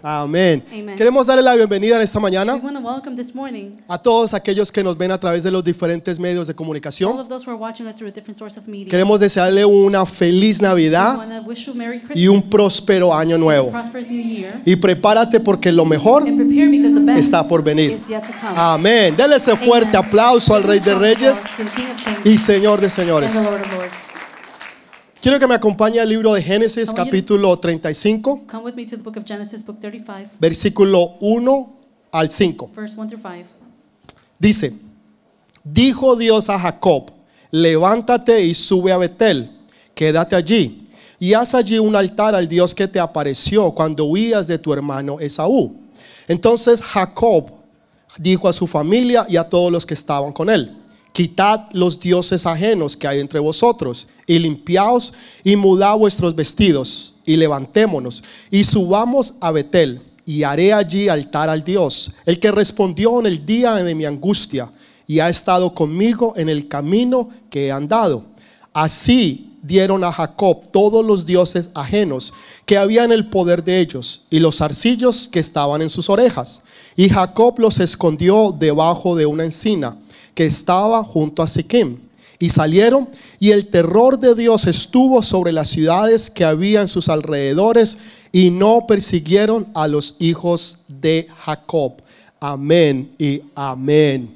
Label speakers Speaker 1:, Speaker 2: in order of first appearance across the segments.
Speaker 1: Amén.
Speaker 2: Amen.
Speaker 1: Queremos darle la bienvenida en esta
Speaker 2: We
Speaker 1: mañana
Speaker 2: want to welcome this morning
Speaker 1: a todos aquellos que nos ven a través de los diferentes medios de
Speaker 2: all
Speaker 1: comunicación.
Speaker 2: of those who are watching us through a different source of media.
Speaker 1: Queremos desearle una feliz
Speaker 2: We
Speaker 1: Navidad
Speaker 2: want to wish you Merry
Speaker 1: y un
Speaker 2: Christmas,
Speaker 1: próspero año nuevo.
Speaker 2: prosperous New Year,
Speaker 1: Y prepárate porque lo mejor
Speaker 2: and prepare because the best
Speaker 1: está por venir.
Speaker 2: is yet to come.
Speaker 1: Amén. Dele ese fuerte
Speaker 2: Amen.
Speaker 1: aplauso al Rey de
Speaker 2: Give us
Speaker 1: Reyes
Speaker 2: applause to the King of Kings
Speaker 1: y Señor de
Speaker 2: and
Speaker 1: Señores.
Speaker 2: the Lord of Lords.
Speaker 1: Quiero que me acompañe al libro de Génesis capítulo 35,
Speaker 2: Come with me to the book of Genesis, book 35,
Speaker 1: versículo 1 al 5.
Speaker 2: verse 1 through 5.
Speaker 1: Dice, dijo Dios a Jacob, levántate y sube a Betel, quédate allí, y haz allí un altar al Dios que te apareció cuando huías de tu hermano Esaú. Entonces Jacob dijo a su familia y a todos los que estaban con él, quitad los dioses ajenos que hay entre vosotros, y limpiaos y mudad vuestros vestidos, y levantémonos, y subamos a Betel, y haré allí altar al Dios, el que respondió en el día de mi angustia, y ha estado conmigo en el camino que he andado. Así dieron a Jacob todos los dioses ajenos que habían el poder de ellos, y los arcillos que estaban en sus orejas. Y Jacob los escondió debajo de una encina que estaba junto a Siquem. Y salieron, y el terror de Dios estuvo sobre las ciudades que había en sus alrededores, y no persiguieron a los hijos de Jacob. Amén y amén.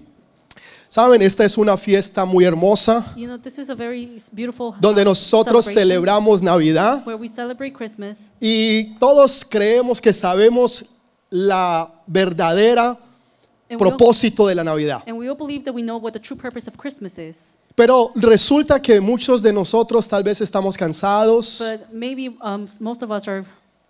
Speaker 1: Saben, esta es una fiesta muy hermosa,
Speaker 2: You know, this is a very beautiful
Speaker 1: donde
Speaker 2: uh,
Speaker 1: nosotros
Speaker 2: celebration
Speaker 1: celebramos Navidad
Speaker 2: where we celebrate Christmas.
Speaker 1: y todos creemos que sabemos la verdadera
Speaker 2: And we, all,
Speaker 1: propósito de la Navidad.
Speaker 2: and we all believe that we know what the true purpose of Christmas is.
Speaker 1: Pero resulta que muchos de nosotros tal vez estamos cansados,
Speaker 2: But maybe um, most of us are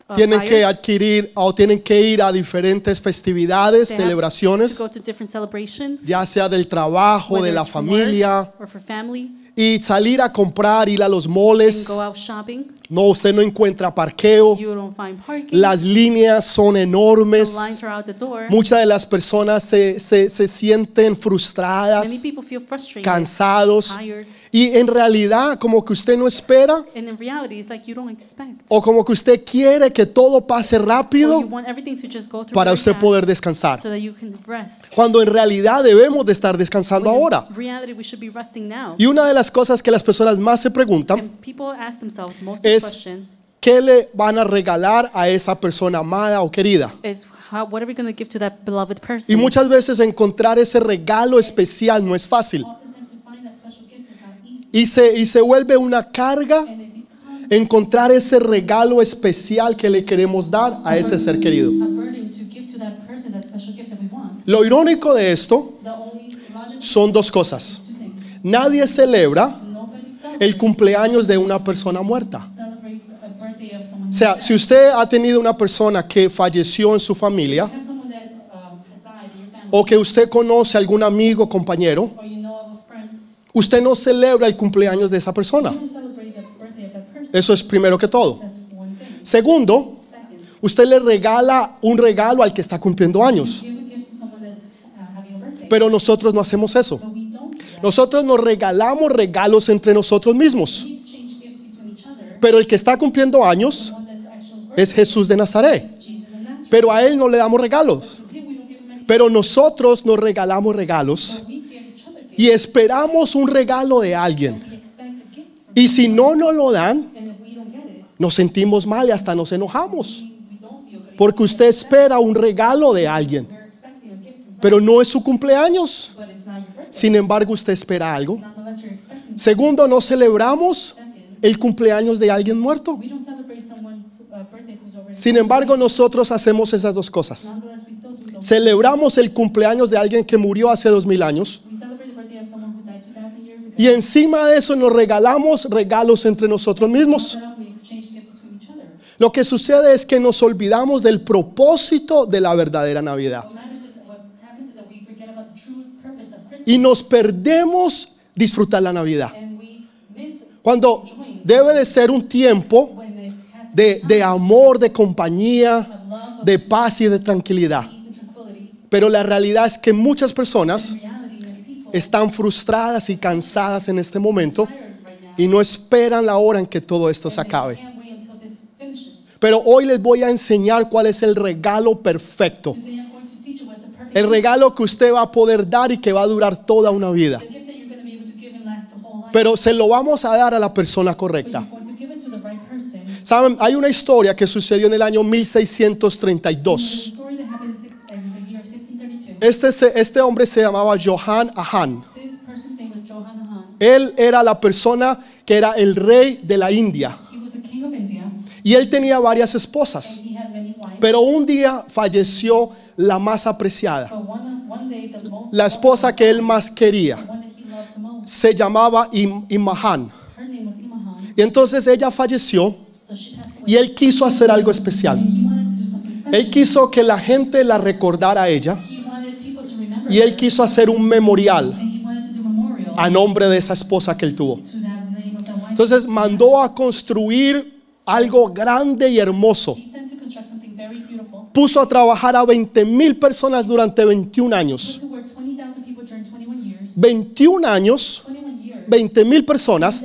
Speaker 2: uh,
Speaker 1: tienen
Speaker 2: tired.
Speaker 1: que adquirir o tienen que ir a diferentes festividades,
Speaker 2: They have to
Speaker 1: celebraciones,
Speaker 2: go to different celebrations,
Speaker 1: ya sea del trabajo,
Speaker 2: whether
Speaker 1: de la
Speaker 2: it's from
Speaker 1: familia,
Speaker 2: work or for family,
Speaker 1: y salir a comprar, ir a los
Speaker 2: and
Speaker 1: moles.
Speaker 2: go out shopping.
Speaker 1: No, usted no encuentra parqueo.
Speaker 2: You don't find parking.
Speaker 1: Las líneas son
Speaker 2: the
Speaker 1: enormes.
Speaker 2: lines are out the door.
Speaker 1: Muchas de las personas se, se- se sienten
Speaker 2: Many
Speaker 1: frustradas,
Speaker 2: people feel frustrated,
Speaker 1: cansados.
Speaker 2: tired,
Speaker 1: Y en realidad, como que usted no espera
Speaker 2: and in reality, it's like you don't expect.
Speaker 1: o como que usted quiere que todo pase
Speaker 2: Or you
Speaker 1: rápido
Speaker 2: want everything to just go through
Speaker 1: para
Speaker 2: very
Speaker 1: usted
Speaker 2: fast
Speaker 1: poder descansar.
Speaker 2: so that you can rest.
Speaker 1: Cuando en realidad debemos de estar descansando
Speaker 2: When in
Speaker 1: ahora.
Speaker 2: reality, we should be resting now.
Speaker 1: Y una de las cosas que las personas más se preguntan
Speaker 2: and people ask themselves most
Speaker 1: es-
Speaker 2: of the question
Speaker 1: ¿qué le van a regalar a esa persona amada o querida?
Speaker 2: is how, what are we going to give to that beloved person?
Speaker 1: Y muchas veces encontrar ese regalo especial no es fácil.
Speaker 2: Oftentimes to find that special gift is not easy,
Speaker 1: Y se, y se vuelve una carga
Speaker 2: and it becomes
Speaker 1: encontrar ese regalo especial que le queremos dar a ese ser querido.
Speaker 2: a burden to give to that person that special gift that we want.
Speaker 1: Lo irónico de esto
Speaker 2: The only logical
Speaker 1: son dos cosas.
Speaker 2: two things.
Speaker 1: Nadie celebra
Speaker 2: Nobody celebrates,
Speaker 1: el cumpleaños de una persona muerta.
Speaker 2: celebrates a birthday of someone.
Speaker 1: O sea, si usted ha tenido una persona que falleció en su familia,
Speaker 2: you have someone that um, had died in your family,
Speaker 1: o que usted conoce algún amigo, compañero,
Speaker 2: or you know of a friend,
Speaker 1: usted no celebra el cumpleaños de esa
Speaker 2: you
Speaker 1: persona.
Speaker 2: don't celebrate the birthday of that person.
Speaker 1: Eso es primero que todo.
Speaker 2: That's one thing.
Speaker 1: Segundo,
Speaker 2: Second,
Speaker 1: usted le regala un regalo al que está cumpliendo años,
Speaker 2: give a gift to someone that's uh, having a birthday,
Speaker 1: pero nosotros no hacemos eso.
Speaker 2: but we don't do that.
Speaker 1: Nosotros nos regalamos regalos entre nosotros mismos,
Speaker 2: We exchange gifts between each other.
Speaker 1: pero el que está cumpliendo
Speaker 2: The
Speaker 1: años
Speaker 2: one that's actual birthday
Speaker 1: es Jesús de Nazaret,
Speaker 2: is Jesus and Nazareth.
Speaker 1: pero a él no le damos regalos.
Speaker 2: To him we don't give him any
Speaker 1: Pero nosotros nos regalamos regalos
Speaker 2: but we give each other gifts.
Speaker 1: y esperamos un regalo de alguien.
Speaker 2: We expect a gift from
Speaker 1: Y si no nos lo dan,
Speaker 2: And if we don't get it,
Speaker 1: nos sentimos mal y hasta nos enojamos,
Speaker 2: we, we don't feel good.
Speaker 1: porque usted espera un regalo de alguien,
Speaker 2: We're expecting a gift from someone,
Speaker 1: pero no es su cumpleaños.
Speaker 2: but it's not your birthday.
Speaker 1: Sin embargo, usted espera algo.
Speaker 2: Nonetheless, you're expecting
Speaker 1: Segundo, no celebramos
Speaker 2: second.
Speaker 1: el cumpleaños de alguien muerto.
Speaker 2: We don't celebrate someone's uh, birthday who's already.
Speaker 1: Sin em- embargo, nosotros hacemos esas dos cosas.
Speaker 2: Nonetheless, we still do them.
Speaker 1: Celebramos el cumpleaños de alguien que murió hace dos mil años
Speaker 2: We celebrate the birthday of someone who died 2,000 years ago.
Speaker 1: y encima de eso nos regalamos regalos entre nosotros mismos.
Speaker 2: Instead of we exchange gifts between each other.
Speaker 1: Lo que sucede es que nos olvidamos del propósito de la verdadera Navidad
Speaker 2: What matters is what happens is that we forget about the true purpose of Christmas
Speaker 1: y nos perdemos disfrutar la Navidad.
Speaker 2: and we miss
Speaker 1: Cuando debe de ser un tiempo
Speaker 2: when it has to
Speaker 1: de,
Speaker 2: be
Speaker 1: de amor, de compañía,
Speaker 2: of love, of
Speaker 1: de paz y de tranquilidad.
Speaker 2: peace and tranquility.
Speaker 1: Pero la realidad es que muchas personas
Speaker 2: In reality, many people
Speaker 1: están frustradas y cansadas en este momento
Speaker 2: are tired right now.
Speaker 1: y no esperan la hora en que todo esto se
Speaker 2: and they
Speaker 1: acabe.
Speaker 2: can't wait until this finishes.
Speaker 1: Pero hoy les voy a enseñar cuál es el regalo perfecto.
Speaker 3: Today I'm going to teach you what's the perfect
Speaker 1: El
Speaker 3: gift,
Speaker 1: regalo que usted va a poder dar y que va a durar toda una vida.
Speaker 3: the gift that you're going to be able to give and last the whole life.
Speaker 1: Pero se lo vamos a dar a la persona
Speaker 3: but you're
Speaker 1: correcta.
Speaker 3: going to give it to the right person.
Speaker 1: Saben, hay una historia que sucedió en el año
Speaker 3: There's
Speaker 1: 1632.
Speaker 3: a story that happened six, in the year of 1632.
Speaker 1: Este, se- este hombre se llamaba Johann Ahan.
Speaker 3: This person's name was Johann Hahn.
Speaker 1: Él era la persona que era el rey de la India
Speaker 3: He was a king of India, and
Speaker 1: y él tenía varias esposas.
Speaker 3: he had many wives.
Speaker 1: Pero un día falleció la más apreciada,
Speaker 3: but one, one day, the most
Speaker 1: la esposa que él
Speaker 3: loved
Speaker 1: más quería.
Speaker 3: the one that he loved the most,
Speaker 1: Se llamaba Im- Imahan.
Speaker 3: her name was Ima Hahn.
Speaker 1: Y entonces ella falleció
Speaker 3: So she passed away.
Speaker 1: y él quiso hacer algo especial.
Speaker 3: and he wanted to do something special.
Speaker 1: Él quiso que la gente la recordara a ella
Speaker 3: he wanted people to remember
Speaker 1: y él
Speaker 3: her,
Speaker 1: quiso hacer un memorial
Speaker 3: and he wanted to do memorial
Speaker 1: a nombre de esa esposa que él tuvo.
Speaker 3: to that name of that wife.
Speaker 1: Entonces mandó a construir algo grande y hermoso.
Speaker 3: he sent to construct something very beautiful.
Speaker 1: Puso a trabajar a 20 mil personas durante 21
Speaker 3: Put
Speaker 1: años.
Speaker 3: to work 20,000 people during 21 years.
Speaker 1: 21 años,
Speaker 3: 21 years.
Speaker 1: 20 mil personas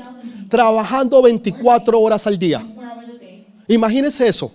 Speaker 1: trabajando 24 horas al día.
Speaker 3: 24 hours a day.
Speaker 1: Imagínense eso.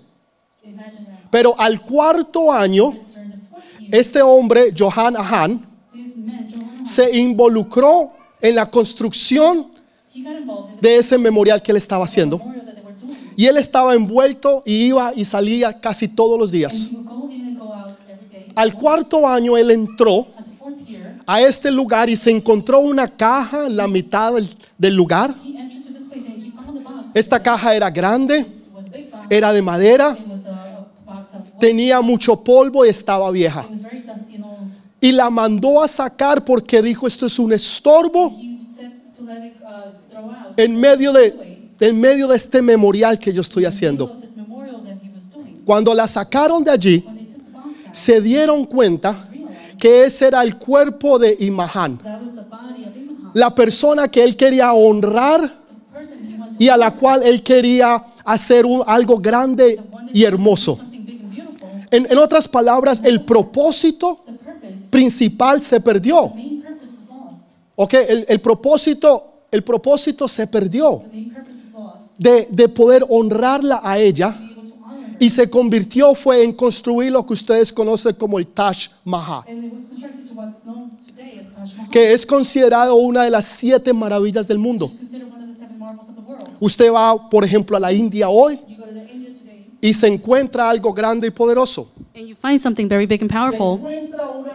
Speaker 3: Imagine that.
Speaker 1: Pero al cuarto año,
Speaker 3: But during the fourth year,
Speaker 1: este hombre, Johan Ahan,
Speaker 3: this man, Johann,
Speaker 1: se involucró en la construcción
Speaker 3: he got involved in the
Speaker 1: de ese memorial que él estaba haciendo.
Speaker 3: memorial that they were doing.
Speaker 1: Y él estaba envuelto y iba y salía casi todos los
Speaker 3: And
Speaker 1: días.
Speaker 3: he would go in and go out every day.
Speaker 1: Al cuarto año él entró
Speaker 3: At the fourth year,
Speaker 1: a este lugar y se encontró una caja en la mitad del, del lugar.
Speaker 3: he entered to this place and he found the box.
Speaker 1: Esta caja era grande,
Speaker 3: It was a big box.
Speaker 1: era de madera,
Speaker 3: It was a a box of wood.
Speaker 1: tenía mucho polvo y estaba vieja.
Speaker 3: It was very dusty and old.
Speaker 1: Y la mandó a sacar porque dijo esto es un estorbo
Speaker 3: He said to let it uh, throw out.
Speaker 1: en medio de, en medio de este memorial que yo estoy haciendo.
Speaker 3: Of this memorial that he was doing.
Speaker 1: Cuando la sacaron de allí,
Speaker 3: When they took the box out,
Speaker 1: se dieron cuenta
Speaker 3: they realized
Speaker 1: que ese era el cuerpo de Imahán.
Speaker 3: that was the body of Imham,
Speaker 1: la persona que él quería honrar
Speaker 3: the person he wanted
Speaker 1: y a la
Speaker 3: honor,
Speaker 1: cual él quería hacer un- algo grande
Speaker 3: the one that
Speaker 1: y
Speaker 3: he wanted to do
Speaker 1: hermoso.
Speaker 3: Something big and beautiful.
Speaker 1: En, en otras palabras, el propósito
Speaker 3: The purpose,
Speaker 1: principal se perdió.
Speaker 3: the main purpose was lost.
Speaker 1: ¿ok? El, el propósito, el propósito se perdió
Speaker 3: The main purpose was lost.
Speaker 1: de, de poder honrarla a
Speaker 3: To
Speaker 1: ella
Speaker 3: be able to honor her.
Speaker 1: y se convirtió fue en construir lo que ustedes conocen como el Taj Mahal,
Speaker 3: And it was constructed to what's known today as Taj Mahal.
Speaker 1: que es considerado una de las siete maravillas del mundo.
Speaker 3: It's considered one of the seven marvels of the world.
Speaker 1: Usted va, por ejemplo, a la India hoy
Speaker 3: You go to the India today
Speaker 1: y se encuentra algo grande y poderoso.
Speaker 2: and you find something very big and powerful,
Speaker 1: encuentra una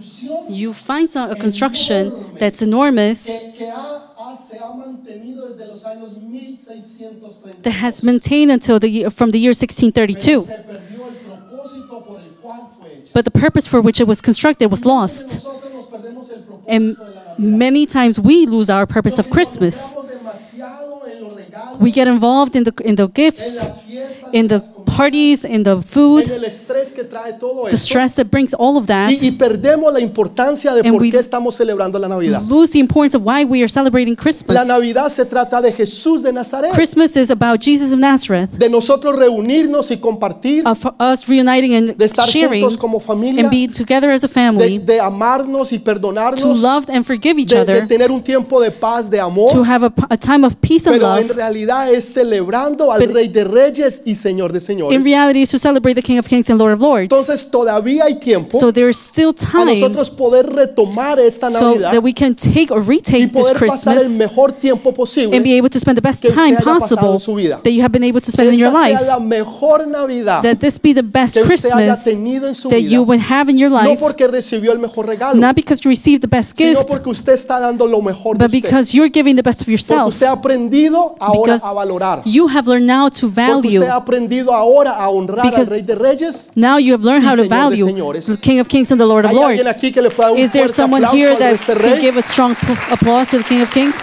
Speaker 1: construcción
Speaker 2: you find some, a construction that's enormous
Speaker 1: que, que ha- ha- se ha mantenido desde los años 1630.
Speaker 2: that has maintained until the year, from the year 1632.
Speaker 1: Se perdió el propósito por el cual fue hecha.
Speaker 2: But the purpose for which it was constructed was lost.
Speaker 1: Nosotros nos perdemos el propósito
Speaker 2: And
Speaker 1: de la Navidad.
Speaker 2: many times we lose our purpose of
Speaker 1: Nos
Speaker 2: Christmas.
Speaker 1: involucramos demasiado en los regalos,
Speaker 2: We get involved in the, in the
Speaker 1: en
Speaker 2: gifts,
Speaker 1: las fiestas,
Speaker 2: in
Speaker 1: en
Speaker 2: the
Speaker 1: las comidas,
Speaker 2: parties, in the
Speaker 1: en
Speaker 2: food,
Speaker 1: el estrés que trae todo
Speaker 2: the
Speaker 1: esto.
Speaker 2: stress that brings all of that.
Speaker 1: Y, y perdemos la importancia de
Speaker 2: And
Speaker 1: por
Speaker 2: we-
Speaker 1: qué estamos celebrando la
Speaker 2: We
Speaker 1: Navidad.
Speaker 2: lose the importance of why we are celebrating
Speaker 1: La
Speaker 2: Christmas.
Speaker 1: Navidad se trata de Jesús de Nazaret.
Speaker 2: Christmas is about Jesus of Nazareth,
Speaker 1: de nosotros reunirnos y compartir,
Speaker 2: of us reuniting
Speaker 1: de
Speaker 2: and
Speaker 1: estar
Speaker 2: sharing
Speaker 1: juntos como familia,
Speaker 2: and being together as a
Speaker 1: de,
Speaker 2: family,
Speaker 1: de amarnos y
Speaker 2: to
Speaker 1: perdonarnos,
Speaker 2: love and forgive each
Speaker 1: de, de
Speaker 2: other,
Speaker 1: tener un tiempo de paz, de
Speaker 2: to
Speaker 1: amor,
Speaker 2: have a, p- a time of peace and
Speaker 1: pero en
Speaker 2: love.
Speaker 1: realidad es celebrando al
Speaker 2: Pero-
Speaker 1: Rey de Reyes y Señor de
Speaker 2: In
Speaker 1: Señores.
Speaker 2: reality, is to celebrate the King of Kings and Lord of Lords.
Speaker 1: Entonces todavía hay tiempo
Speaker 2: So there is still
Speaker 1: a
Speaker 2: time
Speaker 1: nosotros poder retomar esta
Speaker 2: so
Speaker 1: Navidad
Speaker 2: that we can take or
Speaker 1: y
Speaker 2: retake this
Speaker 1: poder pasar el
Speaker 2: Christmas
Speaker 1: mejor tiempo
Speaker 2: and
Speaker 1: posible.
Speaker 2: be able to spend the best
Speaker 1: que usted
Speaker 2: time
Speaker 1: haya pasado en
Speaker 2: possible
Speaker 1: su vida.
Speaker 2: that you have been able to
Speaker 1: Que
Speaker 2: spend in your
Speaker 1: esta sea
Speaker 2: life.
Speaker 1: la mejor Navidad
Speaker 2: That this be the best
Speaker 1: que usted haya
Speaker 2: Christmas
Speaker 1: tenido en su
Speaker 2: that you
Speaker 1: vida.
Speaker 2: would have in your
Speaker 1: No
Speaker 2: life,
Speaker 1: porque recibió el mejor regalo,
Speaker 2: not because you received the best
Speaker 1: sino
Speaker 2: gift,
Speaker 1: porque usted está dando lo mejor de
Speaker 2: but
Speaker 1: usted.
Speaker 2: because you're giving the best of
Speaker 1: Porque
Speaker 2: yourself.
Speaker 1: usted ha aprendido ahora
Speaker 2: Because
Speaker 1: a valorar.
Speaker 2: you have learned now
Speaker 1: Porque
Speaker 2: to
Speaker 1: usted
Speaker 2: value.
Speaker 1: ha aprendido ahora a honrar al
Speaker 2: Because-
Speaker 1: Rey de Reyes.
Speaker 2: Now you have learned how
Speaker 1: Y Señor
Speaker 2: to
Speaker 1: de
Speaker 2: value
Speaker 1: señores.
Speaker 2: the King of Kings and the Lord of
Speaker 1: ¿Hay
Speaker 2: Lords.
Speaker 1: alguien aquí que le pueda dar un
Speaker 2: Is there
Speaker 1: fuerte
Speaker 2: someone
Speaker 1: aplauso
Speaker 2: here
Speaker 1: a
Speaker 2: that
Speaker 1: nuestro
Speaker 2: can
Speaker 1: rey?
Speaker 2: give a strong pl- applause to the King of Kings?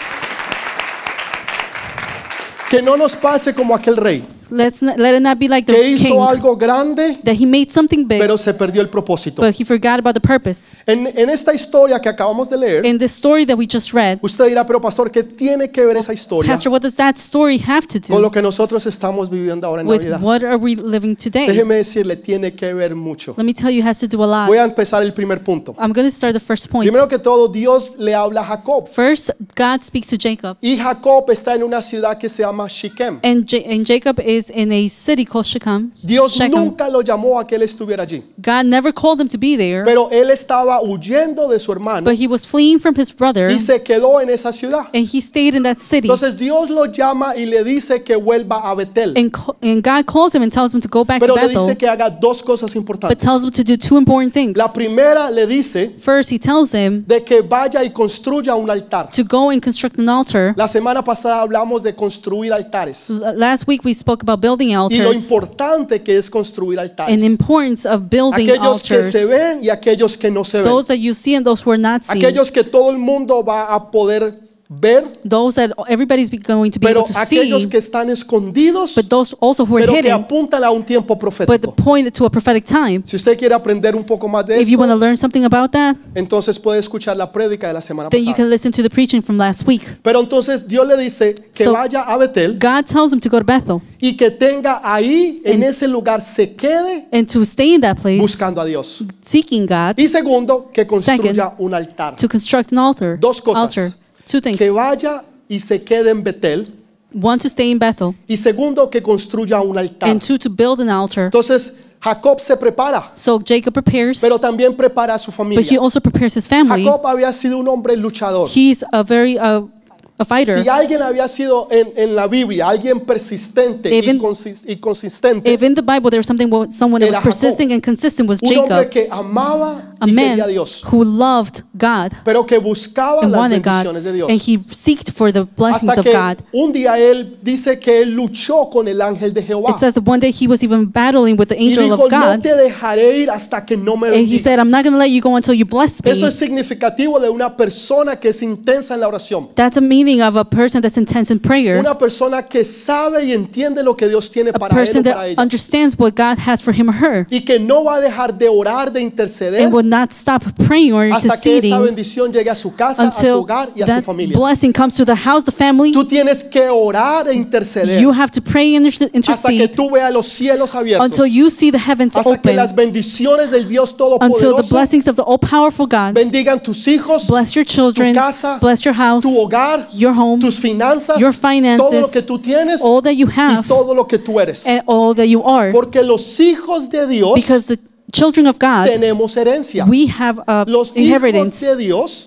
Speaker 1: Que no nos pase como aquel rey
Speaker 2: Let's not, let it not be like the
Speaker 1: que hizo
Speaker 2: King
Speaker 1: algo grande,
Speaker 2: that he made something big,
Speaker 1: pero se perdió el propósito.
Speaker 2: but he forgot about the purpose.
Speaker 1: En, en esta historia que acabamos de leer,
Speaker 2: In this story that we just read,
Speaker 1: usted dirá, pero pastor, ¿qué tiene que ver esa historia
Speaker 2: Pastor, what does that story have to
Speaker 1: con lo
Speaker 2: do
Speaker 1: que nosotros estamos viviendo ahora en
Speaker 2: with
Speaker 1: Navidad?
Speaker 2: what are we living today?
Speaker 1: Déjeme decirle, tiene que ver mucho.
Speaker 2: Let me tell you, it has to do a
Speaker 1: Voy
Speaker 2: lot.
Speaker 1: a empezar el primer punto.
Speaker 2: I'm going to start the first point.
Speaker 1: Primero que todo, Dios le habla a Jacob.
Speaker 2: First, God speaks to Jacob,
Speaker 1: Y Jacob está en una ciudad que se llama Shechem.
Speaker 2: and, Ja- and Jacob is is in a city called Shechem.
Speaker 1: Dios
Speaker 2: Shechem.
Speaker 1: nunca lo llamó a que él estuviera allí.
Speaker 2: God never called him to be there,
Speaker 1: Pero él estaba huyendo de su hermano
Speaker 2: but he was fleeing from his brother,
Speaker 1: y se quedó en esa ciudad.
Speaker 2: and he stayed in that city.
Speaker 1: Entonces Dios lo llama y le dice que vuelva a Betel.
Speaker 2: And, co- and God calls him and tells him to go back to
Speaker 1: Pero le dice
Speaker 2: Bethel,
Speaker 1: que haga dos cosas
Speaker 2: but
Speaker 1: importantes.
Speaker 2: tells him to do two important things.
Speaker 1: La primera le dice
Speaker 2: First, he tells him
Speaker 1: de que vaya y construya un altar.
Speaker 2: to go and construct an altar.
Speaker 1: La semana pasada hablamos de construir altares
Speaker 2: L- Last week we spoke about building
Speaker 1: y lo
Speaker 2: Mm, altars
Speaker 1: importante que es construir
Speaker 2: and the
Speaker 1: altares.
Speaker 2: importance of building
Speaker 1: Aquellos que
Speaker 2: altars.
Speaker 1: se ven y aquellos que no se ven.
Speaker 2: Those that you see and those who are not seen.
Speaker 1: Aquellos que todo el mundo va a poder ver,
Speaker 2: Those that everybody's be- going to be
Speaker 1: pero
Speaker 2: able to
Speaker 1: aquellos
Speaker 2: see,
Speaker 1: que están escondidos,
Speaker 2: but those also who are
Speaker 1: pero que
Speaker 2: hidden,
Speaker 1: apuntan a un tiempo
Speaker 2: but the
Speaker 1: profético.
Speaker 2: point to a prophetic time.
Speaker 1: Si usted quiere aprender un poco más de
Speaker 2: If you want to
Speaker 1: esto,
Speaker 2: learn something about that,
Speaker 1: entonces puede escuchar la prédica de la semana
Speaker 2: then you
Speaker 1: pasada.
Speaker 2: can listen to the preaching from last week.
Speaker 1: Pero entonces Dios le dice que
Speaker 2: So-
Speaker 1: vaya a Betel
Speaker 2: God tells him to go to Bethel
Speaker 1: y que tenga ahí, en
Speaker 2: And-
Speaker 1: ese lugar, se quede
Speaker 2: and to stay in that place,
Speaker 1: buscando a Dios.
Speaker 2: seeking God
Speaker 1: Y segundo, que construya un altar.
Speaker 2: to construct an altar.
Speaker 1: Dos cosas.
Speaker 2: Altar. Two things.
Speaker 1: Que vaya y se quede en Betel.
Speaker 2: One, to stay in Bethel,
Speaker 1: Y segundo, que construya un altar.
Speaker 2: and two, to build an altar.
Speaker 1: Entonces, Jacob se prepara,
Speaker 2: So Jacob prepares,
Speaker 1: pero también prepara a su
Speaker 2: but he
Speaker 1: familia.
Speaker 2: also prepares his family.
Speaker 1: Jacob había sido un hombre luchador.
Speaker 2: He's a very uh, a fighter.
Speaker 1: Si alguien había sido en, en la Biblia, alguien persistente y,
Speaker 2: Even-
Speaker 1: consis- y consistente,
Speaker 2: If in the Bible there was something wo- someone that
Speaker 1: Era
Speaker 2: was
Speaker 1: Jacob.
Speaker 2: persistent and consistent was
Speaker 1: un hombre
Speaker 2: Jacob,
Speaker 1: que amaba
Speaker 2: a
Speaker 1: y quería a
Speaker 2: man
Speaker 1: Dios,
Speaker 2: who loved God
Speaker 1: pero que buscaba
Speaker 2: and
Speaker 1: las
Speaker 2: wanted God,
Speaker 1: bendiciones de Dios.
Speaker 2: and he seeked for the blessings
Speaker 1: Hasta
Speaker 2: of
Speaker 1: que
Speaker 2: God.
Speaker 1: un día él dice que él luchó con el ángel de Jehová.
Speaker 2: It says that one day he was even battling with the
Speaker 1: Y
Speaker 2: angel
Speaker 1: dijo,
Speaker 2: of
Speaker 1: no
Speaker 2: God,
Speaker 1: te dejaré ir hasta que no me
Speaker 2: and he said,
Speaker 1: bendigas.
Speaker 2: "I'm not going to let you go until you bless me."
Speaker 1: Eso es significativo de una persona que es intensa en la oración.
Speaker 2: That's a meaning of a person that's intense in prayer,
Speaker 1: Una persona que sabe y entiende lo que Dios tiene
Speaker 2: a
Speaker 1: para él o
Speaker 2: person
Speaker 1: para
Speaker 2: that
Speaker 1: ella.
Speaker 2: understands what God has for him or her,
Speaker 1: Y que no va a dejar de orar, de interceder
Speaker 2: and will not stop praying or
Speaker 1: hasta que esa
Speaker 2: interceding
Speaker 1: bendición llegue a su casa, a su
Speaker 2: until
Speaker 1: hogar y a su
Speaker 2: that
Speaker 1: familia.
Speaker 2: blessing comes to the house, the family.
Speaker 1: Tú tienes que orar e interceder
Speaker 2: You have to pray and inter-
Speaker 1: hasta que
Speaker 2: intercede
Speaker 1: tú veas los cielos abiertos.
Speaker 2: until you see the heavens
Speaker 1: Hasta que
Speaker 2: open,
Speaker 1: las bendiciones del Dios
Speaker 2: until the
Speaker 1: Todopoderoso
Speaker 2: blessings of the all-powerful God
Speaker 1: bendigan tus hijos,
Speaker 2: bless your children,
Speaker 1: tu casa,
Speaker 2: bless your house,
Speaker 1: tu hogar,
Speaker 2: your home,
Speaker 1: tus finanzas,
Speaker 2: your finances,
Speaker 1: todo lo que tú tienes
Speaker 2: all that you
Speaker 1: y
Speaker 2: have,
Speaker 1: todo lo que tú eres.
Speaker 2: and all that you are.
Speaker 1: Porque los hijos de Dios
Speaker 2: Because the children of God,
Speaker 1: tenemos herencia.
Speaker 2: we have uh,
Speaker 1: Los hijos
Speaker 2: inheritance.
Speaker 1: de Dios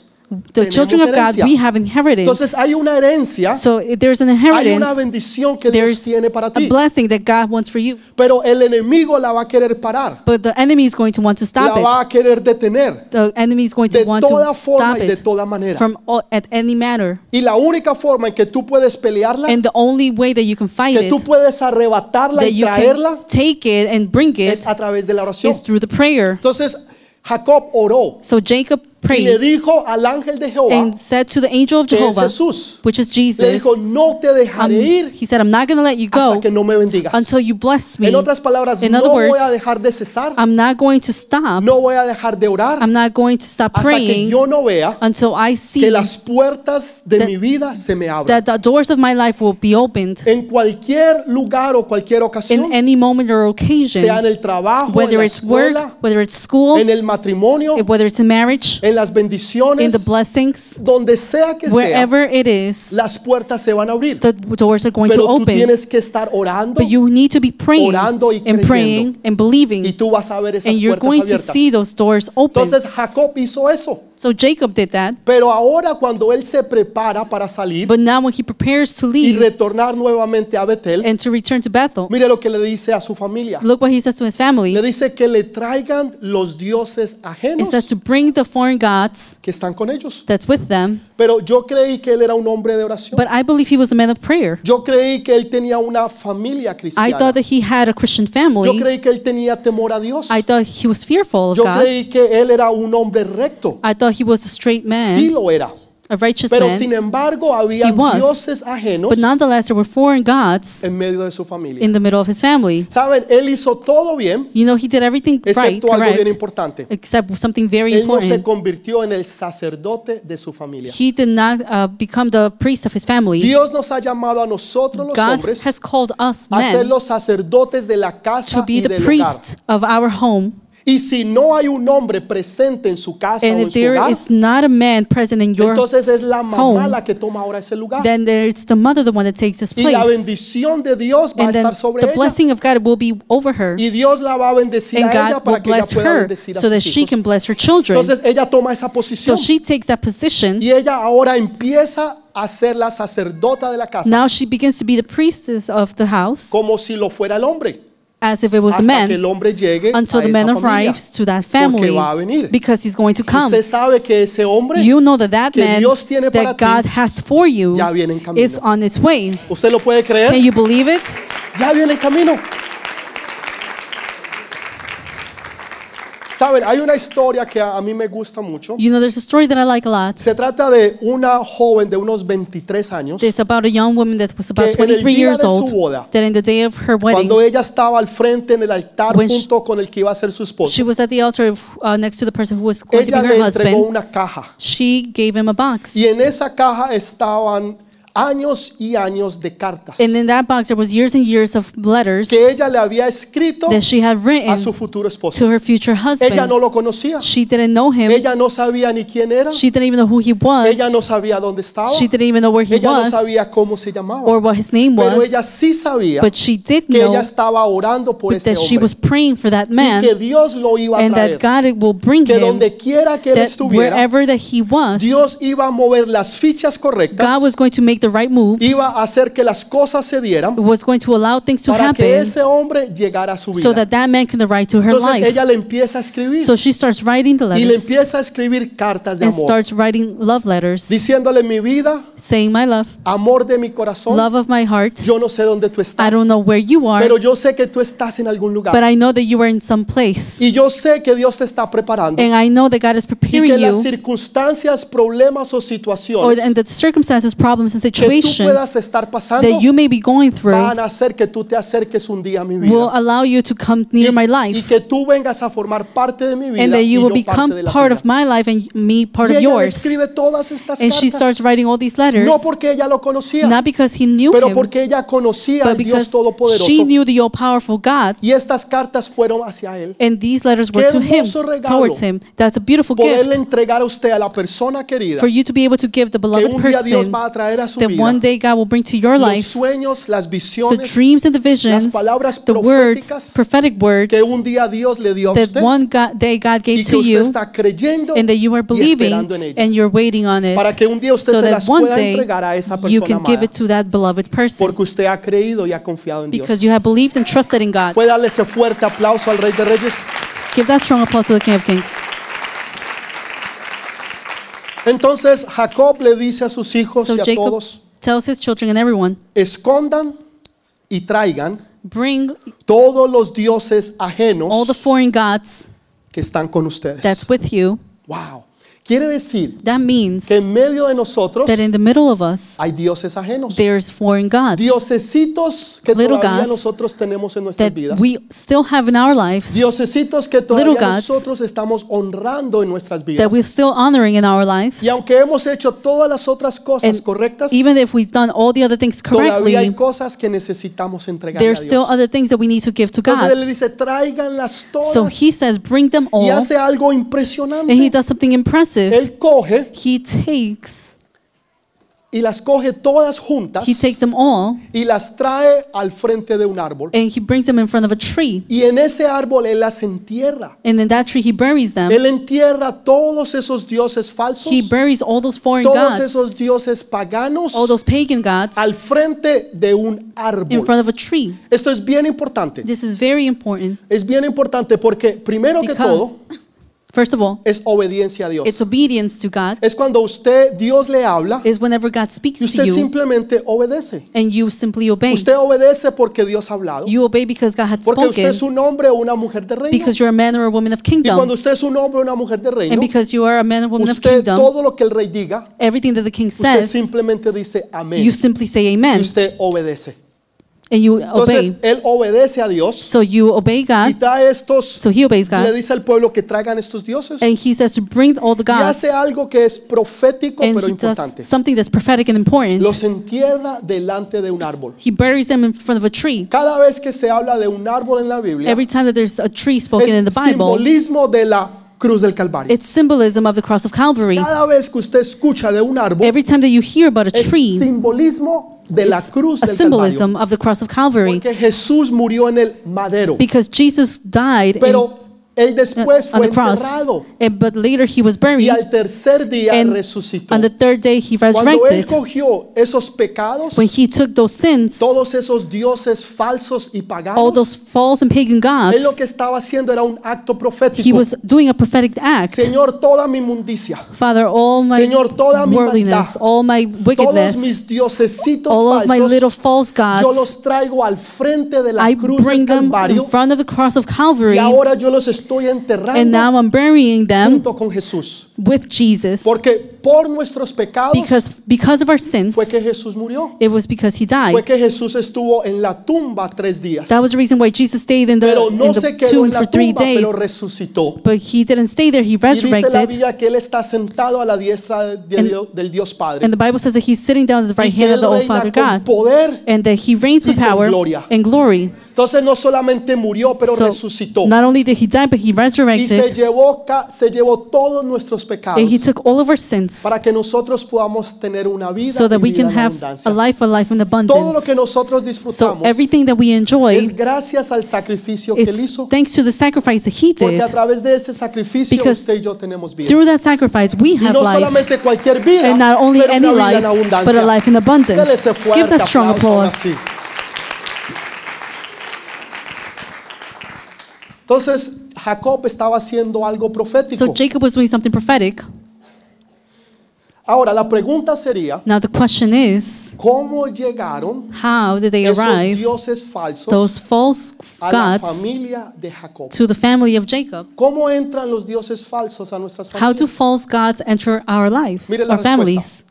Speaker 2: The children
Speaker 1: tenemos
Speaker 2: of God,
Speaker 1: herencia.
Speaker 2: we have inheritance.
Speaker 1: Entonces hay una herencia,
Speaker 2: So i- there's an
Speaker 1: hay una
Speaker 2: inheritance,
Speaker 1: bendición que Dios
Speaker 2: there's
Speaker 1: tiene para
Speaker 2: a
Speaker 1: ti,
Speaker 2: blessing that God wants for you.
Speaker 1: pero el enemigo la va a querer parar,
Speaker 2: But the enemy is going to want to
Speaker 1: la va
Speaker 2: stop it.
Speaker 1: a querer detener
Speaker 2: The enemy is going
Speaker 1: de
Speaker 2: to want
Speaker 1: toda
Speaker 2: to
Speaker 1: forma
Speaker 2: stop
Speaker 1: y de
Speaker 2: it
Speaker 1: toda manera.
Speaker 2: from all, at any manner.
Speaker 1: Y la única forma en que tú puedes pelearla,
Speaker 2: And the only way that you can fight
Speaker 1: que
Speaker 2: it,
Speaker 1: tú puedes arrebatarla
Speaker 2: that
Speaker 1: y
Speaker 2: you
Speaker 1: traerla,
Speaker 2: can take it and bring
Speaker 1: es
Speaker 2: it,
Speaker 1: a través de la oración.
Speaker 2: is through the prayer.
Speaker 1: Entonces Jacob oró
Speaker 2: So Jacob
Speaker 1: y le
Speaker 2: prayed
Speaker 1: dijo al ángel de Jehová,
Speaker 2: and said to the angel of
Speaker 1: que es
Speaker 2: Jehovah,
Speaker 1: Jesús,
Speaker 2: which is
Speaker 1: le
Speaker 2: Jesus,
Speaker 1: dijo, no te
Speaker 2: um,
Speaker 1: dejaré ir
Speaker 2: he said, I'm not going to let you
Speaker 1: hasta
Speaker 2: go
Speaker 1: que no me bendigas.
Speaker 2: until you bless me.
Speaker 1: En otras palabras,
Speaker 2: In
Speaker 1: no
Speaker 2: other
Speaker 1: voy a
Speaker 2: words,
Speaker 1: dejar de cesar,
Speaker 2: I'm not going to stop.
Speaker 1: no voy a dejar de orar
Speaker 2: I'm not going to stop
Speaker 1: hasta que
Speaker 2: praying
Speaker 1: yo no vea
Speaker 2: until I see
Speaker 1: que las puertas de
Speaker 2: that-
Speaker 1: mi vida se me abran.
Speaker 2: that the doors of my life will be opened
Speaker 1: En cualquier lugar o cualquier ocasión,
Speaker 2: in any moment or
Speaker 1: sea en
Speaker 2: occasion,
Speaker 1: el trabajo, en
Speaker 2: whether
Speaker 1: la
Speaker 2: it's work,
Speaker 1: escuela,
Speaker 2: whether it's school,
Speaker 1: en el matrimonio,
Speaker 2: whether it's in marriage,
Speaker 1: en las
Speaker 2: in
Speaker 1: bendiciones,
Speaker 2: the blessings,
Speaker 1: donde sea que sea,
Speaker 2: wherever it is,
Speaker 1: las puertas se van a abrir.
Speaker 2: the doors are going to
Speaker 1: Pero tú
Speaker 2: open.
Speaker 1: tienes que estar orando
Speaker 2: But you need to be praying
Speaker 1: orando y
Speaker 2: and
Speaker 1: creyendo.
Speaker 2: praying and
Speaker 1: y
Speaker 2: believing,
Speaker 1: tú vas a ver esas
Speaker 2: and you're
Speaker 1: puertas
Speaker 2: going to
Speaker 1: abiertas.
Speaker 2: see those doors open.
Speaker 1: Entonces Jacob hizo eso.
Speaker 2: So Jacob did that.
Speaker 1: Pero ahora cuando él se prepara para salir
Speaker 2: But now when he prepares to
Speaker 1: y
Speaker 2: leave
Speaker 1: retornar nuevamente a Betel,
Speaker 2: and to return to Bethel,
Speaker 1: mire lo que le dice a su familia.
Speaker 2: look what he says to his
Speaker 1: Le
Speaker 2: family.
Speaker 1: dice que le traigan los dioses
Speaker 2: It
Speaker 1: ajenos
Speaker 2: says to bring the foreign gods
Speaker 1: que están con ellos.
Speaker 2: that's with them.
Speaker 1: Pero yo creí que él era un hombre de oración.
Speaker 2: But I believe he was a man of prayer.
Speaker 1: Yo creí que él tenía una familia
Speaker 2: I
Speaker 1: cristiana.
Speaker 2: thought that he had a Christian
Speaker 1: Yo
Speaker 2: family.
Speaker 1: creí que él tenía temor a Dios.
Speaker 2: I thought he was fearful of
Speaker 1: Yo
Speaker 2: God.
Speaker 1: creí que él era un hombre recto.
Speaker 2: I thought he was a straight
Speaker 1: Sí
Speaker 2: man,
Speaker 1: lo era.
Speaker 2: a righteous
Speaker 1: Pero sin
Speaker 2: man.
Speaker 1: embargo había
Speaker 2: He was.
Speaker 1: dioses ajenos
Speaker 2: But nonetheless, there were foreign gods
Speaker 1: en medio de su familia.
Speaker 2: in the middle of his family.
Speaker 1: Saben, él hizo todo bien,
Speaker 2: You know, he did everything right,
Speaker 1: excepto algo bien
Speaker 2: correct,
Speaker 1: importante.
Speaker 2: except something very
Speaker 1: Él no se
Speaker 2: important.
Speaker 1: convirtió en el sacerdote de su familia.
Speaker 2: He did not uh, become the priest of his family.
Speaker 1: Dios nos ha llamado a nosotros los
Speaker 2: God
Speaker 1: hombres
Speaker 2: has called us
Speaker 1: a ser
Speaker 2: men
Speaker 1: los sacerdotes de la
Speaker 2: to
Speaker 1: casa
Speaker 2: be
Speaker 1: y
Speaker 2: the
Speaker 1: del hogar.
Speaker 2: priest of our home.
Speaker 1: Y si no hay un hombre presente en su casa
Speaker 2: And
Speaker 1: o en
Speaker 2: if
Speaker 1: su
Speaker 2: there
Speaker 1: hogar,
Speaker 2: is not a man present in your
Speaker 1: entonces es la mamá
Speaker 2: home,
Speaker 1: la que toma ahora ese lugar.
Speaker 2: then there- it's the mother the one that takes his
Speaker 1: Y la
Speaker 2: place.
Speaker 1: bendición de Dios va a
Speaker 2: And then
Speaker 1: estar sobre
Speaker 2: the
Speaker 1: ella.
Speaker 2: blessing of God will be over her.
Speaker 1: Y Dios la va a bendecir a
Speaker 2: And
Speaker 1: ella
Speaker 2: God will
Speaker 1: para que ella
Speaker 2: bless
Speaker 1: pueda
Speaker 2: her
Speaker 1: bendecir a
Speaker 2: so that
Speaker 1: sus
Speaker 2: she can
Speaker 1: hijos.
Speaker 2: bless her children.
Speaker 1: Entonces ella toma esa
Speaker 2: So
Speaker 1: posición
Speaker 2: she takes that position.
Speaker 1: y ella ahora empieza a ser la sacerdota de la casa
Speaker 2: Now she begins to be the priestess of the house
Speaker 1: como si lo fuera el hombre
Speaker 2: as if it was a
Speaker 1: hasta que el
Speaker 2: man
Speaker 1: hombre llegue a
Speaker 2: until
Speaker 1: esa
Speaker 2: the man
Speaker 1: familia.
Speaker 2: arrives to that
Speaker 1: Porque va a venir.
Speaker 2: family because he's going to come.
Speaker 1: Usted sabe que ese hombre
Speaker 2: You know that that
Speaker 1: que
Speaker 2: man
Speaker 1: Dios tiene para
Speaker 2: that
Speaker 1: ti
Speaker 2: God has for you
Speaker 1: ya viene en camino.
Speaker 2: is on its way.
Speaker 1: usted lo puede creer.
Speaker 2: Can you believe it?
Speaker 1: Ya viene en camino. Saben, hay una historia que a a mí me gusta mucho.
Speaker 2: You know, there's a story that I like a lot.
Speaker 1: Se trata de una joven de unos 23 años.
Speaker 2: There's about a young woman that was
Speaker 1: Que
Speaker 2: about
Speaker 1: en el
Speaker 2: 23
Speaker 1: día de
Speaker 2: years
Speaker 1: su
Speaker 2: old
Speaker 1: boda,
Speaker 2: that in the day of her wedding,
Speaker 1: Cuando ella estaba al frente en el altar
Speaker 2: When she-
Speaker 1: junto con el que iba a ser su esposo,
Speaker 2: she was at the altar of, uh, next to the person who was going to
Speaker 1: ella
Speaker 2: be
Speaker 1: le
Speaker 2: her
Speaker 1: entregó
Speaker 2: husband.
Speaker 1: una caja.
Speaker 2: She gave him a box.
Speaker 1: Y en esa caja estaban años y años de cartas
Speaker 2: And in that box, there was years and years of letters
Speaker 1: que ella le había escrito
Speaker 2: that she
Speaker 1: a
Speaker 2: had
Speaker 1: su
Speaker 2: written
Speaker 1: futuro esposo.
Speaker 2: to her future
Speaker 1: Ella
Speaker 2: husband.
Speaker 1: no lo conocía.
Speaker 2: She didn't know him.
Speaker 1: Ella no sabía ni quién era.
Speaker 2: She didn't even know who he was.
Speaker 1: Ella no sabía dónde estaba.
Speaker 2: She didn't even know where he
Speaker 1: Ella no
Speaker 2: was
Speaker 1: sabía cómo se llamaba.
Speaker 2: or what his name
Speaker 1: Pero ella
Speaker 2: was.
Speaker 1: sí sabía
Speaker 2: But she did
Speaker 1: que ella
Speaker 2: know
Speaker 1: estaba orando por ese
Speaker 2: that she
Speaker 1: hombre
Speaker 2: was praying for that
Speaker 1: y que
Speaker 2: man
Speaker 1: Dios lo iba a
Speaker 2: and that
Speaker 1: traer.
Speaker 2: God will bring
Speaker 1: Que
Speaker 2: him
Speaker 1: donde quiera que él
Speaker 2: that
Speaker 1: estuviera,
Speaker 2: wherever that he was,
Speaker 1: Dios iba a mover las fichas correctas,
Speaker 2: God was going to make the right moves,
Speaker 1: iba a hacer que las cosas se dieran
Speaker 2: was going to allow things to
Speaker 1: para que
Speaker 2: happen
Speaker 1: ese hombre llegara a su
Speaker 2: so
Speaker 1: vida.
Speaker 2: that that man can the right to her
Speaker 1: Entonces
Speaker 2: life.
Speaker 1: ella le empieza a escribir
Speaker 2: So she starts writing the
Speaker 1: y le
Speaker 2: letters
Speaker 1: empieza a escribir cartas de
Speaker 2: and
Speaker 1: amor,
Speaker 2: starts writing love letters,
Speaker 1: diciéndole mi vida,
Speaker 2: saying, My love,
Speaker 1: amor de mi corazón,
Speaker 2: love of my heart,
Speaker 1: yo no sé dónde tú
Speaker 2: I
Speaker 1: estás,
Speaker 2: don't know where you are,
Speaker 1: pero yo sé que tú estás en algún
Speaker 2: but
Speaker 1: lugar
Speaker 2: I know that you are in some place.
Speaker 1: y yo sé que Dios te está preparando
Speaker 2: And I know that God is
Speaker 1: y que
Speaker 2: preparing
Speaker 1: las
Speaker 2: you
Speaker 1: circunstancias, problemas o
Speaker 2: or
Speaker 1: situaciones
Speaker 2: and the circumstances, problems, and
Speaker 1: que tú puedas
Speaker 2: situations
Speaker 1: estar pasando
Speaker 2: that you may be going through
Speaker 1: van a hacer que tú te acerques un día a mi vida.
Speaker 2: will allow you to come
Speaker 1: y,
Speaker 2: near my
Speaker 1: y
Speaker 2: life
Speaker 1: que tú vengas a formar parte de mi vida
Speaker 2: and that you
Speaker 1: y
Speaker 2: will
Speaker 1: yo parte de
Speaker 2: become
Speaker 1: la
Speaker 2: part
Speaker 1: tuya.
Speaker 2: of my life and me part
Speaker 1: y
Speaker 2: of
Speaker 1: ella le
Speaker 2: yours.
Speaker 1: escribe todas estas
Speaker 2: And she
Speaker 1: cartas
Speaker 2: starts writing all these letters
Speaker 1: no porque ella lo conocía
Speaker 2: not because he knew
Speaker 1: pero
Speaker 2: him,
Speaker 1: porque ella conocía al
Speaker 2: but
Speaker 1: Dios
Speaker 2: because
Speaker 1: todopoderoso
Speaker 2: she knew the all powerful God.
Speaker 1: y estas cartas fueron hacia él
Speaker 2: And these letters were
Speaker 1: Qué
Speaker 2: to him,
Speaker 1: hermoso regalo.
Speaker 2: towards him. That's a beautiful
Speaker 1: poderle
Speaker 2: gift
Speaker 1: entregar a usted a la persona querida
Speaker 2: for you to be able to give the
Speaker 1: que
Speaker 2: beloved
Speaker 1: un día Dios
Speaker 2: person
Speaker 1: va a traer a su
Speaker 2: that one
Speaker 1: vida
Speaker 2: day God will bring to your
Speaker 1: los
Speaker 2: life
Speaker 1: sueños las
Speaker 2: the
Speaker 1: visiones
Speaker 2: dreams and the visions,
Speaker 1: palabras
Speaker 2: the words,
Speaker 1: proféticas
Speaker 2: prophetic words
Speaker 1: que un día Dios le dio a
Speaker 2: that
Speaker 1: usted
Speaker 2: one God, day God
Speaker 1: y
Speaker 2: gave
Speaker 1: que
Speaker 2: to
Speaker 1: usted
Speaker 2: you
Speaker 1: está creyendo
Speaker 2: and that you are
Speaker 1: y
Speaker 2: believing
Speaker 1: esperando en ellas
Speaker 2: and you're waiting on it
Speaker 1: para que un día usted
Speaker 2: so
Speaker 1: se
Speaker 2: that
Speaker 1: las
Speaker 2: one
Speaker 1: pueda
Speaker 2: day
Speaker 1: entregar a esa
Speaker 2: you
Speaker 1: persona
Speaker 2: can give
Speaker 1: amada.
Speaker 2: it to that beloved person
Speaker 1: porque usted ha creído y ha confiado en Dios
Speaker 2: because you have believed and trusted in God.
Speaker 1: Puede darle ese fuerte aplauso al Rey de Reyes.
Speaker 2: Give that strong applause to the King of Kings.
Speaker 1: Entonces Jacob le dice a sus hijos
Speaker 2: So
Speaker 1: y a
Speaker 2: Jacob
Speaker 1: todos,
Speaker 2: tells his children and everyone,
Speaker 1: escondan y traigan
Speaker 2: bring
Speaker 1: todos los dioses ajenos
Speaker 2: all the foreign gods
Speaker 1: que están con ustedes.
Speaker 2: that's with you.
Speaker 1: Wow. Quiere decir
Speaker 2: That means
Speaker 1: que en medio de nosotros
Speaker 2: that in the middle of us,
Speaker 1: hay dioses ajenos.
Speaker 2: there's foreign gods
Speaker 1: Diosecitos que
Speaker 2: Little
Speaker 1: todavía
Speaker 2: gods
Speaker 1: nosotros tenemos en nuestras
Speaker 2: that
Speaker 1: vidas.
Speaker 2: we still have in our lives,
Speaker 1: Diosecitos que todavía
Speaker 2: Little gods
Speaker 1: nosotros estamos honrando en nuestras vidas.
Speaker 2: that we're still honoring in our lives.
Speaker 1: Y aunque hemos hecho todas las otras cosas
Speaker 2: And
Speaker 1: correctas,
Speaker 2: even if we've done all the other things
Speaker 1: todavía hay
Speaker 2: correctly,
Speaker 1: cosas que necesitamos entregar a
Speaker 2: there's
Speaker 1: Dios.
Speaker 2: still other things that we need to give to
Speaker 1: Entonces él
Speaker 2: God.
Speaker 1: le dice, tráiganlas todas.
Speaker 2: So he says, bring them
Speaker 1: y
Speaker 2: all,
Speaker 1: hace algo
Speaker 2: and he
Speaker 1: impresionante.
Speaker 2: does something impressive.
Speaker 1: Él coge
Speaker 2: He takes,
Speaker 1: y las coge todas juntas
Speaker 2: he takes them all,
Speaker 1: y las trae al frente de un árbol.
Speaker 2: and he brings them in front of a tree.
Speaker 1: Y en ese árbol él las entierra.
Speaker 2: And in that tree, he buries them.
Speaker 1: Él entierra todos esos dioses falsos,
Speaker 2: He buries all those foreign
Speaker 1: todos
Speaker 2: gods,
Speaker 1: esos dioses paganos
Speaker 2: all those pagan gods,
Speaker 1: al frente de un
Speaker 2: in
Speaker 1: árbol.
Speaker 2: front of a tree.
Speaker 1: Esto es bien importante.
Speaker 2: This is very important
Speaker 1: Es bien importante porque primero que
Speaker 2: because,
Speaker 1: todo
Speaker 2: first of all,
Speaker 1: es obediencia a Dios.
Speaker 2: it's obedience to God.
Speaker 1: Es cuando usted, Dios le habla
Speaker 2: Is whenever God speaks
Speaker 1: y usted
Speaker 2: to you
Speaker 1: simplemente obedece.
Speaker 2: and you simply obey.
Speaker 1: Usted obedece porque Dios ha hablado.
Speaker 2: You obey because God had
Speaker 1: Porque usted
Speaker 2: spoken,
Speaker 1: es un hombre o una mujer de reino.
Speaker 2: because
Speaker 1: Y
Speaker 2: you're a man or a woman of kingdom,
Speaker 1: cuando usted es un hombre o una mujer de
Speaker 2: and
Speaker 1: reino,
Speaker 2: because you are a man or woman of
Speaker 1: usted
Speaker 2: kingdom,
Speaker 1: todo lo que el rey diga,
Speaker 2: everything that the king
Speaker 1: usted
Speaker 2: says,
Speaker 1: simplemente dice amén.
Speaker 2: you simply say
Speaker 1: Y
Speaker 2: amen
Speaker 1: usted obedece.
Speaker 2: and you
Speaker 1: Entonces
Speaker 2: obey.
Speaker 1: él obedece a Dios
Speaker 2: So you obey
Speaker 1: y
Speaker 2: God.
Speaker 1: trae estos,
Speaker 2: So he obeys
Speaker 1: le
Speaker 2: God.
Speaker 1: dice al pueblo que traigan estos dioses y
Speaker 2: And he says to bring all the gods.
Speaker 1: hace algo que es profético
Speaker 2: And
Speaker 1: pero
Speaker 2: he
Speaker 1: importante.
Speaker 2: does something that's prophetic and
Speaker 1: Los
Speaker 2: important.
Speaker 1: entierra delante de un árbol.
Speaker 2: He buries them in front of a tree.
Speaker 1: Cada vez que se habla de un árbol en la Biblia,
Speaker 2: Every time that there's a tree spoken in the
Speaker 1: es
Speaker 2: Bible,
Speaker 1: simbolismo de la cruz del Calvario.
Speaker 2: it's symbolism of the cross of Calvary.
Speaker 1: Cada vez que usted escucha de un árbol,
Speaker 2: Every time that you hear about a
Speaker 1: es
Speaker 2: tree,
Speaker 1: simbolismo de la
Speaker 2: it's
Speaker 1: cruz
Speaker 2: a
Speaker 1: del Calvario.
Speaker 2: symbolism of the cross of Calvary
Speaker 1: Porque Jesús murió en el madero,
Speaker 2: because Jesus died in- uh,
Speaker 1: pero él después
Speaker 2: on
Speaker 1: fue
Speaker 2: the cross,
Speaker 1: enterrado
Speaker 2: and, but later he was
Speaker 1: y
Speaker 2: buried,
Speaker 1: al tercer día
Speaker 2: and
Speaker 1: resucitó.
Speaker 2: on the third day he
Speaker 1: Cuando él
Speaker 2: resurrected.
Speaker 1: cogió esos pecados,
Speaker 2: When he took those sins,
Speaker 1: todos esos dioses falsos y
Speaker 2: all
Speaker 1: paganos,
Speaker 2: those false and pagan
Speaker 1: él lo
Speaker 2: gods,
Speaker 1: que estaba haciendo era un acto
Speaker 2: he
Speaker 1: profético.
Speaker 2: was doing a prophetic act.
Speaker 1: Señor, toda mi inmundicia,
Speaker 2: Father, all my
Speaker 1: Señor, toda mi
Speaker 2: worldliness,
Speaker 1: maldad,
Speaker 2: all my
Speaker 1: todos
Speaker 2: wickedness,
Speaker 1: mis diosecitos
Speaker 2: all of my little
Speaker 1: falsos,
Speaker 2: false
Speaker 1: yo
Speaker 2: gods,
Speaker 1: los traigo al frente de la
Speaker 2: I
Speaker 1: cruz del
Speaker 2: bring them in
Speaker 1: Calvario
Speaker 2: front of the cross of
Speaker 1: y
Speaker 2: Calvary,
Speaker 1: ahora yo los estoy
Speaker 2: and
Speaker 1: enterrando
Speaker 2: now I'm burying them
Speaker 1: junto con Jesús.
Speaker 2: with Jesus.
Speaker 1: Porque por nuestros pecados
Speaker 2: Because because of our sins,
Speaker 1: fue que Jesús murió.
Speaker 2: it was because he
Speaker 1: Fue
Speaker 2: died.
Speaker 1: que Jesús estuvo en la tumba tres días.
Speaker 2: That was the reason why Jesus stayed in the,
Speaker 1: Pero
Speaker 2: in
Speaker 1: no se
Speaker 2: the
Speaker 1: quedó
Speaker 2: tomb
Speaker 1: en la
Speaker 2: for three
Speaker 1: tumba,
Speaker 2: days.
Speaker 1: pero resucitó.
Speaker 2: But he didn't stay there. He
Speaker 1: Y dice la
Speaker 2: resurrected.
Speaker 1: Biblia que Él está sentado a la diestra de- de
Speaker 2: And-
Speaker 1: Dios- del Dios Padre.
Speaker 2: And the Bible says that he's sitting down at the
Speaker 1: Y
Speaker 2: right
Speaker 1: que
Speaker 2: hand of
Speaker 1: Él
Speaker 2: the old
Speaker 1: reina
Speaker 2: Father
Speaker 1: con
Speaker 2: God.
Speaker 1: poder.
Speaker 2: And that he reigns with
Speaker 1: y con
Speaker 2: power
Speaker 1: gloria.
Speaker 2: and glory.
Speaker 1: Entonces no solamente murió, pero
Speaker 2: So
Speaker 1: resucitó.
Speaker 2: not only did he die, but he
Speaker 1: Y se
Speaker 2: resurrected.
Speaker 1: llevó, ca- se llevó todos nuestros pecados
Speaker 2: And he took all of our sins
Speaker 1: para que nosotros podamos tener una vida
Speaker 2: so that
Speaker 1: y
Speaker 2: we
Speaker 1: vida
Speaker 2: can
Speaker 1: en
Speaker 2: have a
Speaker 1: abundancia.
Speaker 2: life, a life
Speaker 1: Todo
Speaker 2: in
Speaker 1: lo que
Speaker 2: abundance.
Speaker 1: nosotros
Speaker 2: So
Speaker 1: disfrutamos
Speaker 2: everything that we enjoy,
Speaker 1: es gracias al sacrificio que Él
Speaker 2: it's
Speaker 1: hizo.
Speaker 2: thanks to the sacrifice that he
Speaker 1: Porque
Speaker 2: did.
Speaker 1: a través de ese sacrificio
Speaker 2: Because
Speaker 1: usted y yo tenemos vida.
Speaker 2: Through that sacrifice, we
Speaker 1: Y
Speaker 2: have
Speaker 1: no
Speaker 2: life.
Speaker 1: solamente cualquier vida,
Speaker 2: and not only
Speaker 1: pero
Speaker 2: any
Speaker 1: una vida
Speaker 2: life,
Speaker 1: en
Speaker 2: but a
Speaker 1: abundancia.
Speaker 2: life in abundance.
Speaker 1: Dele ese fuerte
Speaker 2: Give that strong
Speaker 1: aplauso ahora
Speaker 2: applause.
Speaker 1: sí. Entonces, Jacob estaba haciendo algo profético.
Speaker 2: So Jacob was doing something prophetic.
Speaker 1: Ahora, la pregunta sería,
Speaker 2: Now the question is,
Speaker 1: ¿cómo llegaron
Speaker 2: how did they
Speaker 1: esos
Speaker 2: arrive,
Speaker 1: dioses falsos
Speaker 2: those false
Speaker 1: a la
Speaker 2: gods,
Speaker 1: familia de Jacob?
Speaker 2: to the family of Jacob?
Speaker 1: ¿Cómo entran los dioses falsos a nuestras
Speaker 2: How
Speaker 1: familias?
Speaker 2: do false gods enter our lives,
Speaker 1: Mire la
Speaker 2: our
Speaker 1: respuesta.
Speaker 2: families?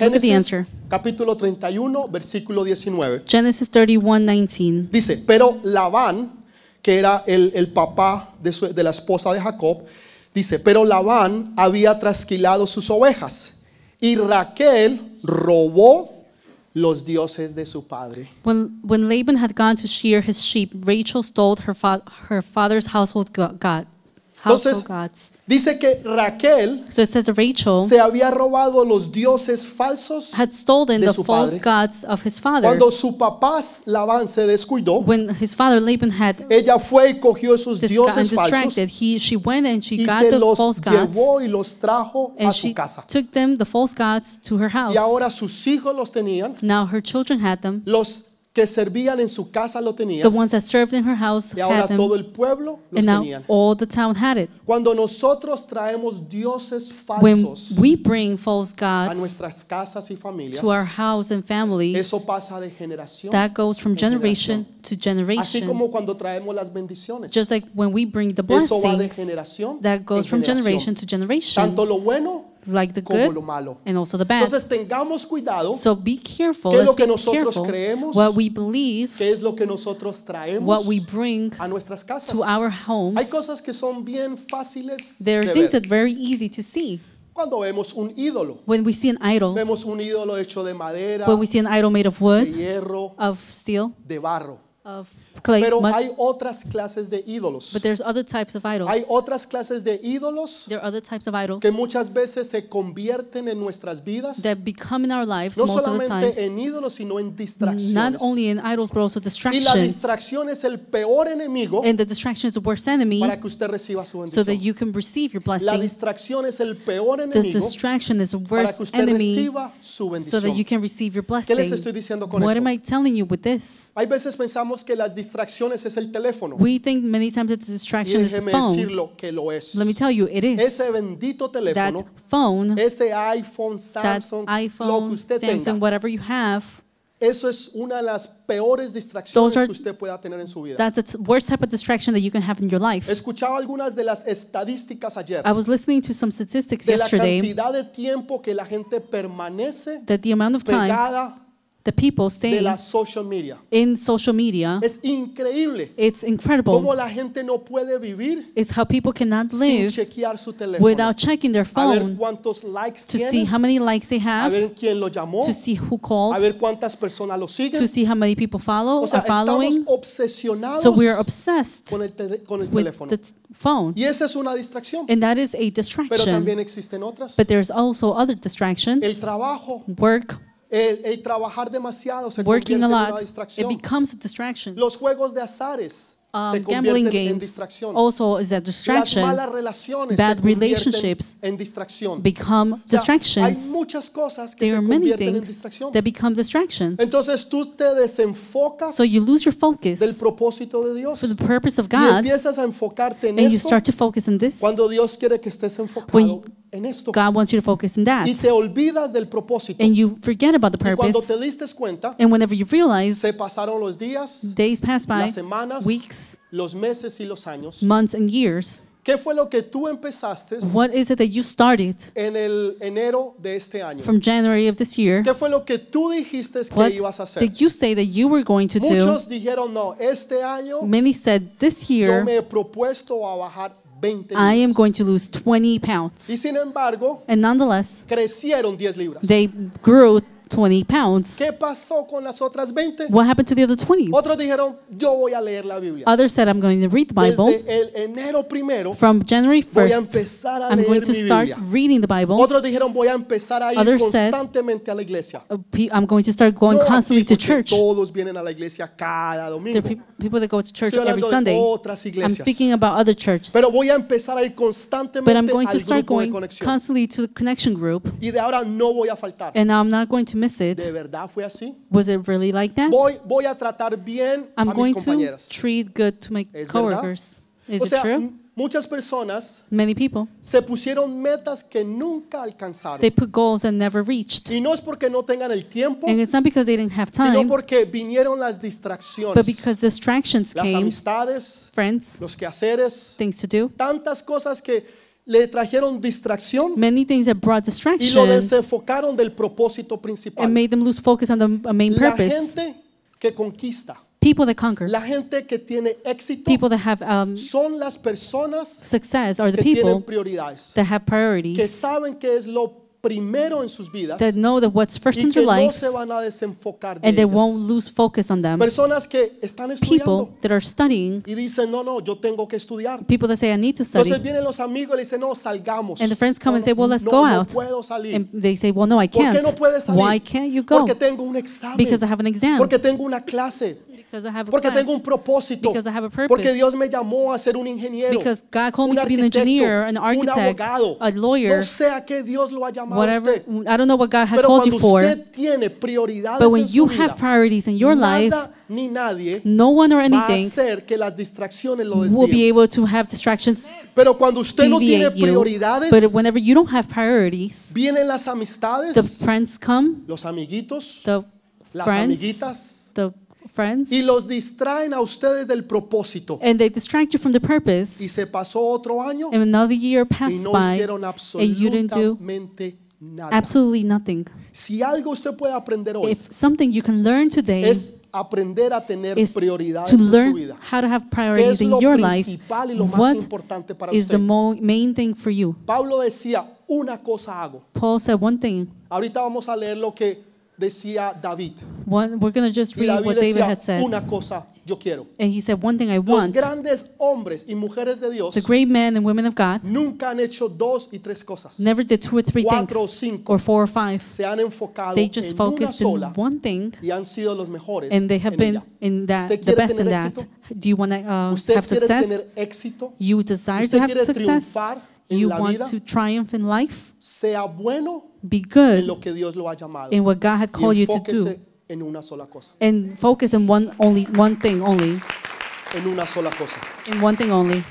Speaker 2: Look at the
Speaker 1: Génesis,
Speaker 2: answer.
Speaker 1: capítulo 31, versículo 19.
Speaker 2: Genesis 31:19.
Speaker 1: Dice, pero Labán, que era el, el papá de, su- de la esposa de Jacob, dice, pero Labán había trasquilado sus ovejas y Raquel robó los dioses de su padre.
Speaker 2: When, when Laban had gone to shear his sheep, Rachel stole her, fa- her father's household go- god,
Speaker 1: Entonces,
Speaker 2: household gods.
Speaker 1: dice que Raquel
Speaker 2: So it says that Rachel
Speaker 1: se había robado los dioses falsos
Speaker 2: had stolen
Speaker 1: de
Speaker 2: the
Speaker 1: su
Speaker 2: false
Speaker 1: padre.
Speaker 2: gods of his father.
Speaker 1: cuando su papá Labán se descuidó.
Speaker 2: when his father Laban had
Speaker 1: Ella fue y cogió esos
Speaker 2: dis- gotten
Speaker 1: dioses falsos
Speaker 2: distracted, he she went and she
Speaker 1: y
Speaker 2: got
Speaker 1: se
Speaker 2: the
Speaker 1: los
Speaker 2: false gods
Speaker 1: llevó y los trajo a
Speaker 2: and
Speaker 1: su
Speaker 2: she
Speaker 1: casa.
Speaker 2: took them, the false gods, to her house.
Speaker 1: Y ahora sus hijos los tenían,
Speaker 2: now her children had them,
Speaker 1: los que servían en su casa lo
Speaker 2: the
Speaker 1: tenían,
Speaker 2: ones that served in her house
Speaker 1: y
Speaker 2: had
Speaker 1: ahora
Speaker 2: them,
Speaker 1: todo el pueblo los
Speaker 2: and now
Speaker 1: tenían.
Speaker 2: all the town had it.
Speaker 1: Cuando nosotros traemos dioses
Speaker 2: When
Speaker 1: falsos
Speaker 2: we bring false
Speaker 1: a
Speaker 2: gods
Speaker 1: nuestras casas y familias,
Speaker 2: to our house and families,
Speaker 1: eso pasa de generación.
Speaker 2: that goes from
Speaker 1: en generación.
Speaker 2: generation to
Speaker 1: Así
Speaker 2: generation.
Speaker 1: como cuando traemos las bendiciones,
Speaker 2: Just like when we bring the
Speaker 1: eso va de
Speaker 2: blessings,
Speaker 1: generación
Speaker 2: that goes
Speaker 1: en
Speaker 2: from
Speaker 1: generación,
Speaker 2: generation to generation,
Speaker 1: tanto lo bueno
Speaker 2: like the
Speaker 1: como lo
Speaker 2: good
Speaker 1: malo.
Speaker 2: and also the bad.
Speaker 1: Entonces tengamos cuidado
Speaker 2: So be careful.
Speaker 1: ¿Qué es lo
Speaker 2: Let's
Speaker 1: que
Speaker 2: be
Speaker 1: nosotros
Speaker 2: careful.
Speaker 1: creemos?
Speaker 2: What we believe,
Speaker 1: qué es lo que nosotros traemos
Speaker 2: what we bring
Speaker 1: a nuestras casas.
Speaker 2: to our
Speaker 1: Hay
Speaker 2: homes,
Speaker 1: cosas que son bien fáciles
Speaker 2: there are
Speaker 1: de
Speaker 2: things
Speaker 1: ver.
Speaker 2: that are very easy to see.
Speaker 1: Cuando vemos un ídolo,
Speaker 2: When we see an idol,
Speaker 1: vemos un ídolo hecho de madera,
Speaker 2: when we see an idol made of
Speaker 1: de
Speaker 2: wood,
Speaker 1: hierro,
Speaker 2: of steel,
Speaker 1: de barro.
Speaker 2: of clay,
Speaker 1: Pero
Speaker 2: mud,
Speaker 1: hay otras clases de ídolos.
Speaker 2: but there's other types of idols.
Speaker 1: Hay otras clases de ídolos
Speaker 2: There are other types of idols
Speaker 1: que muchas veces se convierten en nuestras vidas,
Speaker 2: that become in our lives
Speaker 1: no
Speaker 2: most of the
Speaker 1: solamente
Speaker 2: times,
Speaker 1: en ídolos, sino en
Speaker 2: not
Speaker 1: distracciones.
Speaker 2: only in idols, but also
Speaker 1: Y la
Speaker 2: distractions.
Speaker 1: distracción es el peor enemigo
Speaker 2: And the distraction is the worst enemy
Speaker 1: para que usted reciba su
Speaker 2: so that
Speaker 1: bendición.
Speaker 2: you can receive your
Speaker 1: La
Speaker 2: blessing.
Speaker 1: distracción es el peor
Speaker 2: The
Speaker 1: enemigo
Speaker 2: distraction is the
Speaker 1: para
Speaker 2: worst
Speaker 1: que usted
Speaker 2: enemy
Speaker 1: reciba su
Speaker 2: so that
Speaker 1: bendición.
Speaker 2: you can receive your
Speaker 1: ¿Qué
Speaker 2: blessing.
Speaker 1: les estoy diciendo con
Speaker 2: What
Speaker 1: esto?
Speaker 2: am I telling you with this?
Speaker 1: Hay veces pensamos que las distracciones es el teléfono.
Speaker 2: We think many times that the
Speaker 1: Y
Speaker 2: distraction is the
Speaker 1: déjeme
Speaker 2: phone.
Speaker 1: decirlo que lo es.
Speaker 2: Let me tell you, it is.
Speaker 1: Ese bendito
Speaker 2: That
Speaker 1: teléfono,
Speaker 2: phone,
Speaker 1: ese iPhone,
Speaker 2: that
Speaker 1: Samsung, lo que
Speaker 2: iPhone,
Speaker 1: usted
Speaker 2: Samsung,
Speaker 1: tenga,
Speaker 2: whatever you have,
Speaker 1: eso es una de las peores distracciones
Speaker 2: Those are-
Speaker 1: que usted pueda tener en su vida.
Speaker 2: that's the worst type of distraction that you can have in your life.
Speaker 1: Escuchaba algunas de las estadísticas ayer
Speaker 2: I was listening to some statistics
Speaker 1: de la
Speaker 2: yesterday
Speaker 1: cantidad de tiempo que la gente permanece
Speaker 2: that the amount of time
Speaker 1: pegada
Speaker 2: the people
Speaker 1: de
Speaker 2: staying
Speaker 1: la social media.
Speaker 2: in social media.
Speaker 1: Es increíble
Speaker 2: It's
Speaker 1: cómo
Speaker 2: incredible.
Speaker 1: la gente no puede vivir
Speaker 2: It's how people cannot
Speaker 1: sin
Speaker 2: live
Speaker 1: chequear su teléfono.
Speaker 2: without checking their
Speaker 1: A ver
Speaker 2: phone
Speaker 1: cuántos likes
Speaker 2: to see
Speaker 1: tiene,
Speaker 2: how many likes they
Speaker 1: a
Speaker 2: have,
Speaker 1: ver quién lo llamó,
Speaker 2: to see who
Speaker 1: a
Speaker 2: called,
Speaker 1: ver cuántas personas lo
Speaker 2: to
Speaker 1: siguen.
Speaker 2: see how many people follow
Speaker 1: O sea,
Speaker 2: are
Speaker 1: estamos
Speaker 2: following.
Speaker 1: obsesionados
Speaker 2: So we're obsessed
Speaker 1: con el, tele- con el
Speaker 2: with
Speaker 1: teléfono.
Speaker 2: the t- phone.
Speaker 1: Y esa es una distracción.
Speaker 2: And that is a
Speaker 1: Pero
Speaker 2: distraction.
Speaker 1: también existen otras.
Speaker 2: But there's also other
Speaker 1: El
Speaker 2: distractions.
Speaker 1: trabajo,
Speaker 2: Work,
Speaker 1: el, el trabajar demasiado se
Speaker 2: working
Speaker 1: convierte
Speaker 2: a
Speaker 1: en una
Speaker 2: lot, it
Speaker 1: distracción.
Speaker 2: becomes a distraction.
Speaker 1: Los juegos de azares se
Speaker 2: Um,
Speaker 1: convierten
Speaker 2: gambling
Speaker 1: en
Speaker 2: games
Speaker 1: distracción.
Speaker 2: also is a
Speaker 1: Las
Speaker 2: distraction.
Speaker 1: malas relaciones
Speaker 2: bad
Speaker 1: se convierten
Speaker 2: relationships
Speaker 1: en distracción.
Speaker 2: Become
Speaker 1: O sea, hay
Speaker 2: distractions.
Speaker 1: muchas cosas que se
Speaker 2: There are many
Speaker 1: convierten en
Speaker 2: things
Speaker 1: distracción.
Speaker 2: that become distractions.
Speaker 1: Entonces tú te desenfocas
Speaker 2: So you lose your
Speaker 1: del
Speaker 2: focus
Speaker 1: propósito de Dios
Speaker 2: for the purpose of
Speaker 1: y
Speaker 2: God,
Speaker 1: empiezas a enfocarte en
Speaker 2: and you
Speaker 1: eso
Speaker 2: start to focus in this.
Speaker 1: cuando Dios quiere que estés enfocado
Speaker 2: When you-
Speaker 1: en esto
Speaker 2: God wants you to focus in
Speaker 1: y
Speaker 2: that,
Speaker 1: te olvidas del propósito.
Speaker 2: and you forget about the
Speaker 1: Y cuando
Speaker 2: purpose.
Speaker 1: te diste cuenta,
Speaker 2: And whenever you realize,
Speaker 1: se pasaron los días,
Speaker 2: days pass by,
Speaker 1: las semanas,
Speaker 2: weeks,
Speaker 1: los meses y los años.
Speaker 2: months, and years.
Speaker 1: ¿Qué fue lo que tú empezaste
Speaker 2: What is it that you started
Speaker 1: en el enero de este año?
Speaker 2: from January of this year?
Speaker 1: ¿Qué fue lo que tú dijiste que
Speaker 2: What
Speaker 1: ibas a hacer?
Speaker 2: did you say that you were going to do?
Speaker 1: Muchos dijeron, no, este año
Speaker 2: Many said, This
Speaker 1: yo
Speaker 2: year,
Speaker 1: me he propuesto a bajar 20
Speaker 2: I am
Speaker 1: libras.
Speaker 2: going to lose 20
Speaker 1: Y
Speaker 2: pounds.
Speaker 1: sin embargo,
Speaker 2: And nonetheless,
Speaker 1: crecieron 10 libras.
Speaker 2: they grew 20 pounds.
Speaker 1: ¿Qué pasó con las otras 20?
Speaker 2: What happened to the other 20?
Speaker 1: Otros dijeron, yo voy a leer la Biblia.
Speaker 2: Others said, I'm going to read the Bible.
Speaker 1: Desde el enero primero,
Speaker 2: From January
Speaker 1: voy a
Speaker 2: 1st,
Speaker 1: empezar a
Speaker 2: I'm going
Speaker 1: leer
Speaker 2: to
Speaker 1: mi
Speaker 2: start
Speaker 1: Biblia.
Speaker 2: reading the Bible.
Speaker 1: Otros dijeron, voy a empezar a ir
Speaker 2: Others said-
Speaker 1: constantemente a la iglesia.
Speaker 2: Uh, pe- I'm going to start going
Speaker 1: No aquí,
Speaker 2: constantly to
Speaker 1: porque
Speaker 2: church.
Speaker 1: Todos vienen a la iglesia cada domingo.
Speaker 2: There are pe- people that go to church
Speaker 1: Estoy
Speaker 2: every
Speaker 1: hablando de
Speaker 2: Sunday.
Speaker 1: otras
Speaker 2: I'm
Speaker 1: iglesias.
Speaker 2: speaking about other churches.
Speaker 1: Pero voy a empezar a ir
Speaker 2: But
Speaker 1: constantemente
Speaker 2: I'm going to
Speaker 1: al
Speaker 2: start
Speaker 1: grupo de
Speaker 2: going
Speaker 1: conexión.
Speaker 2: constantly to the connection group.
Speaker 1: Y de ahora no voy a faltar.
Speaker 2: And I'm not going to miss
Speaker 1: ¿De
Speaker 2: it.
Speaker 1: verdad fue así?
Speaker 2: Was it really like that?
Speaker 1: Voy, voy a tratar bien
Speaker 2: I'm
Speaker 1: a mis
Speaker 2: going to
Speaker 1: compañeras.
Speaker 2: treat good to my
Speaker 1: ¿Es verdad?
Speaker 2: coworkers. Is
Speaker 1: o
Speaker 2: it
Speaker 1: sea, mm.
Speaker 2: true?
Speaker 1: m- muchas personas
Speaker 2: Many people.
Speaker 1: se pusieron metas que nunca alcanzaron.
Speaker 2: They put goals and never reached.
Speaker 1: Y no es porque no tengan el tiempo,
Speaker 2: And it's not because they didn't have
Speaker 1: sino
Speaker 2: time,
Speaker 1: porque vinieron las distracciones,
Speaker 2: but because distractions
Speaker 1: las
Speaker 2: came,
Speaker 1: amistades,
Speaker 2: friends,
Speaker 1: los quehaceres,
Speaker 2: things to do,
Speaker 1: tantas cosas que le trajeron distracción
Speaker 2: many things that brought
Speaker 1: y lo
Speaker 2: distraction
Speaker 1: desenfocaron del propósito
Speaker 2: and
Speaker 1: principal.
Speaker 2: made them lose focus on the uh, main
Speaker 1: La
Speaker 2: purpose.
Speaker 1: gente que conquista,
Speaker 2: People that conquer,
Speaker 1: la gente que tiene éxito,
Speaker 2: people that have um,
Speaker 1: son las personas
Speaker 2: success, are the
Speaker 1: que tienen
Speaker 2: people
Speaker 1: prioridades,
Speaker 2: that have
Speaker 1: que
Speaker 2: priorities,
Speaker 1: saben que es lo primero en sus vidas
Speaker 2: that know that what's first in
Speaker 1: y que
Speaker 2: their
Speaker 1: no
Speaker 2: lives,
Speaker 1: se van a desenfocar de
Speaker 2: and they
Speaker 1: ellas.
Speaker 2: won't lose focus on them.
Speaker 1: Personas que están
Speaker 2: People
Speaker 1: estudiando
Speaker 2: that are studying,
Speaker 1: y dicen, no, no, yo tengo que estudiar.
Speaker 2: people that say, I need to
Speaker 1: Entonces
Speaker 2: study,
Speaker 1: vienen los amigos y le dicen, no, salgamos.
Speaker 2: And the friends come
Speaker 1: no,
Speaker 2: and say,
Speaker 1: no,
Speaker 2: well, let's
Speaker 1: no,
Speaker 2: go
Speaker 1: no
Speaker 2: out.
Speaker 1: puedo salir.
Speaker 2: and they say, Well, no, I
Speaker 1: ¿Por qué
Speaker 2: can't.
Speaker 1: no puedes salir?
Speaker 2: Why can't you go?
Speaker 1: Porque tengo un examen.
Speaker 2: Because I have an exam.
Speaker 1: Porque tengo una clase.
Speaker 2: Because I have a
Speaker 1: Porque
Speaker 2: class.
Speaker 1: tengo un propósito.
Speaker 2: Because I have a purpose.
Speaker 1: Porque Dios me llamó a ser un ingeniero.
Speaker 2: Because God called
Speaker 1: un
Speaker 2: me to be an
Speaker 1: arquitecto,
Speaker 2: engineer, an
Speaker 1: un
Speaker 2: architect,
Speaker 1: abogado.
Speaker 2: a lawyer.
Speaker 1: No sé a qué Dios lo ha llamado a
Speaker 2: Whatever,
Speaker 1: usted.
Speaker 2: I don't know what God had
Speaker 1: Pero
Speaker 2: called
Speaker 1: cuando
Speaker 2: you for,
Speaker 1: usted tiene prioridades
Speaker 2: but when
Speaker 1: en su
Speaker 2: you
Speaker 1: vida,
Speaker 2: have priorities in your life,
Speaker 1: nada ni nadie
Speaker 2: no one or
Speaker 1: va a
Speaker 2: anything
Speaker 1: hacer que las distracciones lo
Speaker 2: will be
Speaker 1: desvíen.
Speaker 2: able to have distractions
Speaker 1: Pero cuando usted no tiene
Speaker 2: deviate you.
Speaker 1: prioridades,
Speaker 2: But whenever you don't have priorities,
Speaker 1: vienen las amistades,
Speaker 2: the friends come,
Speaker 1: los amiguitos,
Speaker 2: the
Speaker 1: las
Speaker 2: friends,
Speaker 1: amiguitas,
Speaker 2: the friends,
Speaker 1: y los distraen a ustedes del propósito.
Speaker 2: and they distract you from the
Speaker 1: Y
Speaker 2: purpose.
Speaker 1: se pasó otro año
Speaker 2: And another year
Speaker 1: y
Speaker 2: passed
Speaker 1: no
Speaker 2: by,
Speaker 1: hicieron
Speaker 2: and you didn't do
Speaker 1: absolutamente nada.
Speaker 2: absolutely nothing.
Speaker 1: Si algo usted puede aprender hoy
Speaker 2: If something you can learn today
Speaker 1: es aprender a tener
Speaker 2: is
Speaker 1: prioridades
Speaker 2: to
Speaker 1: en su
Speaker 2: learn
Speaker 1: vida.
Speaker 2: how to have
Speaker 1: ¿Qué
Speaker 2: priorities
Speaker 1: es
Speaker 2: in
Speaker 1: lo
Speaker 2: your life.
Speaker 1: principal y lo más
Speaker 2: What
Speaker 1: importante para
Speaker 2: is the
Speaker 1: usted?
Speaker 2: mo- main thing for you?
Speaker 1: Pablo decía, una cosa hago.
Speaker 2: Paul said one thing.
Speaker 1: Ahorita vamos a leer lo que decía David.
Speaker 2: One, we're going to just
Speaker 1: Y
Speaker 2: read
Speaker 1: David
Speaker 2: what David
Speaker 1: decía,
Speaker 2: had said.
Speaker 1: una cosa yo quiero.
Speaker 2: And he said, One thing I
Speaker 1: Los
Speaker 2: want.
Speaker 1: grandes hombres y mujeres de Dios
Speaker 2: The great men and women of God
Speaker 1: nunca han hecho dos y tres cosas.
Speaker 2: never did two or three
Speaker 1: Cuatro o
Speaker 2: things
Speaker 1: cinco.
Speaker 2: or four or five.
Speaker 1: Se han enfocado
Speaker 2: They just
Speaker 1: en una
Speaker 2: focused in
Speaker 1: sola
Speaker 2: one thing
Speaker 1: y han sido los mejores
Speaker 2: and they have
Speaker 1: en
Speaker 2: been
Speaker 1: ella.
Speaker 2: in
Speaker 1: ¿Usted
Speaker 2: that, the
Speaker 1: quiere
Speaker 2: best
Speaker 1: tener
Speaker 2: in that.
Speaker 1: éxito?
Speaker 2: Do you want to uh,
Speaker 1: Usted
Speaker 2: have
Speaker 1: quiere
Speaker 2: success?
Speaker 1: tener éxito,
Speaker 2: You desire
Speaker 1: Usted
Speaker 2: to have
Speaker 1: quiere
Speaker 2: success?
Speaker 1: triunfar en
Speaker 2: You
Speaker 1: la
Speaker 2: want
Speaker 1: vida?
Speaker 2: to triumph in life?
Speaker 1: sea bueno
Speaker 2: Be
Speaker 1: en
Speaker 2: good
Speaker 1: lo que Dios lo ha llamado.
Speaker 2: in what God had called
Speaker 1: y
Speaker 2: you to do.
Speaker 1: enfóquese en una sola cosa,
Speaker 2: and focus in one only one thing only
Speaker 1: en una sola cosa.
Speaker 2: in one thing only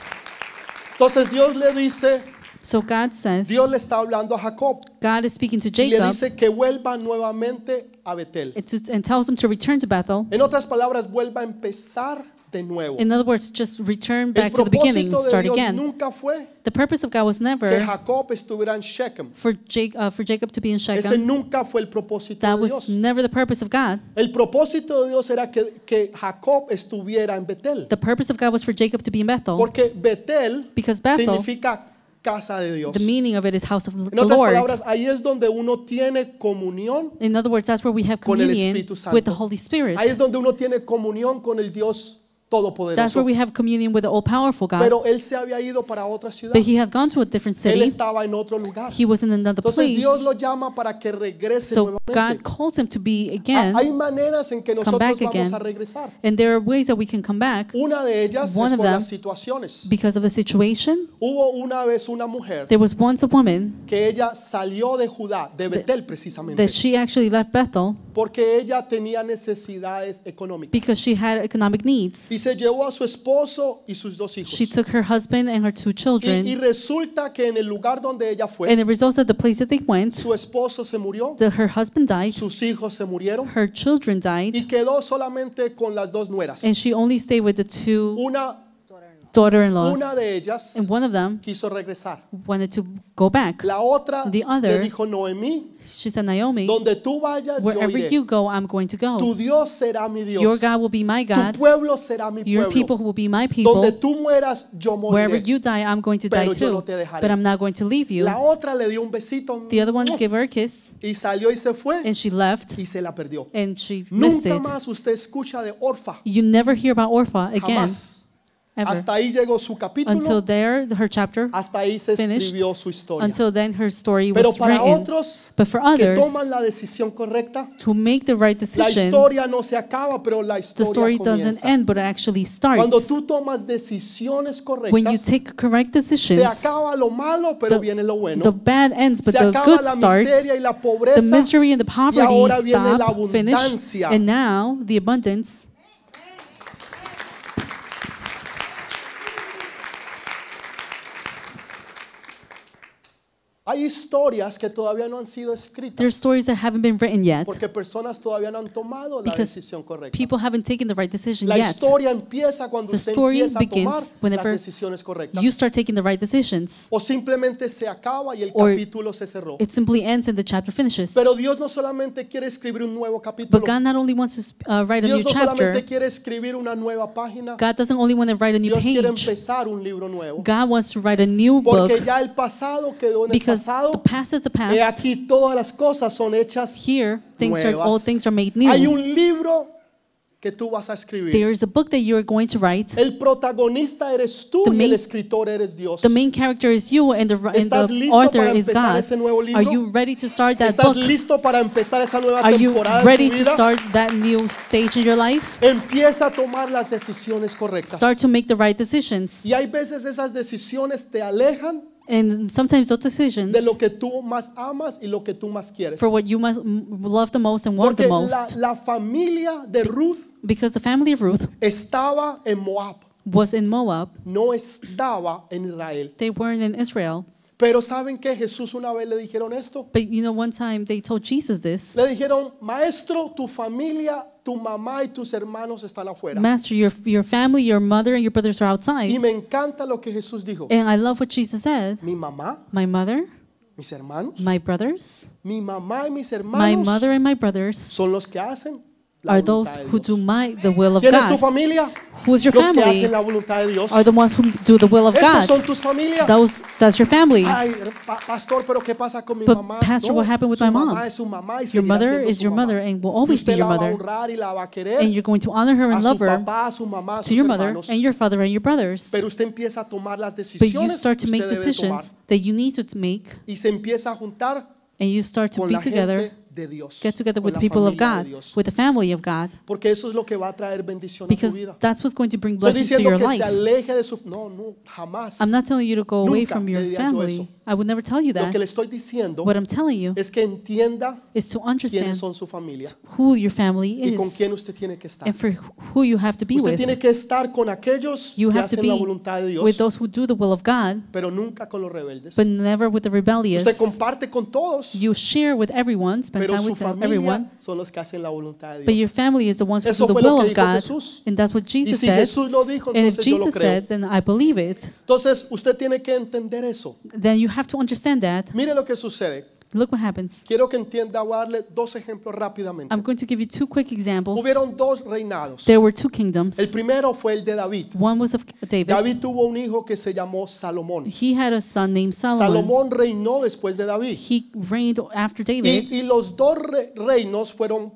Speaker 1: Entonces Dios le dice,
Speaker 2: so god says
Speaker 1: Dios le está hablando a Jacob
Speaker 2: god is speaking to
Speaker 1: y le
Speaker 2: jacob
Speaker 1: dice que vuelva nuevamente a Betel.
Speaker 2: and, to- and tells him to return to bethel
Speaker 1: En otras palabras, vuelva a empezar de de nuevo.
Speaker 2: In other words, just return
Speaker 1: El
Speaker 2: back to the beginning,
Speaker 1: propósito de
Speaker 2: start
Speaker 1: Dios
Speaker 2: again.
Speaker 1: nunca fue
Speaker 2: The purpose of God was
Speaker 1: que
Speaker 2: never
Speaker 1: Jacob estuviera en Shechem.
Speaker 2: for, Jake, uh, for Jacob to be in
Speaker 1: Ese
Speaker 2: Shechem.
Speaker 1: nunca fue el propósito
Speaker 2: That
Speaker 1: de
Speaker 2: was
Speaker 1: Dios.
Speaker 2: never the purpose of God.
Speaker 1: El propósito de Dios era que, que Jacob estuviera en Betel.
Speaker 2: The purpose of God was for Jacob to be in Bethel
Speaker 1: Porque Betel
Speaker 2: because Bethel,
Speaker 1: significa casa de Dios.
Speaker 2: the meaning of it is house of
Speaker 1: En
Speaker 2: the
Speaker 1: otras
Speaker 2: Lord.
Speaker 1: palabras, ahí es donde uno tiene comunión,
Speaker 2: In other words, that's where we have
Speaker 1: Con el
Speaker 2: communion
Speaker 1: Espíritu Santo.
Speaker 2: with the Holy Spirit.
Speaker 1: ahí es donde uno tiene comunión con el Dios
Speaker 2: That's where
Speaker 1: Todopoderoso.
Speaker 2: we have communion with the all powerful God.
Speaker 1: Pero él se había ido para otra ciudad.
Speaker 2: But he had gone to a different
Speaker 1: Él
Speaker 2: city,
Speaker 1: estaba en otro lugar.
Speaker 2: he was in another
Speaker 1: Entonces
Speaker 2: place.
Speaker 1: Dios lo llama para que regrese
Speaker 2: So God
Speaker 1: nuevamente.
Speaker 2: calls him to be
Speaker 1: Ah,
Speaker 2: again,
Speaker 1: Hay maneras en que nosotros
Speaker 2: back
Speaker 1: vamos
Speaker 2: again.
Speaker 1: a regresar.
Speaker 2: and there are ways that we can come back
Speaker 1: Una de ellas
Speaker 2: One
Speaker 1: es
Speaker 2: of
Speaker 1: por
Speaker 2: them-
Speaker 1: las situaciones.
Speaker 2: because of the situation.
Speaker 1: Hubo una vez una mujer
Speaker 2: There was once a woman
Speaker 1: que ella salió de Judá, de Betel precisamente,
Speaker 2: that she actually left Bethel
Speaker 1: porque ella tenía necesidades económicas.
Speaker 2: because she had economic needs.
Speaker 1: Y se llevó a su esposo y sus dos hijos.
Speaker 2: She took her husband and her
Speaker 1: Y,
Speaker 2: two
Speaker 1: y
Speaker 2: children,
Speaker 1: resulta que en el lugar donde ella fue,
Speaker 2: and it results that the place that they went,
Speaker 1: su esposo se murió,
Speaker 2: that her husband died,
Speaker 1: sus hijos se murieron
Speaker 2: her children died,
Speaker 1: y quedó solamente con las dos nueras.
Speaker 2: and she only stayed with the two
Speaker 1: Una,
Speaker 2: daughter-in-laws,
Speaker 1: una de ellas
Speaker 2: and one of them
Speaker 1: quiso regresar.
Speaker 2: wanted to go back.
Speaker 1: La otra
Speaker 2: The other-
Speaker 1: le dijo, Noemí,
Speaker 2: She said, Naomi,
Speaker 1: donde tú vayas, yo
Speaker 2: wherever
Speaker 1: iré.
Speaker 2: you go, I'm going to go.
Speaker 1: Tu Dios será mi Dios.
Speaker 2: Your God will be my
Speaker 1: tu
Speaker 2: God.
Speaker 1: pueblo será mi
Speaker 2: Your
Speaker 1: pueblo.
Speaker 2: people will be my
Speaker 1: donde
Speaker 2: people.
Speaker 1: tú mueras, yo
Speaker 2: Wherever
Speaker 1: moriré.
Speaker 2: you die, I'm going to
Speaker 1: Pero
Speaker 2: die
Speaker 1: yo no
Speaker 2: too.
Speaker 1: te dejaré.
Speaker 2: But I'm not going to leave you.
Speaker 1: La otra le dio un besito mm,
Speaker 2: The other one gave her a kiss,
Speaker 1: y salió y se fue
Speaker 2: and she left,
Speaker 1: y se la perdió.
Speaker 2: and she missed
Speaker 1: Nunca
Speaker 2: it.
Speaker 1: más usted escucha de Orfa.
Speaker 2: You never hear about Orpha again,
Speaker 1: Jamás.
Speaker 2: ever.
Speaker 1: Hasta ahí llegó su capítulo.
Speaker 2: Until there, her chapter,
Speaker 1: hasta ahí se
Speaker 2: finished.
Speaker 1: escribió su historia.
Speaker 2: until then, her story
Speaker 1: Pero
Speaker 2: was
Speaker 1: para
Speaker 2: written.
Speaker 1: otros
Speaker 2: But for
Speaker 1: que
Speaker 2: others,
Speaker 1: toman la decisión correcta,
Speaker 2: to make the right
Speaker 1: la
Speaker 2: decision,
Speaker 1: historia no se acaba, pero la
Speaker 2: the
Speaker 1: historia
Speaker 2: story doesn't
Speaker 1: comienza.
Speaker 2: end, but it actually
Speaker 1: Cuando
Speaker 2: starts.
Speaker 1: tú tomas decisiones
Speaker 2: When you
Speaker 1: correctas,
Speaker 2: take correct
Speaker 1: se
Speaker 2: decisions,
Speaker 1: acaba lo malo, pero
Speaker 2: the-
Speaker 1: viene lo
Speaker 2: the
Speaker 1: bueno.
Speaker 2: bad ends, but
Speaker 1: Se
Speaker 2: the
Speaker 1: acaba
Speaker 2: good
Speaker 1: la
Speaker 2: starts.
Speaker 1: miseria y la
Speaker 2: The
Speaker 1: pobreza.
Speaker 2: misery and the poverty
Speaker 1: ahora viene la
Speaker 2: stop, finish,
Speaker 1: abundancia.
Speaker 2: and now the abundance.
Speaker 1: Hay historias que todavía no han sido
Speaker 2: There are
Speaker 1: escritas
Speaker 2: stories that haven't been written yet
Speaker 1: porque personas todavía no han tomado la
Speaker 2: Because
Speaker 1: decisión correcta.
Speaker 2: people haven't taken the right decision
Speaker 1: La
Speaker 2: yet.
Speaker 1: historia empieza cuando
Speaker 2: The
Speaker 1: usted
Speaker 2: story
Speaker 1: empieza a tomar
Speaker 2: begins
Speaker 1: las
Speaker 2: whenever
Speaker 1: decisiones correctas.
Speaker 2: You start taking the right decisions,
Speaker 1: O simplemente se acaba y el
Speaker 2: Or-
Speaker 1: capítulo se cerró.
Speaker 2: it simply ends and the chapter finishes.
Speaker 1: Pero Dios no solamente quiere escribir un nuevo
Speaker 2: But
Speaker 1: capítulo.
Speaker 2: God not only wants to uh, write a new
Speaker 1: Dios no solamente
Speaker 2: chapter,
Speaker 1: quiere escribir una nueva página.
Speaker 2: God doesn't only want to write a new
Speaker 1: Dios quiere
Speaker 2: page.
Speaker 1: empezar un libro nuevo.
Speaker 2: God wants to write a new
Speaker 1: Porque
Speaker 2: book
Speaker 1: ya el pasado quedó en el
Speaker 2: because the
Speaker 1: pasado.
Speaker 2: past is the
Speaker 1: He
Speaker 2: past.
Speaker 1: aquí todas las cosas son hechas
Speaker 2: Here, things are all
Speaker 1: nuevas.
Speaker 2: things are made
Speaker 1: Hay
Speaker 2: new.
Speaker 1: un libro que tú vas a escribir.
Speaker 2: There is a book that you are going to write.
Speaker 1: El protagonista eres tú
Speaker 2: The
Speaker 1: y el
Speaker 2: main-
Speaker 1: escritor eres Dios.
Speaker 2: The main character is you, and the, and
Speaker 1: ¿Estás
Speaker 2: the
Speaker 1: listo
Speaker 2: author
Speaker 1: para
Speaker 2: is
Speaker 1: empezar
Speaker 2: God.
Speaker 1: ese nuevo
Speaker 2: Are
Speaker 1: libro?
Speaker 2: you ready to start that
Speaker 1: ¿Estás
Speaker 2: book?
Speaker 1: listo para empezar esa nueva
Speaker 2: Are you
Speaker 1: temporada
Speaker 2: ready
Speaker 1: en tu
Speaker 2: to
Speaker 1: vida?
Speaker 2: start that new stage in your life?
Speaker 1: Empieza a tomar las decisiones correctas.
Speaker 2: Start to make the right decisions.
Speaker 1: Y hay veces esas decisiones te alejan
Speaker 2: And sometimes those decisions
Speaker 1: de lo que tú más amas y lo que tú más quieres.
Speaker 2: for what you must m- love the most and want
Speaker 1: Porque
Speaker 2: the
Speaker 1: la,
Speaker 2: most.
Speaker 1: la familia de Ruth
Speaker 2: Because the family of Ruth
Speaker 1: estaba en Moab,
Speaker 2: was in Moab,
Speaker 1: no estaba en Israel.
Speaker 2: they weren't in Israel.
Speaker 1: Pero ¿saben que Jesús una vez le dijeron esto?
Speaker 2: But you know, one time they told Jesus this
Speaker 1: Le dijeron, maestro, tu familia, tu mamá y tus hermanos están afuera.
Speaker 2: Master, your, your family, your mother, and your brothers are
Speaker 1: Y
Speaker 2: outside.
Speaker 1: me encanta lo que Jesús dijo.
Speaker 2: And I love what Jesus said
Speaker 1: Mi mamá,
Speaker 2: My mother,
Speaker 1: mis hermanos,
Speaker 2: my brothers,
Speaker 1: mi mamá y mis
Speaker 2: my
Speaker 1: hermanos
Speaker 2: mother, and my brothers.
Speaker 1: son los que hacen la
Speaker 2: are those
Speaker 1: voluntad de
Speaker 2: who do
Speaker 1: Dios.
Speaker 2: my the will of
Speaker 1: ¿Quién es tu
Speaker 2: God.
Speaker 1: familia?
Speaker 2: Who's your
Speaker 1: Los que hacen
Speaker 2: family
Speaker 1: la voluntad de Dios.
Speaker 2: are the ones who do the will of
Speaker 1: Esas son Ah,
Speaker 2: God.
Speaker 1: tus familias.
Speaker 2: Those that's your family.
Speaker 1: Ay, pa- pastor, pero ¿qué pasa con mi
Speaker 2: But,
Speaker 1: mamá?
Speaker 2: pastor, what happened with
Speaker 1: su
Speaker 2: my
Speaker 1: mamá
Speaker 2: mom?
Speaker 1: es su mamá y
Speaker 2: Your
Speaker 1: seguirá
Speaker 2: mother
Speaker 1: siendo
Speaker 2: is
Speaker 1: su
Speaker 2: your
Speaker 1: mamá.
Speaker 2: mother and will
Speaker 1: Y
Speaker 2: always
Speaker 1: usted
Speaker 2: be
Speaker 1: la
Speaker 2: your
Speaker 1: va a
Speaker 2: mother.
Speaker 1: honrar y la va a querer
Speaker 2: And you're going to honor her
Speaker 1: a
Speaker 2: and
Speaker 1: su
Speaker 2: love her
Speaker 1: papá, a su mamá, a
Speaker 2: to
Speaker 1: sus
Speaker 2: your mother
Speaker 1: hermanos.
Speaker 2: and your father and your brothers.
Speaker 1: Pero usted empieza a tomar las
Speaker 2: But you
Speaker 1: decisiones
Speaker 2: start
Speaker 1: que
Speaker 2: to make
Speaker 1: usted debe tomar
Speaker 2: decisions that you need to make,
Speaker 1: y se empieza a juntar
Speaker 2: and you start to
Speaker 1: con
Speaker 2: be
Speaker 1: la
Speaker 2: together,
Speaker 1: gente de Dios,
Speaker 2: get together
Speaker 1: con
Speaker 2: with
Speaker 1: la
Speaker 2: the people of
Speaker 1: familia de
Speaker 2: God,
Speaker 1: Dios.
Speaker 2: with the family of God,
Speaker 1: porque eso es lo que va a traer bendición a tu
Speaker 2: because
Speaker 1: vida.
Speaker 2: that's what's going to bring
Speaker 1: Estoy
Speaker 2: blessings to
Speaker 1: diciendo
Speaker 2: your
Speaker 1: que se
Speaker 2: life.
Speaker 1: aleje de su no, no, jamás.
Speaker 2: I'm not telling you to go away
Speaker 1: Nunca
Speaker 2: from
Speaker 1: le
Speaker 2: your
Speaker 1: diría yo eso.
Speaker 2: family. I would never tell you
Speaker 1: Lo que
Speaker 2: that.
Speaker 1: le estoy diciendo
Speaker 2: What I'm telling you
Speaker 1: es que entienda
Speaker 2: is to
Speaker 1: quiénes
Speaker 2: understand
Speaker 1: son su familia
Speaker 2: who your family
Speaker 1: y con
Speaker 2: is
Speaker 1: quién usted tiene que estar.
Speaker 2: and for who you have to be
Speaker 1: Usted
Speaker 2: with.
Speaker 1: tiene que estar con aquellos que
Speaker 2: You have to
Speaker 1: hacen la
Speaker 2: be
Speaker 1: voluntad de
Speaker 2: with
Speaker 1: Dios,
Speaker 2: those who do the will of God,
Speaker 1: pero nunca con los rebeldes.
Speaker 2: but never with the rebellious.
Speaker 1: Usted comparte con todos,
Speaker 2: You share with everyone, spend
Speaker 1: pero
Speaker 2: time
Speaker 1: su
Speaker 2: with
Speaker 1: familia
Speaker 2: everyone,
Speaker 1: son los que hacen la voluntad de
Speaker 2: but your
Speaker 1: Dios.
Speaker 2: family is the ones who
Speaker 1: Eso
Speaker 2: do the
Speaker 1: fue lo
Speaker 2: will
Speaker 1: que
Speaker 2: of
Speaker 1: dijo
Speaker 2: God.
Speaker 1: Jesús.
Speaker 2: And that's what
Speaker 1: Y
Speaker 2: Jesus
Speaker 1: si
Speaker 2: said.
Speaker 1: Jesús lo dijo,
Speaker 2: And if
Speaker 1: entonces yo lo
Speaker 2: Jesus
Speaker 1: creo.
Speaker 2: said, then I believe it.
Speaker 1: Entonces usted tiene que entender eso.
Speaker 2: Then you have to understand that.
Speaker 1: Mire lo que sucede.
Speaker 2: Look what happens.
Speaker 1: Quiero que entienda, voy a darle dos ejemplos rápidamente.
Speaker 2: I'm going to give you two quick examples.
Speaker 1: Hubieron dos reinados.
Speaker 2: There were two
Speaker 1: El
Speaker 2: kingdoms.
Speaker 1: primero fue el de David.
Speaker 2: One was of David.
Speaker 1: David tuvo un hijo que se llamó Salomón.
Speaker 2: He had a son named Solomon.
Speaker 1: Salomón reinó después de David.
Speaker 2: He reigned after David,
Speaker 1: Y, y los dos re- reinos fueron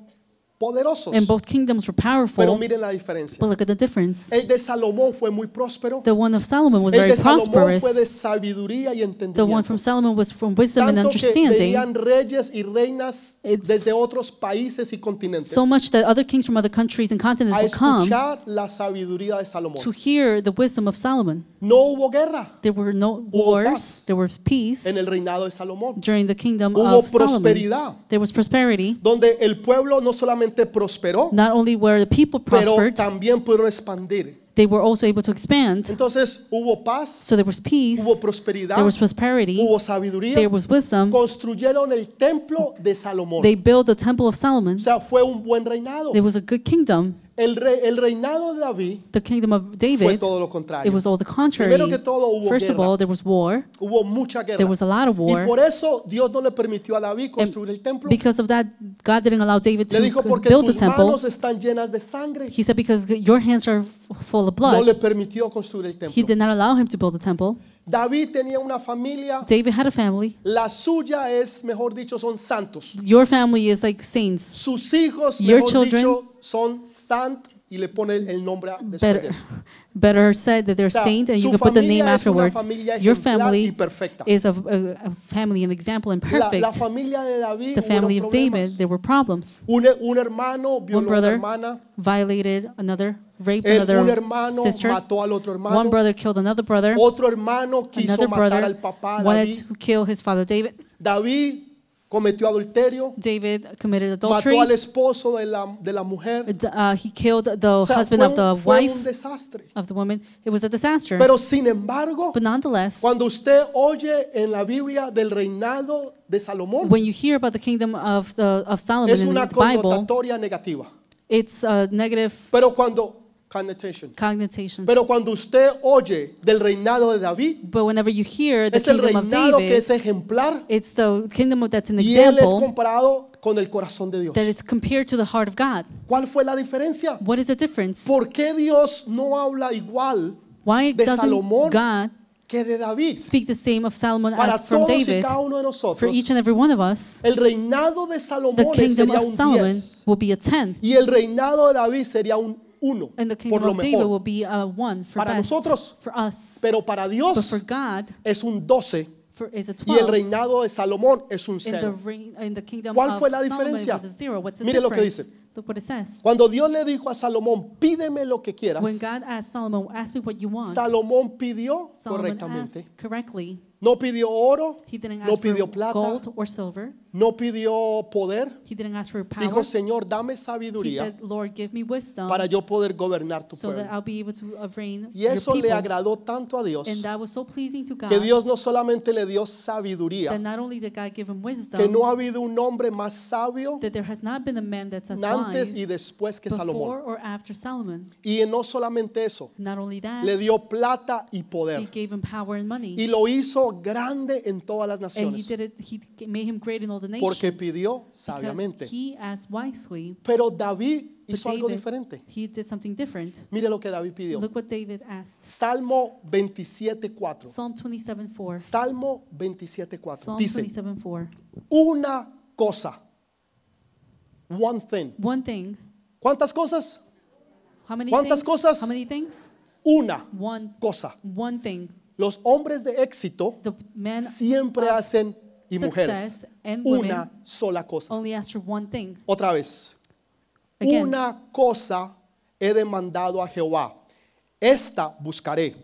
Speaker 1: poderosos.
Speaker 2: and both kingdoms were
Speaker 1: Pero
Speaker 2: powerful.
Speaker 1: miren la diferencia.
Speaker 2: But look at the difference.
Speaker 1: El de Salomón fue muy próspero.
Speaker 2: The one of Solomon was
Speaker 1: El
Speaker 2: very
Speaker 1: de Salomón
Speaker 2: prosperous.
Speaker 1: fue de sabiduría y
Speaker 2: The one
Speaker 1: entendimiento.
Speaker 2: from Solomon was from wisdom and
Speaker 1: Tanto que
Speaker 2: understanding,
Speaker 1: venían reyes y reinas
Speaker 2: It-
Speaker 1: desde otros países y continentes
Speaker 2: so much that other kings from other countries and continents
Speaker 1: a
Speaker 2: will come
Speaker 1: escuchar la sabiduría de
Speaker 2: to
Speaker 1: Salomón.
Speaker 2: hear the wisdom of Solomon.
Speaker 1: No hubo guerra
Speaker 2: There were no
Speaker 1: paz.
Speaker 2: wars, there was peace
Speaker 1: en el reinado de Salomón.
Speaker 2: during the kingdom
Speaker 1: Hubo
Speaker 2: of Solomon.
Speaker 1: prosperidad,
Speaker 2: There was prosperity.
Speaker 1: donde el pueblo no solamente prosperó,
Speaker 2: Not only were the people
Speaker 1: pero
Speaker 2: prospered,
Speaker 1: también pudieron expandir.
Speaker 2: they were also able to expand.
Speaker 1: Entonces hubo paz,
Speaker 2: So there was peace,
Speaker 1: hubo prosperidad,
Speaker 2: there was prosperity,
Speaker 1: hubo sabiduría.
Speaker 2: there was wisdom.
Speaker 1: Construyeron el templo de Salomón.
Speaker 2: They built the temple of Solomon.
Speaker 1: O sea, fue un buen reinado.
Speaker 2: There was a good kingdom.
Speaker 1: El, re- el reinado de David
Speaker 2: The kingdom of
Speaker 1: fue
Speaker 2: David,
Speaker 1: todo lo
Speaker 2: it
Speaker 1: contrario.
Speaker 2: was all the contrary.
Speaker 1: Primero que todo, hubo
Speaker 2: First of
Speaker 1: guerra.
Speaker 2: all, there was war.
Speaker 1: Hubo mucha guerra.
Speaker 2: There was a lot of
Speaker 1: Y
Speaker 2: war.
Speaker 1: por eso Dios no le permitió a David construir el templo.
Speaker 2: Because of that, God didn't allow David
Speaker 1: Le
Speaker 2: to
Speaker 1: dijo porque
Speaker 2: build the
Speaker 1: tus
Speaker 2: temple.
Speaker 1: manos están llenas de sangre.
Speaker 2: He said, Because your hands are f- full
Speaker 1: No
Speaker 2: of blood.
Speaker 1: le permitió construir el
Speaker 2: He
Speaker 1: templo.
Speaker 2: did not allow him to build the temple.
Speaker 1: David tenía una familia.
Speaker 2: David had a family.
Speaker 1: La suya es, mejor dicho, son santos.
Speaker 2: Your family is like saints.
Speaker 1: Sus hijos,
Speaker 2: Your
Speaker 1: mejor
Speaker 2: children-
Speaker 1: dicho, son sant y le pone el- el nombre después de
Speaker 2: Better,
Speaker 1: eso.
Speaker 2: better said that they're
Speaker 1: sea,
Speaker 2: saint, and
Speaker 1: su
Speaker 2: you can put the name
Speaker 1: familia es una
Speaker 2: afterwards.
Speaker 1: familia
Speaker 2: Your
Speaker 1: ejemplar y
Speaker 2: family
Speaker 1: perfecta.
Speaker 2: is a, a, a family, an example, and
Speaker 1: La,
Speaker 2: perfect.
Speaker 1: la familia de David,
Speaker 2: the family
Speaker 1: hubo
Speaker 2: of David,
Speaker 1: problemas.
Speaker 2: there were problems.
Speaker 1: Un, he- un hermano
Speaker 2: One
Speaker 1: violó a una
Speaker 2: brother
Speaker 1: hermana.
Speaker 2: violated another, raped
Speaker 1: El- un
Speaker 2: another
Speaker 1: hermano
Speaker 2: sister.
Speaker 1: mató al otro hermano.
Speaker 2: One brother killed another brother.
Speaker 1: Otro hermano quiso
Speaker 2: Another
Speaker 1: matar
Speaker 2: brother
Speaker 1: al papá de
Speaker 2: wanted
Speaker 1: David.
Speaker 2: to kill his father David.
Speaker 1: David cometió adulterio,
Speaker 2: David committed adultery.
Speaker 1: mató al esposo de la, de la mujer.
Speaker 2: D- uh, he killed the
Speaker 1: O sea,
Speaker 2: husband
Speaker 1: fue
Speaker 2: of the
Speaker 1: un- fue un
Speaker 2: wife
Speaker 1: desastre.
Speaker 2: of the woman. It was a disaster.
Speaker 1: Pero sin embargo,
Speaker 2: but nonetheless,
Speaker 1: cuando usted oye en la Biblia del reinado de Salomón,
Speaker 2: when you hear about the kingdom of the of Solomon
Speaker 1: es
Speaker 2: in
Speaker 1: una
Speaker 2: the Bible,
Speaker 1: connotatoria negativa.
Speaker 2: it's a negative
Speaker 1: Pero cuando connotation.
Speaker 2: connotation.
Speaker 1: Pero cuando usted oye del reinado de David,
Speaker 2: But whenever you hear the
Speaker 1: es el
Speaker 2: kingdom of
Speaker 1: reinado que
Speaker 2: David,
Speaker 1: es ejemplar
Speaker 2: it's the kingdom of, that's an
Speaker 1: y él es
Speaker 2: example
Speaker 1: comparado con el corazón de Dios.
Speaker 2: that is compared to the heart of God.
Speaker 1: ¿Cuál fue la diferencia?
Speaker 2: What is the difference?
Speaker 1: ¿Por qué Dios no habla igual
Speaker 2: Why
Speaker 1: de
Speaker 2: doesn't
Speaker 1: Salomón
Speaker 2: God
Speaker 1: que de David?
Speaker 2: speak the same of Solomon
Speaker 1: Para
Speaker 2: as from
Speaker 1: todos y
Speaker 2: David?
Speaker 1: cada uno de
Speaker 2: For
Speaker 1: nosotros,
Speaker 2: each and every one of us,
Speaker 1: el reinado de
Speaker 2: the
Speaker 1: Salomón
Speaker 2: kingdom
Speaker 1: sería
Speaker 2: of
Speaker 1: un
Speaker 2: Solomon
Speaker 1: 10
Speaker 2: will be a 10.
Speaker 1: y el reinado de David sería un 1,
Speaker 2: And the
Speaker 1: por
Speaker 2: kingdom
Speaker 1: lo
Speaker 2: of David will
Speaker 1: mejor.
Speaker 2: be a one for
Speaker 1: Para
Speaker 2: best,
Speaker 1: nosotros.
Speaker 2: for us.
Speaker 1: Pero para
Speaker 2: But for
Speaker 1: Dios
Speaker 2: God,
Speaker 1: es un 12
Speaker 2: for is a
Speaker 1: y el
Speaker 2: 12.
Speaker 1: reinado de Salomón es un
Speaker 2: In the,
Speaker 1: 0.
Speaker 2: reign, in the kingdom
Speaker 1: ¿Cuál
Speaker 2: of
Speaker 1: fue la
Speaker 2: Solomon it
Speaker 1: diferencia?
Speaker 2: was a zero. What's the
Speaker 1: Mire lo que
Speaker 2: difference?
Speaker 1: dice.
Speaker 2: Look what it says.
Speaker 1: Cuando Dios le dijo a Salomón, pídeme lo que quieras,
Speaker 2: When God asked Solomon, ask me what you want,
Speaker 1: Salomón pidió
Speaker 2: Solomon
Speaker 1: correctamente.
Speaker 2: asked correctly.
Speaker 1: No pidió oro,
Speaker 2: He didn't ask
Speaker 1: no pidió
Speaker 2: for
Speaker 1: plata,
Speaker 2: gold or silver.
Speaker 1: no pidió poder.
Speaker 2: He didn't ask for power.
Speaker 1: Dijo, Señor, dame
Speaker 2: he
Speaker 1: sabiduría
Speaker 2: said, Lord, give me wisdom
Speaker 1: para yo poder gobernar tu
Speaker 2: so that
Speaker 1: pueblo.
Speaker 2: I'll be able to uh, reign
Speaker 1: Y
Speaker 2: your
Speaker 1: eso
Speaker 2: people.
Speaker 1: le agradó tanto a Dios
Speaker 2: And that was so pleasing to God
Speaker 1: que Dios no solamente le dio
Speaker 2: that
Speaker 1: sabiduría,
Speaker 2: not only did God give him wisdom,
Speaker 1: que no ha habido un hombre más sabio
Speaker 2: that there has not been a man that's as
Speaker 1: antes
Speaker 2: wise
Speaker 1: y después que
Speaker 2: before
Speaker 1: Salomón.
Speaker 2: or after Solomon.
Speaker 1: Y no solamente eso,
Speaker 2: Not only that,
Speaker 1: le dio plata y
Speaker 2: he
Speaker 1: poder.
Speaker 2: gave him power and money.
Speaker 1: Y lo hizo grande en todas las
Speaker 2: and he
Speaker 1: naciones
Speaker 2: did it, he g- made him great in all the nations.
Speaker 1: porque pidió
Speaker 2: because
Speaker 1: sabiamente.
Speaker 2: he asked wisely.
Speaker 1: Pero David
Speaker 2: But
Speaker 1: hizo algo
Speaker 2: David,
Speaker 1: diferente.
Speaker 2: He did something different.
Speaker 1: Mire lo que David pidió.
Speaker 2: Look what David asked.
Speaker 1: Salmo 27.4.
Speaker 2: Psalm 27:4.
Speaker 1: Salmo 27.4.
Speaker 2: Psalm
Speaker 1: Dice,
Speaker 2: 27:4.
Speaker 1: una cosa. One thing.
Speaker 2: One thing.
Speaker 1: ¿Cuántas cosas?
Speaker 2: How many
Speaker 1: ¿Cuántas
Speaker 2: things?
Speaker 1: cosas?
Speaker 2: How many things?
Speaker 1: Una
Speaker 2: One.
Speaker 1: cosa.
Speaker 2: One thing.
Speaker 1: Los hombres de éxito
Speaker 2: The men
Speaker 1: siempre
Speaker 2: of
Speaker 1: hacen y mujeres
Speaker 2: success and women
Speaker 1: una sola cosa.
Speaker 2: only asked for one thing.
Speaker 1: Otra vez.
Speaker 2: Again.
Speaker 1: Una cosa he demandado a Jehová. Esta buscaré.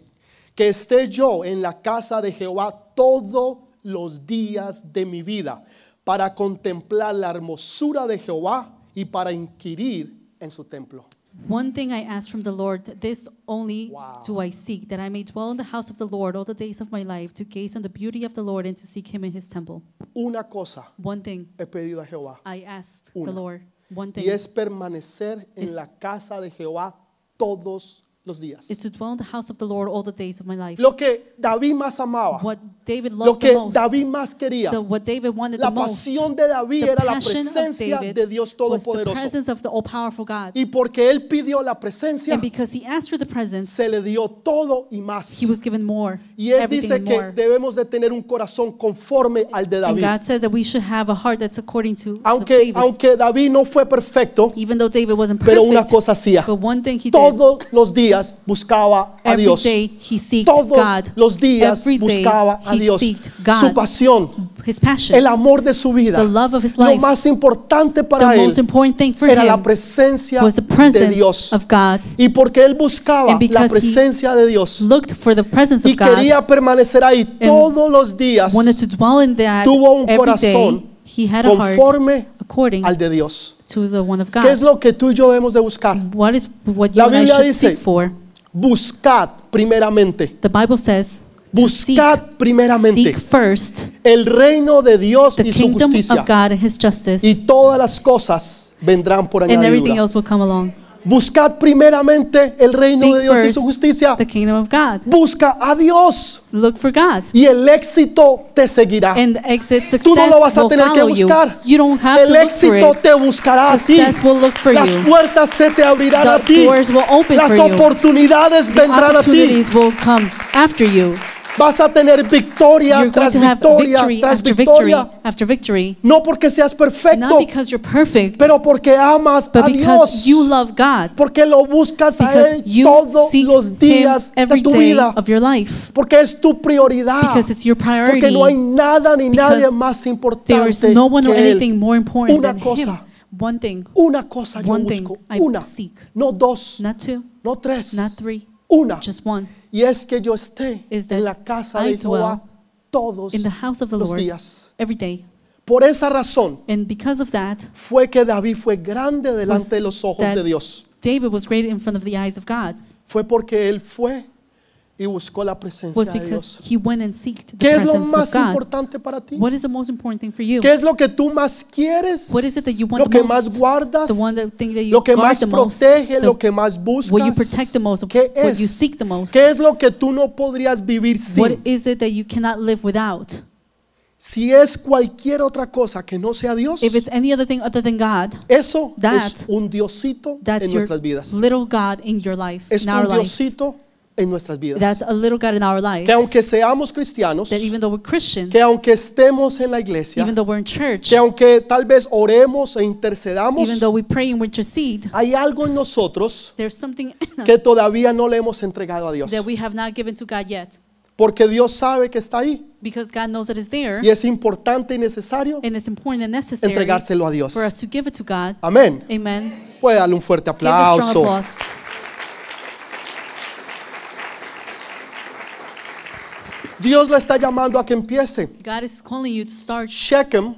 Speaker 1: Que esté yo en la casa de Jehová todos los días de mi vida para contemplar la hermosura de Jehová y para inquirir en su templo.
Speaker 2: One thing I ask from the Lord, this only
Speaker 1: Wow.
Speaker 2: do I seek, that I may dwell in the house of the Lord all the days of my life, to gaze on the beauty of the Lord and to seek him in his temple.
Speaker 1: Una cosa
Speaker 2: One thing
Speaker 1: he pedido a Jehová
Speaker 2: I asked
Speaker 1: Una.
Speaker 2: the Lord, one thing
Speaker 1: y es permanecer en
Speaker 2: Es-
Speaker 1: la casa de Jehová todos los días.
Speaker 2: is to dwell in the house of the Lord all the days of my life.
Speaker 1: Lo que David más amaba,
Speaker 2: what David
Speaker 1: lo
Speaker 2: loved
Speaker 1: que
Speaker 2: the most,
Speaker 1: David más quería,
Speaker 2: the- what David wanted
Speaker 1: la
Speaker 2: the most,
Speaker 1: pasión de David
Speaker 2: the
Speaker 1: era la
Speaker 2: passion of
Speaker 1: presencia
Speaker 2: David
Speaker 1: de Dios
Speaker 2: was the
Speaker 1: Todopoderoso.
Speaker 2: presence of the all-powerful God.
Speaker 1: Y porque él pidió la presencia,
Speaker 2: and because he asked for the presence,
Speaker 1: se le dio todo y más.
Speaker 2: he was given more,
Speaker 1: Y él
Speaker 2: everything
Speaker 1: dice que
Speaker 2: more.
Speaker 1: debemos de tener un corazón conforme al de
Speaker 2: and
Speaker 1: David.
Speaker 2: God says that we should have a heart that's according to
Speaker 1: Aunque,
Speaker 2: David.
Speaker 1: aunque David no fue perfecto,
Speaker 2: Even though David wasn't perfect,
Speaker 1: pero una cosa hacía.
Speaker 2: but one thing he did
Speaker 1: Todos los días buscaba a
Speaker 2: every
Speaker 1: Dios.
Speaker 2: day he seeked
Speaker 1: Todos
Speaker 2: God.
Speaker 1: los días
Speaker 2: every day
Speaker 1: buscaba a
Speaker 2: he
Speaker 1: Dios.
Speaker 2: seeked God.
Speaker 1: Su pasión,
Speaker 2: His passion,
Speaker 1: el amor de su vida,
Speaker 2: the love of his
Speaker 1: lo
Speaker 2: life,
Speaker 1: más importante
Speaker 2: the
Speaker 1: para él
Speaker 2: most important thing for
Speaker 1: era la
Speaker 2: him
Speaker 1: presencia
Speaker 2: was the
Speaker 1: de
Speaker 2: presence
Speaker 1: Dios.
Speaker 2: of God.
Speaker 1: Y porque él buscaba
Speaker 2: And because
Speaker 1: la
Speaker 2: he
Speaker 1: presencia de Dios
Speaker 2: Looked for the presence
Speaker 1: y
Speaker 2: of God,
Speaker 1: quería permanecer ahí todos los días
Speaker 2: wanted to dwell in that
Speaker 1: tuvo un
Speaker 2: every day.
Speaker 1: corazón
Speaker 2: He had a heart
Speaker 1: conforme
Speaker 2: according
Speaker 1: al de Dios.
Speaker 2: to the one of
Speaker 1: ¿Qué es
Speaker 2: God. Mm.
Speaker 1: lo que tú y yo debemos de buscar?
Speaker 2: What is what you
Speaker 1: La
Speaker 2: and I
Speaker 1: Biblia
Speaker 2: should
Speaker 1: dice-
Speaker 2: seek for?
Speaker 1: Buscad primeramente,
Speaker 2: The Bible says, to seek,
Speaker 1: buscad primeramente
Speaker 2: seek first
Speaker 1: el reino de Dios
Speaker 2: the
Speaker 1: y su
Speaker 2: kingdom
Speaker 1: justicia
Speaker 2: of God and His justice,
Speaker 1: y todas las cosas vendrán por
Speaker 2: and everything
Speaker 1: añadidura.
Speaker 2: else will come along.
Speaker 1: Buscad primeramente el reino
Speaker 2: Seek
Speaker 1: de Dios y su
Speaker 2: first
Speaker 1: justicia.
Speaker 2: The kingdom of God.
Speaker 1: Busca a Dios
Speaker 2: Look for God.
Speaker 1: y el éxito te seguirá.
Speaker 2: And exit
Speaker 1: Tú
Speaker 2: success
Speaker 1: no lo vas a
Speaker 2: will
Speaker 1: tener que
Speaker 2: follow you.
Speaker 1: buscar.
Speaker 2: You don't have to
Speaker 1: El
Speaker 2: look for
Speaker 1: éxito
Speaker 2: it.
Speaker 1: te buscará a ti.
Speaker 2: Success will look for
Speaker 1: Las
Speaker 2: you.
Speaker 1: puertas se te abrirán
Speaker 2: The
Speaker 1: a ti.
Speaker 2: doors will open
Speaker 1: Las
Speaker 2: for you.
Speaker 1: oportunidades
Speaker 2: The
Speaker 1: vendrán a ti.
Speaker 2: opportunities will come after you.
Speaker 1: Vas a tener victoria
Speaker 2: You're going
Speaker 1: tras
Speaker 2: to have
Speaker 1: victoria
Speaker 2: victory
Speaker 1: tras
Speaker 2: after victory
Speaker 1: victoria.
Speaker 2: after victory.
Speaker 1: No porque seas perfecto,
Speaker 2: Not because you're perfect,
Speaker 1: pero porque amas
Speaker 2: but
Speaker 1: a Dios.
Speaker 2: because you love God.
Speaker 1: Porque lo buscas a
Speaker 2: Because
Speaker 1: Él
Speaker 2: you
Speaker 1: todos
Speaker 2: seek
Speaker 1: los
Speaker 2: Him
Speaker 1: días de
Speaker 2: every
Speaker 1: tu
Speaker 2: day
Speaker 1: vida.
Speaker 2: of your life.
Speaker 1: Porque es tu prioridad.
Speaker 2: Because it's your
Speaker 1: Porque
Speaker 2: priority.
Speaker 1: no hay nada ni nadie
Speaker 2: Because
Speaker 1: más
Speaker 2: There is
Speaker 1: importante
Speaker 2: no one or
Speaker 1: que Él.
Speaker 2: anything more important
Speaker 1: Una
Speaker 2: than Him.
Speaker 1: cosa.
Speaker 2: One thing,
Speaker 1: Una cosa yo
Speaker 2: One thing
Speaker 1: busco,
Speaker 2: I
Speaker 1: una,
Speaker 2: seek.
Speaker 1: no dos,
Speaker 2: not two,
Speaker 1: no tres,
Speaker 2: not three,
Speaker 1: una.
Speaker 2: just one.
Speaker 1: Y es que yo esté
Speaker 2: Is that
Speaker 1: en la casa
Speaker 2: I
Speaker 1: de Jehová
Speaker 2: dwell
Speaker 1: todos
Speaker 2: in the house of the
Speaker 1: los
Speaker 2: Lord.
Speaker 1: días.
Speaker 2: every day.
Speaker 1: Por esa razón
Speaker 2: And because of that,
Speaker 1: fue que David fue grande delante
Speaker 2: Was
Speaker 1: de los ojos
Speaker 2: that-
Speaker 1: de Dios.
Speaker 2: David was great in front of the eyes of God.
Speaker 1: Fue porque él fue y buscó la presencia
Speaker 2: Was
Speaker 1: de
Speaker 2: because
Speaker 1: Dios.
Speaker 2: he went and seeked the
Speaker 1: ¿Qué es lo
Speaker 2: presence of
Speaker 1: más
Speaker 2: God.
Speaker 1: importante para ti?
Speaker 2: What is the most important thing for you?
Speaker 1: ¿Qué es lo que tú más quieres?
Speaker 2: What is it that you want
Speaker 1: Lo
Speaker 2: the
Speaker 1: que
Speaker 2: most?
Speaker 1: más guardas,
Speaker 2: The one that thing that you
Speaker 1: lo que
Speaker 2: guard
Speaker 1: más
Speaker 2: the most,
Speaker 1: protege,
Speaker 2: the-
Speaker 1: lo que más buscas.
Speaker 2: what you protect the most,
Speaker 1: ¿Qué
Speaker 2: what
Speaker 1: es?
Speaker 2: you seek the most.
Speaker 1: ¿Qué es lo que tú no podrías vivir
Speaker 2: What
Speaker 1: sin?
Speaker 2: is it that you cannot live without?
Speaker 1: Si es cualquier otra cosa que no sea Dios,
Speaker 2: If it's any other thing other than God,
Speaker 1: eso
Speaker 2: that-
Speaker 1: es un diosito en
Speaker 2: that's your
Speaker 1: nuestras vidas.
Speaker 2: little God in your life,
Speaker 1: Es
Speaker 2: in our
Speaker 1: un
Speaker 2: life.
Speaker 1: diosito en nuestras
Speaker 2: That's
Speaker 1: vidas.
Speaker 2: a little God in our life.
Speaker 1: Que aunque
Speaker 2: That
Speaker 1: seamos cristianos,
Speaker 2: even though we're Christian,
Speaker 1: que aunque estemos en la iglesia,
Speaker 2: even though we're in church,
Speaker 1: que aunque tal vez oremos e intercedamos,
Speaker 2: even though we pray and we intercede,
Speaker 1: hay algo en nosotros
Speaker 2: there's something in us
Speaker 1: que todavía no le hemos entregado a Dios.
Speaker 2: that we have not given to God yet.
Speaker 1: Porque Dios sabe que está ahí
Speaker 2: Because God knows that it's there
Speaker 1: y es importante y necesario
Speaker 2: and it's important and necessary
Speaker 1: entregárselo a Dios.
Speaker 2: for us to give it to God.
Speaker 1: Amén.
Speaker 2: Amen.
Speaker 1: Puede darle un fuerte
Speaker 2: Give a strong
Speaker 1: aplauso.
Speaker 2: applause.
Speaker 1: Dios lo está llamando a que empiece.
Speaker 2: God is calling you to start
Speaker 1: Shechem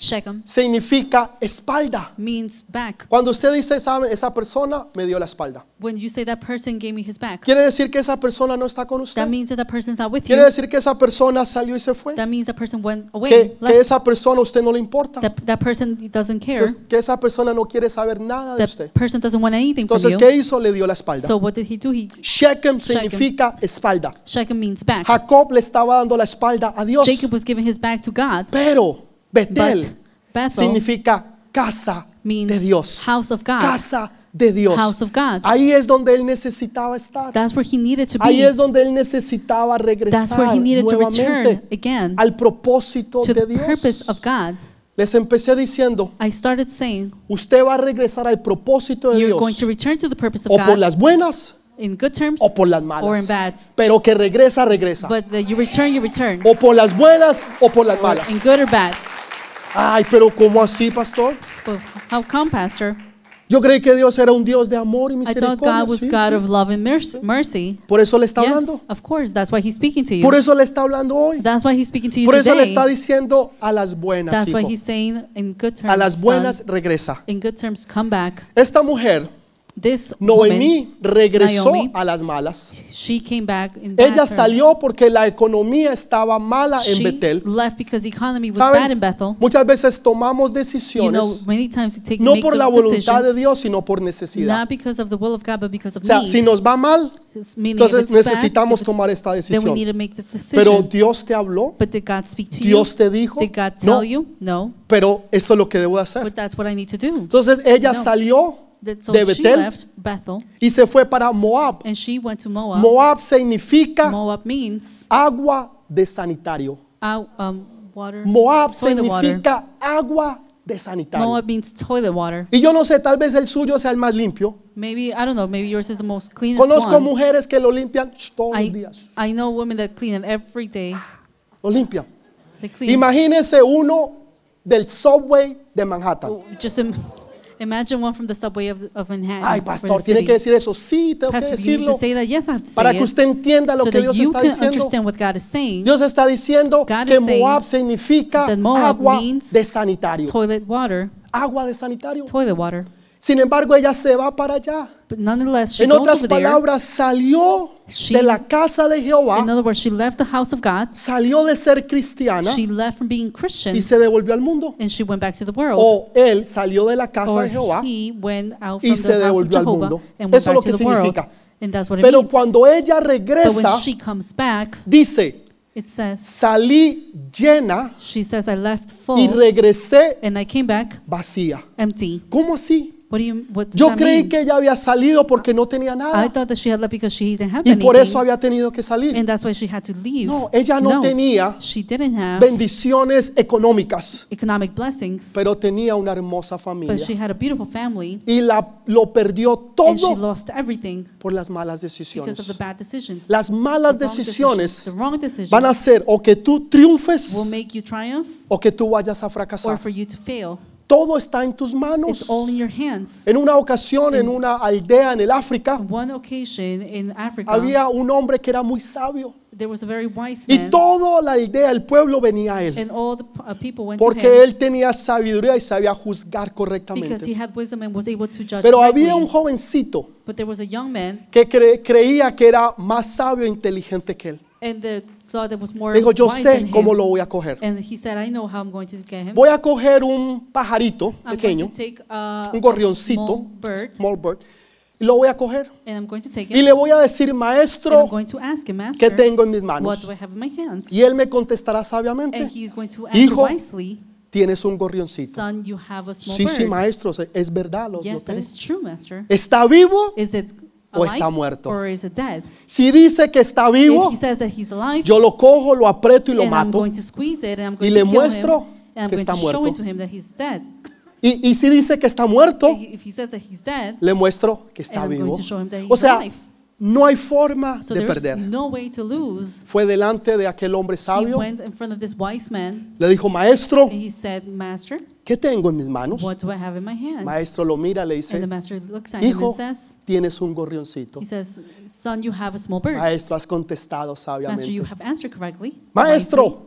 Speaker 2: Shechem
Speaker 1: significa espalda.
Speaker 2: means back.
Speaker 1: Cuando usted dice, ¿sabe? Esa persona me dio la espalda.
Speaker 2: When you say that person gave me his back,
Speaker 1: Quiere decir que esa persona no está con usted.
Speaker 2: that means that that person's not with
Speaker 1: Quiere
Speaker 2: you.
Speaker 1: decir que esa persona salió y se fue.
Speaker 2: That means that person went away,
Speaker 1: Que, que
Speaker 2: left.
Speaker 1: esa persona a usted no le importa.
Speaker 2: That, that person doesn't care.
Speaker 1: Que, que esa persona no quiere saber nada de usted.
Speaker 2: That person doesn't want anything from
Speaker 1: Entonces,
Speaker 2: you.
Speaker 1: ¿qué hizo? Le dio la espalda.
Speaker 2: So what did he do? He
Speaker 1: Shechem significa espalda.
Speaker 2: Shechem means back.
Speaker 1: Jacob le estaba dando la espalda a Dios.
Speaker 2: Jacob was giving his back to God,
Speaker 1: Pero Betel
Speaker 2: but Bethel
Speaker 1: significa casa de
Speaker 2: means
Speaker 1: Dios.
Speaker 2: house of God.
Speaker 1: Casa de Dios.
Speaker 2: House of God.
Speaker 1: Ahí es donde él necesitaba estar.
Speaker 2: That's where he needed to
Speaker 1: Ahí
Speaker 2: be.
Speaker 1: es donde él necesitaba
Speaker 2: That's
Speaker 1: regresar
Speaker 2: where he needed to return
Speaker 1: nuevamente
Speaker 2: again
Speaker 1: al propósito
Speaker 2: to
Speaker 1: de
Speaker 2: the
Speaker 1: Dios.
Speaker 2: purpose of God.
Speaker 1: Les empecé diciendo,
Speaker 2: I started saying
Speaker 1: usted va a regresar al propósito de
Speaker 2: you're going
Speaker 1: Dios
Speaker 2: to return to the purpose of
Speaker 1: o por
Speaker 2: God
Speaker 1: las buenas
Speaker 2: in good terms
Speaker 1: o por las
Speaker 2: or in
Speaker 1: malas.
Speaker 2: bad.
Speaker 1: Pero que regresa, regresa.
Speaker 2: But that you return, you return.
Speaker 1: O por las buenas o por las
Speaker 2: Or
Speaker 1: malas.
Speaker 2: in good or bad.
Speaker 1: Ay, pero ¿cómo así, pastor?
Speaker 2: But how come, Pastor?
Speaker 1: Yo creí que Dios era un Dios de amor y
Speaker 2: I thought
Speaker 1: misericordia.
Speaker 2: God was
Speaker 1: Sí,
Speaker 2: God
Speaker 1: sí.
Speaker 2: of love and merc- mercy.
Speaker 1: Por eso le está hablando.
Speaker 2: Yes, of course. That's why he's speaking to
Speaker 1: Por
Speaker 2: you.
Speaker 1: eso le está hablando hoy.
Speaker 2: That's why he's speaking to you
Speaker 1: Por eso le está
Speaker 2: today.
Speaker 1: diciendo a las buenas,
Speaker 2: That's why
Speaker 1: hijo.
Speaker 2: he's saying in good terms,
Speaker 1: A las
Speaker 2: son,
Speaker 1: buenas regresa.
Speaker 2: in good terms, come back.
Speaker 1: Esta mujer,
Speaker 2: This woman,
Speaker 1: Noemí, regresó
Speaker 2: Naomi,
Speaker 1: a las malas.
Speaker 2: she came back in bad
Speaker 1: Ella
Speaker 2: terms.
Speaker 1: salió porque la economía estaba mala en
Speaker 2: she
Speaker 1: Betel.
Speaker 2: left because the economy was
Speaker 1: ¿Saben?
Speaker 2: bad in Bethel.
Speaker 1: Muchas veces tomamos
Speaker 2: You know,
Speaker 1: decisiones
Speaker 2: many times you take
Speaker 1: no
Speaker 2: make
Speaker 1: por
Speaker 2: the
Speaker 1: la voluntad de
Speaker 2: decisions,
Speaker 1: Dios, sino por necesidad.
Speaker 2: not because of the will of God, but because of
Speaker 1: O sea,
Speaker 2: need.
Speaker 1: si nos va mal,
Speaker 2: It's meaning if
Speaker 1: entonces
Speaker 2: it's bad,
Speaker 1: necesitamos
Speaker 2: if it's-
Speaker 1: tomar esta
Speaker 2: Then we need
Speaker 1: decisión.
Speaker 2: to make this decision.
Speaker 1: Pero Dios te habló,
Speaker 2: but did God speak to
Speaker 1: Dios
Speaker 2: you?
Speaker 1: te dijo,
Speaker 2: Did God tell
Speaker 1: no,
Speaker 2: you? No.
Speaker 1: pero esto es lo que debo de hacer.
Speaker 2: But that's what I need to do.
Speaker 1: Entonces ella
Speaker 2: No.
Speaker 1: salió
Speaker 2: That, so
Speaker 1: de
Speaker 2: she
Speaker 1: Betel
Speaker 2: left Bethel
Speaker 1: y se fue para Moab.
Speaker 2: and she went to Moab.
Speaker 1: Moab significa
Speaker 2: Moab means
Speaker 1: agua de sanitario.
Speaker 2: out, um, water.
Speaker 1: Moab
Speaker 2: toilet water.
Speaker 1: significa agua de sanitario.
Speaker 2: Moab means toilet water.
Speaker 1: Y yo no sé, tal vez el suyo sea el más limpio.
Speaker 2: Maybe I don't know. Maybe yours is the most cleanest
Speaker 1: Conozco
Speaker 2: one.
Speaker 1: mujeres que lo limpian sh, todos los
Speaker 2: I,
Speaker 1: días.
Speaker 2: I know women that clean it every day.
Speaker 1: Lo limpian.
Speaker 2: They clean.
Speaker 1: Imagínese uno del subway de Manhattan.
Speaker 2: Just im- imagine one from the subway of, of Manhattan.
Speaker 1: Ay,
Speaker 2: or
Speaker 1: pastor,
Speaker 2: the
Speaker 1: tiene
Speaker 2: city.
Speaker 1: que decir eso. Sí, tengo que
Speaker 2: Pastor, you need to
Speaker 1: decirlo
Speaker 2: say that. Yes, I have to say
Speaker 1: para
Speaker 2: it.
Speaker 1: que usted entienda lo
Speaker 2: so
Speaker 1: que
Speaker 2: that
Speaker 1: Dios
Speaker 2: you
Speaker 1: está
Speaker 2: can
Speaker 1: diciendo.
Speaker 2: understand what God is saying.
Speaker 1: Dios está diciendo
Speaker 2: God
Speaker 1: que
Speaker 2: is saying
Speaker 1: Moab significa
Speaker 2: that Moab
Speaker 1: agua
Speaker 2: means
Speaker 1: de sanitario.
Speaker 2: Toilet water,
Speaker 1: Agua de sanitario.
Speaker 2: toilet water.
Speaker 1: Sin embargo, ella se va para allá.
Speaker 2: But nonetheless, she
Speaker 1: En
Speaker 2: goes
Speaker 1: otras
Speaker 2: over there.
Speaker 1: palabras, salió
Speaker 2: She-
Speaker 1: de la casa de Jehová,
Speaker 2: In other words, she left the house of God.
Speaker 1: salió de ser cristiana
Speaker 2: She left from being Christian
Speaker 1: y se devolvió al mundo.
Speaker 2: and she went back to the world.
Speaker 1: O él salió de la casa
Speaker 2: or
Speaker 1: de Jehová.
Speaker 2: he went out
Speaker 1: y
Speaker 2: from
Speaker 1: se
Speaker 2: the house of
Speaker 1: devolvió al
Speaker 2: Jehovah
Speaker 1: mundo.
Speaker 2: and went
Speaker 1: Eso es
Speaker 2: back
Speaker 1: lo
Speaker 2: to
Speaker 1: que
Speaker 2: the world.
Speaker 1: significa.
Speaker 2: And that's what it
Speaker 1: Pero
Speaker 2: means.
Speaker 1: cuando ella
Speaker 2: but when
Speaker 1: regresa,
Speaker 2: she comes back,
Speaker 1: dice,
Speaker 2: it says,
Speaker 1: salí llena
Speaker 2: she says, I left
Speaker 1: y
Speaker 2: full
Speaker 1: regresé
Speaker 2: and I came back
Speaker 1: vacía.
Speaker 2: empty.
Speaker 1: ¿Cómo así?
Speaker 2: What do you, what does
Speaker 1: Yo
Speaker 2: that
Speaker 1: creí
Speaker 2: mean?
Speaker 1: que ella había salido porque no tenía
Speaker 2: I
Speaker 1: nada
Speaker 2: thought that she had left because she didn't have
Speaker 1: y por eso
Speaker 2: anything.
Speaker 1: había tenido que salir.
Speaker 2: And that's why she had to leave.
Speaker 1: No, ella no tenía
Speaker 2: She didn't have
Speaker 1: Bendiciones económicas,
Speaker 2: economic blessings,
Speaker 1: pero tenía una hermosa
Speaker 2: but she
Speaker 1: familia
Speaker 2: had a beautiful family,
Speaker 1: y la, lo perdió
Speaker 2: and she
Speaker 1: todo
Speaker 2: lost everything
Speaker 1: por las malas
Speaker 2: because of the
Speaker 1: decisiones.
Speaker 2: bad decisions.
Speaker 1: Las
Speaker 2: The
Speaker 1: malas
Speaker 2: wrong decisions.
Speaker 1: decisiones
Speaker 2: The wrong decisions
Speaker 1: van a ser o que tú triunfes
Speaker 2: will make you triumph
Speaker 1: o que tú vayas a
Speaker 2: or
Speaker 1: fracasar.
Speaker 2: for you to fail.
Speaker 1: Todo está en tus manos.
Speaker 2: It's all in your hands.
Speaker 1: En una ocasión, en una aldea en el África,
Speaker 2: On one occasion in Africa,
Speaker 1: había un hombre que era muy sabio.
Speaker 2: there was a very wise
Speaker 1: Y
Speaker 2: man,
Speaker 1: toda la aldea, el pueblo venía a él.
Speaker 2: and all the p- uh, people went to
Speaker 1: Porque
Speaker 2: him
Speaker 1: él tenía sabiduría y sabía juzgar
Speaker 2: because he
Speaker 1: correctamente.
Speaker 2: had wisdom and was able to judge
Speaker 1: Pero había
Speaker 2: rightly.
Speaker 1: un jovencito
Speaker 2: But there was a young man,
Speaker 1: que cre- creía que era más sabio e inteligente que él.
Speaker 2: and the thought that was more
Speaker 1: Dijo, yo
Speaker 2: wise than
Speaker 1: sé
Speaker 2: him.
Speaker 1: cómo lo voy a coger.
Speaker 2: And he said, I know how I'm going to get him.
Speaker 1: Voy a coger un pajarito
Speaker 2: I'm
Speaker 1: pequeño,
Speaker 2: going to take uh,
Speaker 1: un
Speaker 2: a
Speaker 1: gorrioncito,
Speaker 2: small bird,
Speaker 1: small bird, y lo voy a coger.
Speaker 2: and I'm going to take
Speaker 1: Y
Speaker 2: it.
Speaker 1: le voy a decir,
Speaker 2: And I'm
Speaker 1: maestro,
Speaker 2: going to ask him, Master,
Speaker 1: ¿qué tengo en mis
Speaker 2: what
Speaker 1: manos?
Speaker 2: do I have in my hands?
Speaker 1: Y él me contestará
Speaker 2: And
Speaker 1: sabiamente,
Speaker 2: he's going to answer
Speaker 1: Hijo,
Speaker 2: wisely,
Speaker 1: tienes un gorrioncito.
Speaker 2: Son, you have a small
Speaker 1: Sí,
Speaker 2: bird.
Speaker 1: sí, maestro, se- es verdad. Lo, lo
Speaker 2: yes, that
Speaker 1: tengo.
Speaker 2: is true, Master.
Speaker 1: ¿Está vivo?
Speaker 2: Is it
Speaker 1: O
Speaker 2: alive
Speaker 1: está muerto.
Speaker 2: or is it dead?
Speaker 1: Si dice que está
Speaker 2: If
Speaker 1: vivo,
Speaker 2: he says that he's alive,
Speaker 1: yo lo cojo, lo aprieto y lo
Speaker 2: and I'm
Speaker 1: mato.
Speaker 2: going to squeeze it, and I'm
Speaker 1: Y
Speaker 2: going
Speaker 1: le
Speaker 2: to kill
Speaker 1: muestro
Speaker 2: him, and I'm
Speaker 1: que
Speaker 2: going to
Speaker 1: está
Speaker 2: show
Speaker 1: muerto.
Speaker 2: it to him that he's dead.
Speaker 1: Y, y si dice que está muerto,
Speaker 2: If he- if he says that he's dead,
Speaker 1: le muestro que
Speaker 2: And
Speaker 1: está
Speaker 2: I'm going
Speaker 1: vivo.
Speaker 2: to show him that he's
Speaker 1: O sea,
Speaker 2: alive.
Speaker 1: no hay forma
Speaker 2: so
Speaker 1: de
Speaker 2: there's
Speaker 1: perder.
Speaker 2: no way to lose.
Speaker 1: Fue delante de aquel hombre
Speaker 2: He
Speaker 1: sabio,
Speaker 2: went in front of this wise man,
Speaker 1: le dijo, maestro,
Speaker 2: and he said, Master,
Speaker 1: ¿qué tengo en mis manos?
Speaker 2: What do I have in my hand?
Speaker 1: Maestro lo mira, le
Speaker 2: and the
Speaker 1: dice,
Speaker 2: master looks at him
Speaker 1: hijo,
Speaker 2: and says,
Speaker 1: tienes un gorrioncito.
Speaker 2: He says, Son, you have a small bird.
Speaker 1: Maestro, has contestado
Speaker 2: master, you
Speaker 1: sabiamente.
Speaker 2: have answered correctly. wisely.
Speaker 1: Maestro,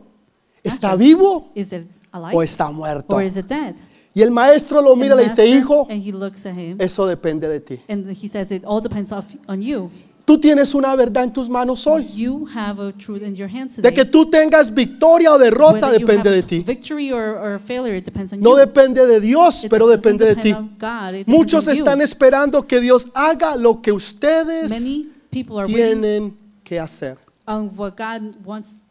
Speaker 1: ¿está
Speaker 2: Maestro.
Speaker 1: vivo
Speaker 2: Is it alive?
Speaker 1: o está muerto?
Speaker 2: or is it dead?
Speaker 1: Y el maestro lo
Speaker 2: And
Speaker 1: mira, le
Speaker 2: the
Speaker 1: dice,
Speaker 2: master-
Speaker 1: hijo,
Speaker 2: And he looks at him
Speaker 1: eso depende de ti.
Speaker 2: and he says, It all depends of- on you.
Speaker 1: Tú tienes una verdad en tus manos hoy.
Speaker 2: You have a truth in your hands today.
Speaker 1: De que tú tengas victoria o derrota
Speaker 2: Whether you
Speaker 1: depende
Speaker 2: have
Speaker 1: de
Speaker 2: a t-
Speaker 1: ti.
Speaker 2: Victory or, or failure, it depends on
Speaker 1: No
Speaker 2: you.
Speaker 1: depende de Dios,
Speaker 2: It
Speaker 1: pero
Speaker 2: doesn't
Speaker 1: depende de
Speaker 2: depend
Speaker 1: ti.
Speaker 2: on God, it depends
Speaker 1: Muchos
Speaker 2: on you.
Speaker 1: están esperando que Dios haga lo que ustedes
Speaker 2: Many people are waiting
Speaker 1: tienen que hacer.
Speaker 2: on what God wants,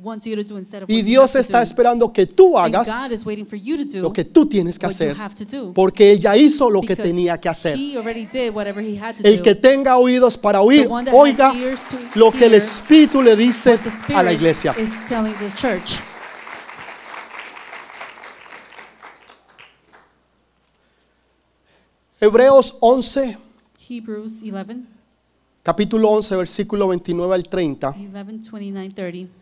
Speaker 2: wants you to do instead of
Speaker 1: Y
Speaker 2: what you
Speaker 1: Dios
Speaker 2: have to
Speaker 1: está
Speaker 2: do.
Speaker 1: esperando que tú
Speaker 2: And
Speaker 1: hagas
Speaker 2: God is waiting for you to do
Speaker 1: lo que tú tienes que
Speaker 2: what you
Speaker 1: hacer,
Speaker 2: have to do.
Speaker 1: porque Él ya hizo lo que
Speaker 2: because
Speaker 1: tenía que hacer.
Speaker 2: He already did whatever he had to
Speaker 1: El que
Speaker 2: do.
Speaker 1: tenga oídos para
Speaker 2: The
Speaker 1: oír,
Speaker 2: one that has
Speaker 1: oiga
Speaker 2: ears to
Speaker 1: lo que el
Speaker 2: hear
Speaker 1: Espíritu le dice
Speaker 2: what the Spirit
Speaker 1: a la iglesia.
Speaker 2: is telling the church.
Speaker 1: Hebreos 11,
Speaker 2: Hebrews 11,
Speaker 1: capítulo 11, versículo 29 al 30.
Speaker 2: 11, 29, 30.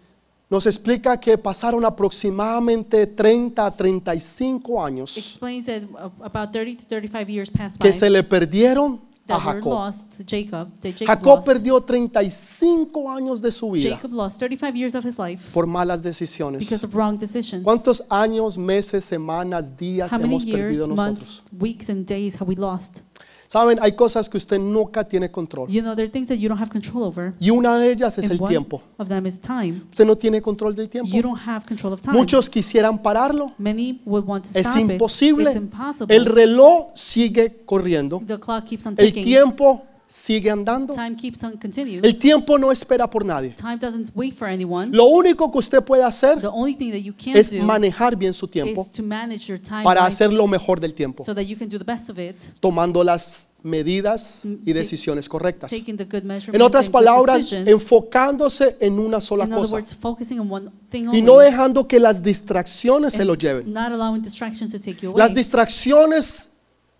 Speaker 1: nos explica que pasaron aproximadamente 30 a 35 años
Speaker 2: explains that a- about 30 to 35 years passed by
Speaker 1: que se le perdieron a
Speaker 2: that were
Speaker 1: Jacob.
Speaker 2: lost to Jacob. That Jacob,
Speaker 1: Jacob
Speaker 2: lost.
Speaker 1: perdió 35 años de su vida
Speaker 2: Jacob lost 35 years of his life
Speaker 1: por malas decisiones.
Speaker 2: because of wrong decisions.
Speaker 1: ¿Cuántos años, meses, semanas, días
Speaker 2: How many
Speaker 1: hemos
Speaker 2: years,
Speaker 1: perdido
Speaker 2: months,
Speaker 1: nosotros?
Speaker 2: weeks, and days have we lost?
Speaker 1: Saben, hay cosas que usted nunca tiene control.
Speaker 2: You know, there are things that you don't have control over.
Speaker 1: Y una de ellas es
Speaker 2: and
Speaker 1: el
Speaker 2: one
Speaker 1: tiempo.
Speaker 2: of them is time.
Speaker 1: Usted no tiene control del tiempo.
Speaker 2: You don't have control of time.
Speaker 1: Muchos quisieran pararlo.
Speaker 2: Many would want to
Speaker 1: Es
Speaker 2: stop it.
Speaker 1: imposible.
Speaker 2: It's impossible.
Speaker 1: El reloj sigue corriendo.
Speaker 2: the clock keeps on
Speaker 1: El
Speaker 2: ticking.
Speaker 1: tiempo sigue andando.
Speaker 2: time keeps on continuing.
Speaker 1: El tiempo no espera por nadie.
Speaker 2: time doesn't wait for anyone.
Speaker 1: Lo único que usted puede hacer
Speaker 2: the only thing that you can
Speaker 1: es
Speaker 2: do
Speaker 1: manejar bien su tiempo
Speaker 2: is to manage your time
Speaker 1: para
Speaker 2: right,
Speaker 1: hacer lo mejor del tiempo,
Speaker 2: so that you can do the best of it,
Speaker 1: tomando las medidas y
Speaker 2: take-
Speaker 1: decisiones correctas.
Speaker 2: Mm, taking the good measures.
Speaker 1: En otras palabras,
Speaker 2: decisions.
Speaker 1: enfocándose en una sola
Speaker 2: In other
Speaker 1: cosa
Speaker 2: words, focusing on one thing
Speaker 1: y
Speaker 2: only,
Speaker 1: no dejando que las distracciones
Speaker 2: Eh,
Speaker 1: se lo lleven.
Speaker 2: not allowing distractions to take you away.
Speaker 1: Las distracciones